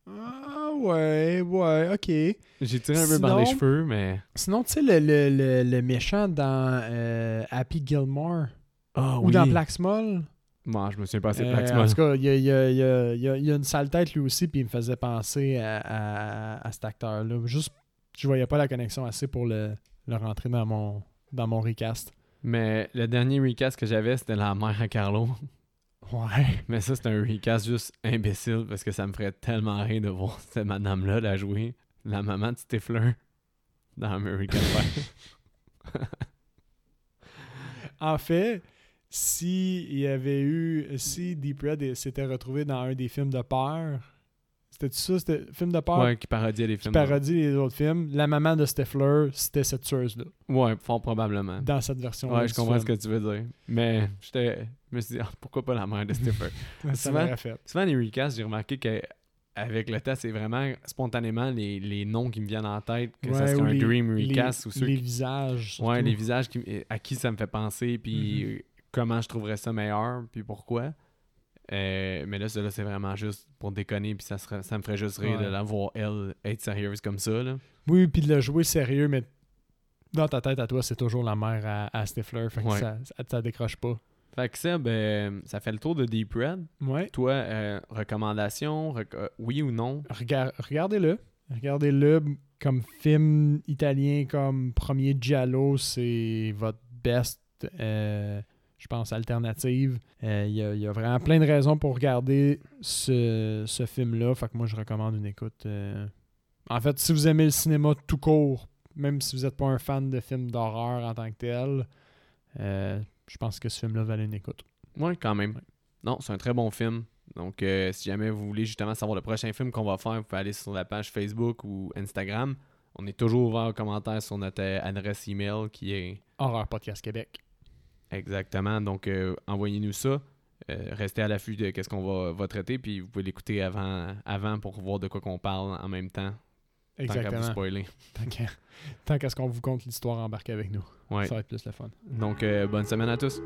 [SPEAKER 2] Ah ouais, ouais, ok.
[SPEAKER 1] J'ai tiré un peu par les
[SPEAKER 2] Sinon-
[SPEAKER 1] cheveux, mais.
[SPEAKER 2] Sinon, tu sais, le, le, le, le méchant dans euh, Happy Gilmore
[SPEAKER 1] Ah
[SPEAKER 2] ou dans Black Small.
[SPEAKER 1] Moi, je me souviens pas, c'est
[SPEAKER 2] Euh,
[SPEAKER 1] Black Swan.
[SPEAKER 2] En tout cas, il y a, il y a- il y a- il y a- il y a une sale tête lui aussi, puis il me faisait penser à, à- à cet acteur-là. Juste, je voyais pas la connexion assez pour le, le rentrer dans mon, dans mon recast.
[SPEAKER 1] Mais le dernier recast que j'avais, c'était la mère à Carlo. (laughs)
[SPEAKER 2] Ouais.
[SPEAKER 1] Mais ça, c'est un recast juste imbécile parce que ça me ferait tellement rire de voir (laughs) cette madame-là la jouer. La maman de Stifler dans American Pie.
[SPEAKER 2] En fait, si il y avait eu si Deep Red s'était retrouvé dans un des films de peur, c'était ça, c'était film de peur
[SPEAKER 1] ouais, qui parodiait les
[SPEAKER 2] qui
[SPEAKER 1] films.
[SPEAKER 2] parodie les autres films. La maman de Stifler, c'était cette tueuse là
[SPEAKER 1] Ouais, fort probablement.
[SPEAKER 2] dans cette version.
[SPEAKER 1] Ah. Ouais, je comprends ce que tu veux dire. Mais j'étais. Je me suis dit, Ah, pourquoi pas la mère de Stifler?
[SPEAKER 2] ça
[SPEAKER 1] souvent-
[SPEAKER 2] l'aurait fait.
[SPEAKER 1] Souvent, les recasts, j'ai remarqué que avec le temps, c'est vraiment spontanément les, les noms qui me viennent en tête, que ça
[SPEAKER 2] Ouais,
[SPEAKER 1] serait
[SPEAKER 2] ou
[SPEAKER 1] un
[SPEAKER 2] les-
[SPEAKER 1] dream
[SPEAKER 2] Les,
[SPEAKER 1] recast ou ceux
[SPEAKER 2] les
[SPEAKER 1] qui-
[SPEAKER 2] visages. surtout.
[SPEAKER 1] ouais, les visages qui- à qui ça me fait penser, puis
[SPEAKER 2] Mhm.
[SPEAKER 1] comment je trouverais ça meilleur, puis pourquoi. Euh, mais là, cela c'est vraiment juste pour déconner, puis ça, serait, ça me ferait juste rire de
[SPEAKER 2] Ouais.
[SPEAKER 1] la voir, elle, être sérieuse comme ça. Là.
[SPEAKER 2] Oui, puis de le jouer sérieux, mais dans ta tête à toi, c'est toujours la mère à, à Stifler, fait que
[SPEAKER 1] Ouais.
[SPEAKER 2] ça, ça, ça décroche pas.
[SPEAKER 1] Fait que ça, ben, ça fait le tour de Deep Red.
[SPEAKER 2] Ouais.
[SPEAKER 1] Toi, euh, recommandation, rec- euh, oui ou non?
[SPEAKER 2] Rega- regardez-le. Regardez-le comme film italien, comme premier giallo, c'est votre best, euh, je pense, alternative. Euh, Il y, a- il y a vraiment plein de raisons pour regarder ce, ce film-là. Fait que moi, je recommande une écoute. euh. En fait, si vous aimez le cinéma tout court, même si vous n'êtes pas un fan de films d'horreur en tant que tel, euh, je pense que ce film-là valait une écoute.
[SPEAKER 1] Ouais, quand même.
[SPEAKER 2] Ouais.
[SPEAKER 1] Non, c'est un très bon film. Donc, euh, si jamais vous voulez justement savoir le prochain film qu'on va faire, vous pouvez aller sur la page Facebook ou Instagram. On est toujours ouvert aux commentaires sur notre euh, adresse email qui est
[SPEAKER 2] Horreur Podcast Québec.
[SPEAKER 1] exactement. Donc, euh, envoyez-nous ça. Euh, restez à l'affût de qu'est-ce qu'on va, va traiter. Puis, vous pouvez l'écouter avant, avant pour voir de quoi qu'on parle en même temps. Tant qu'à vous
[SPEAKER 2] Exactement.
[SPEAKER 1] spoiler.
[SPEAKER 2] Tant qu'à tant qu'à ce qu'on vous conte l'histoire, embarquez avec nous.
[SPEAKER 1] Ouais.
[SPEAKER 2] Ça va être plus le fun.
[SPEAKER 1] Donc, euh, bonne semaine à tous.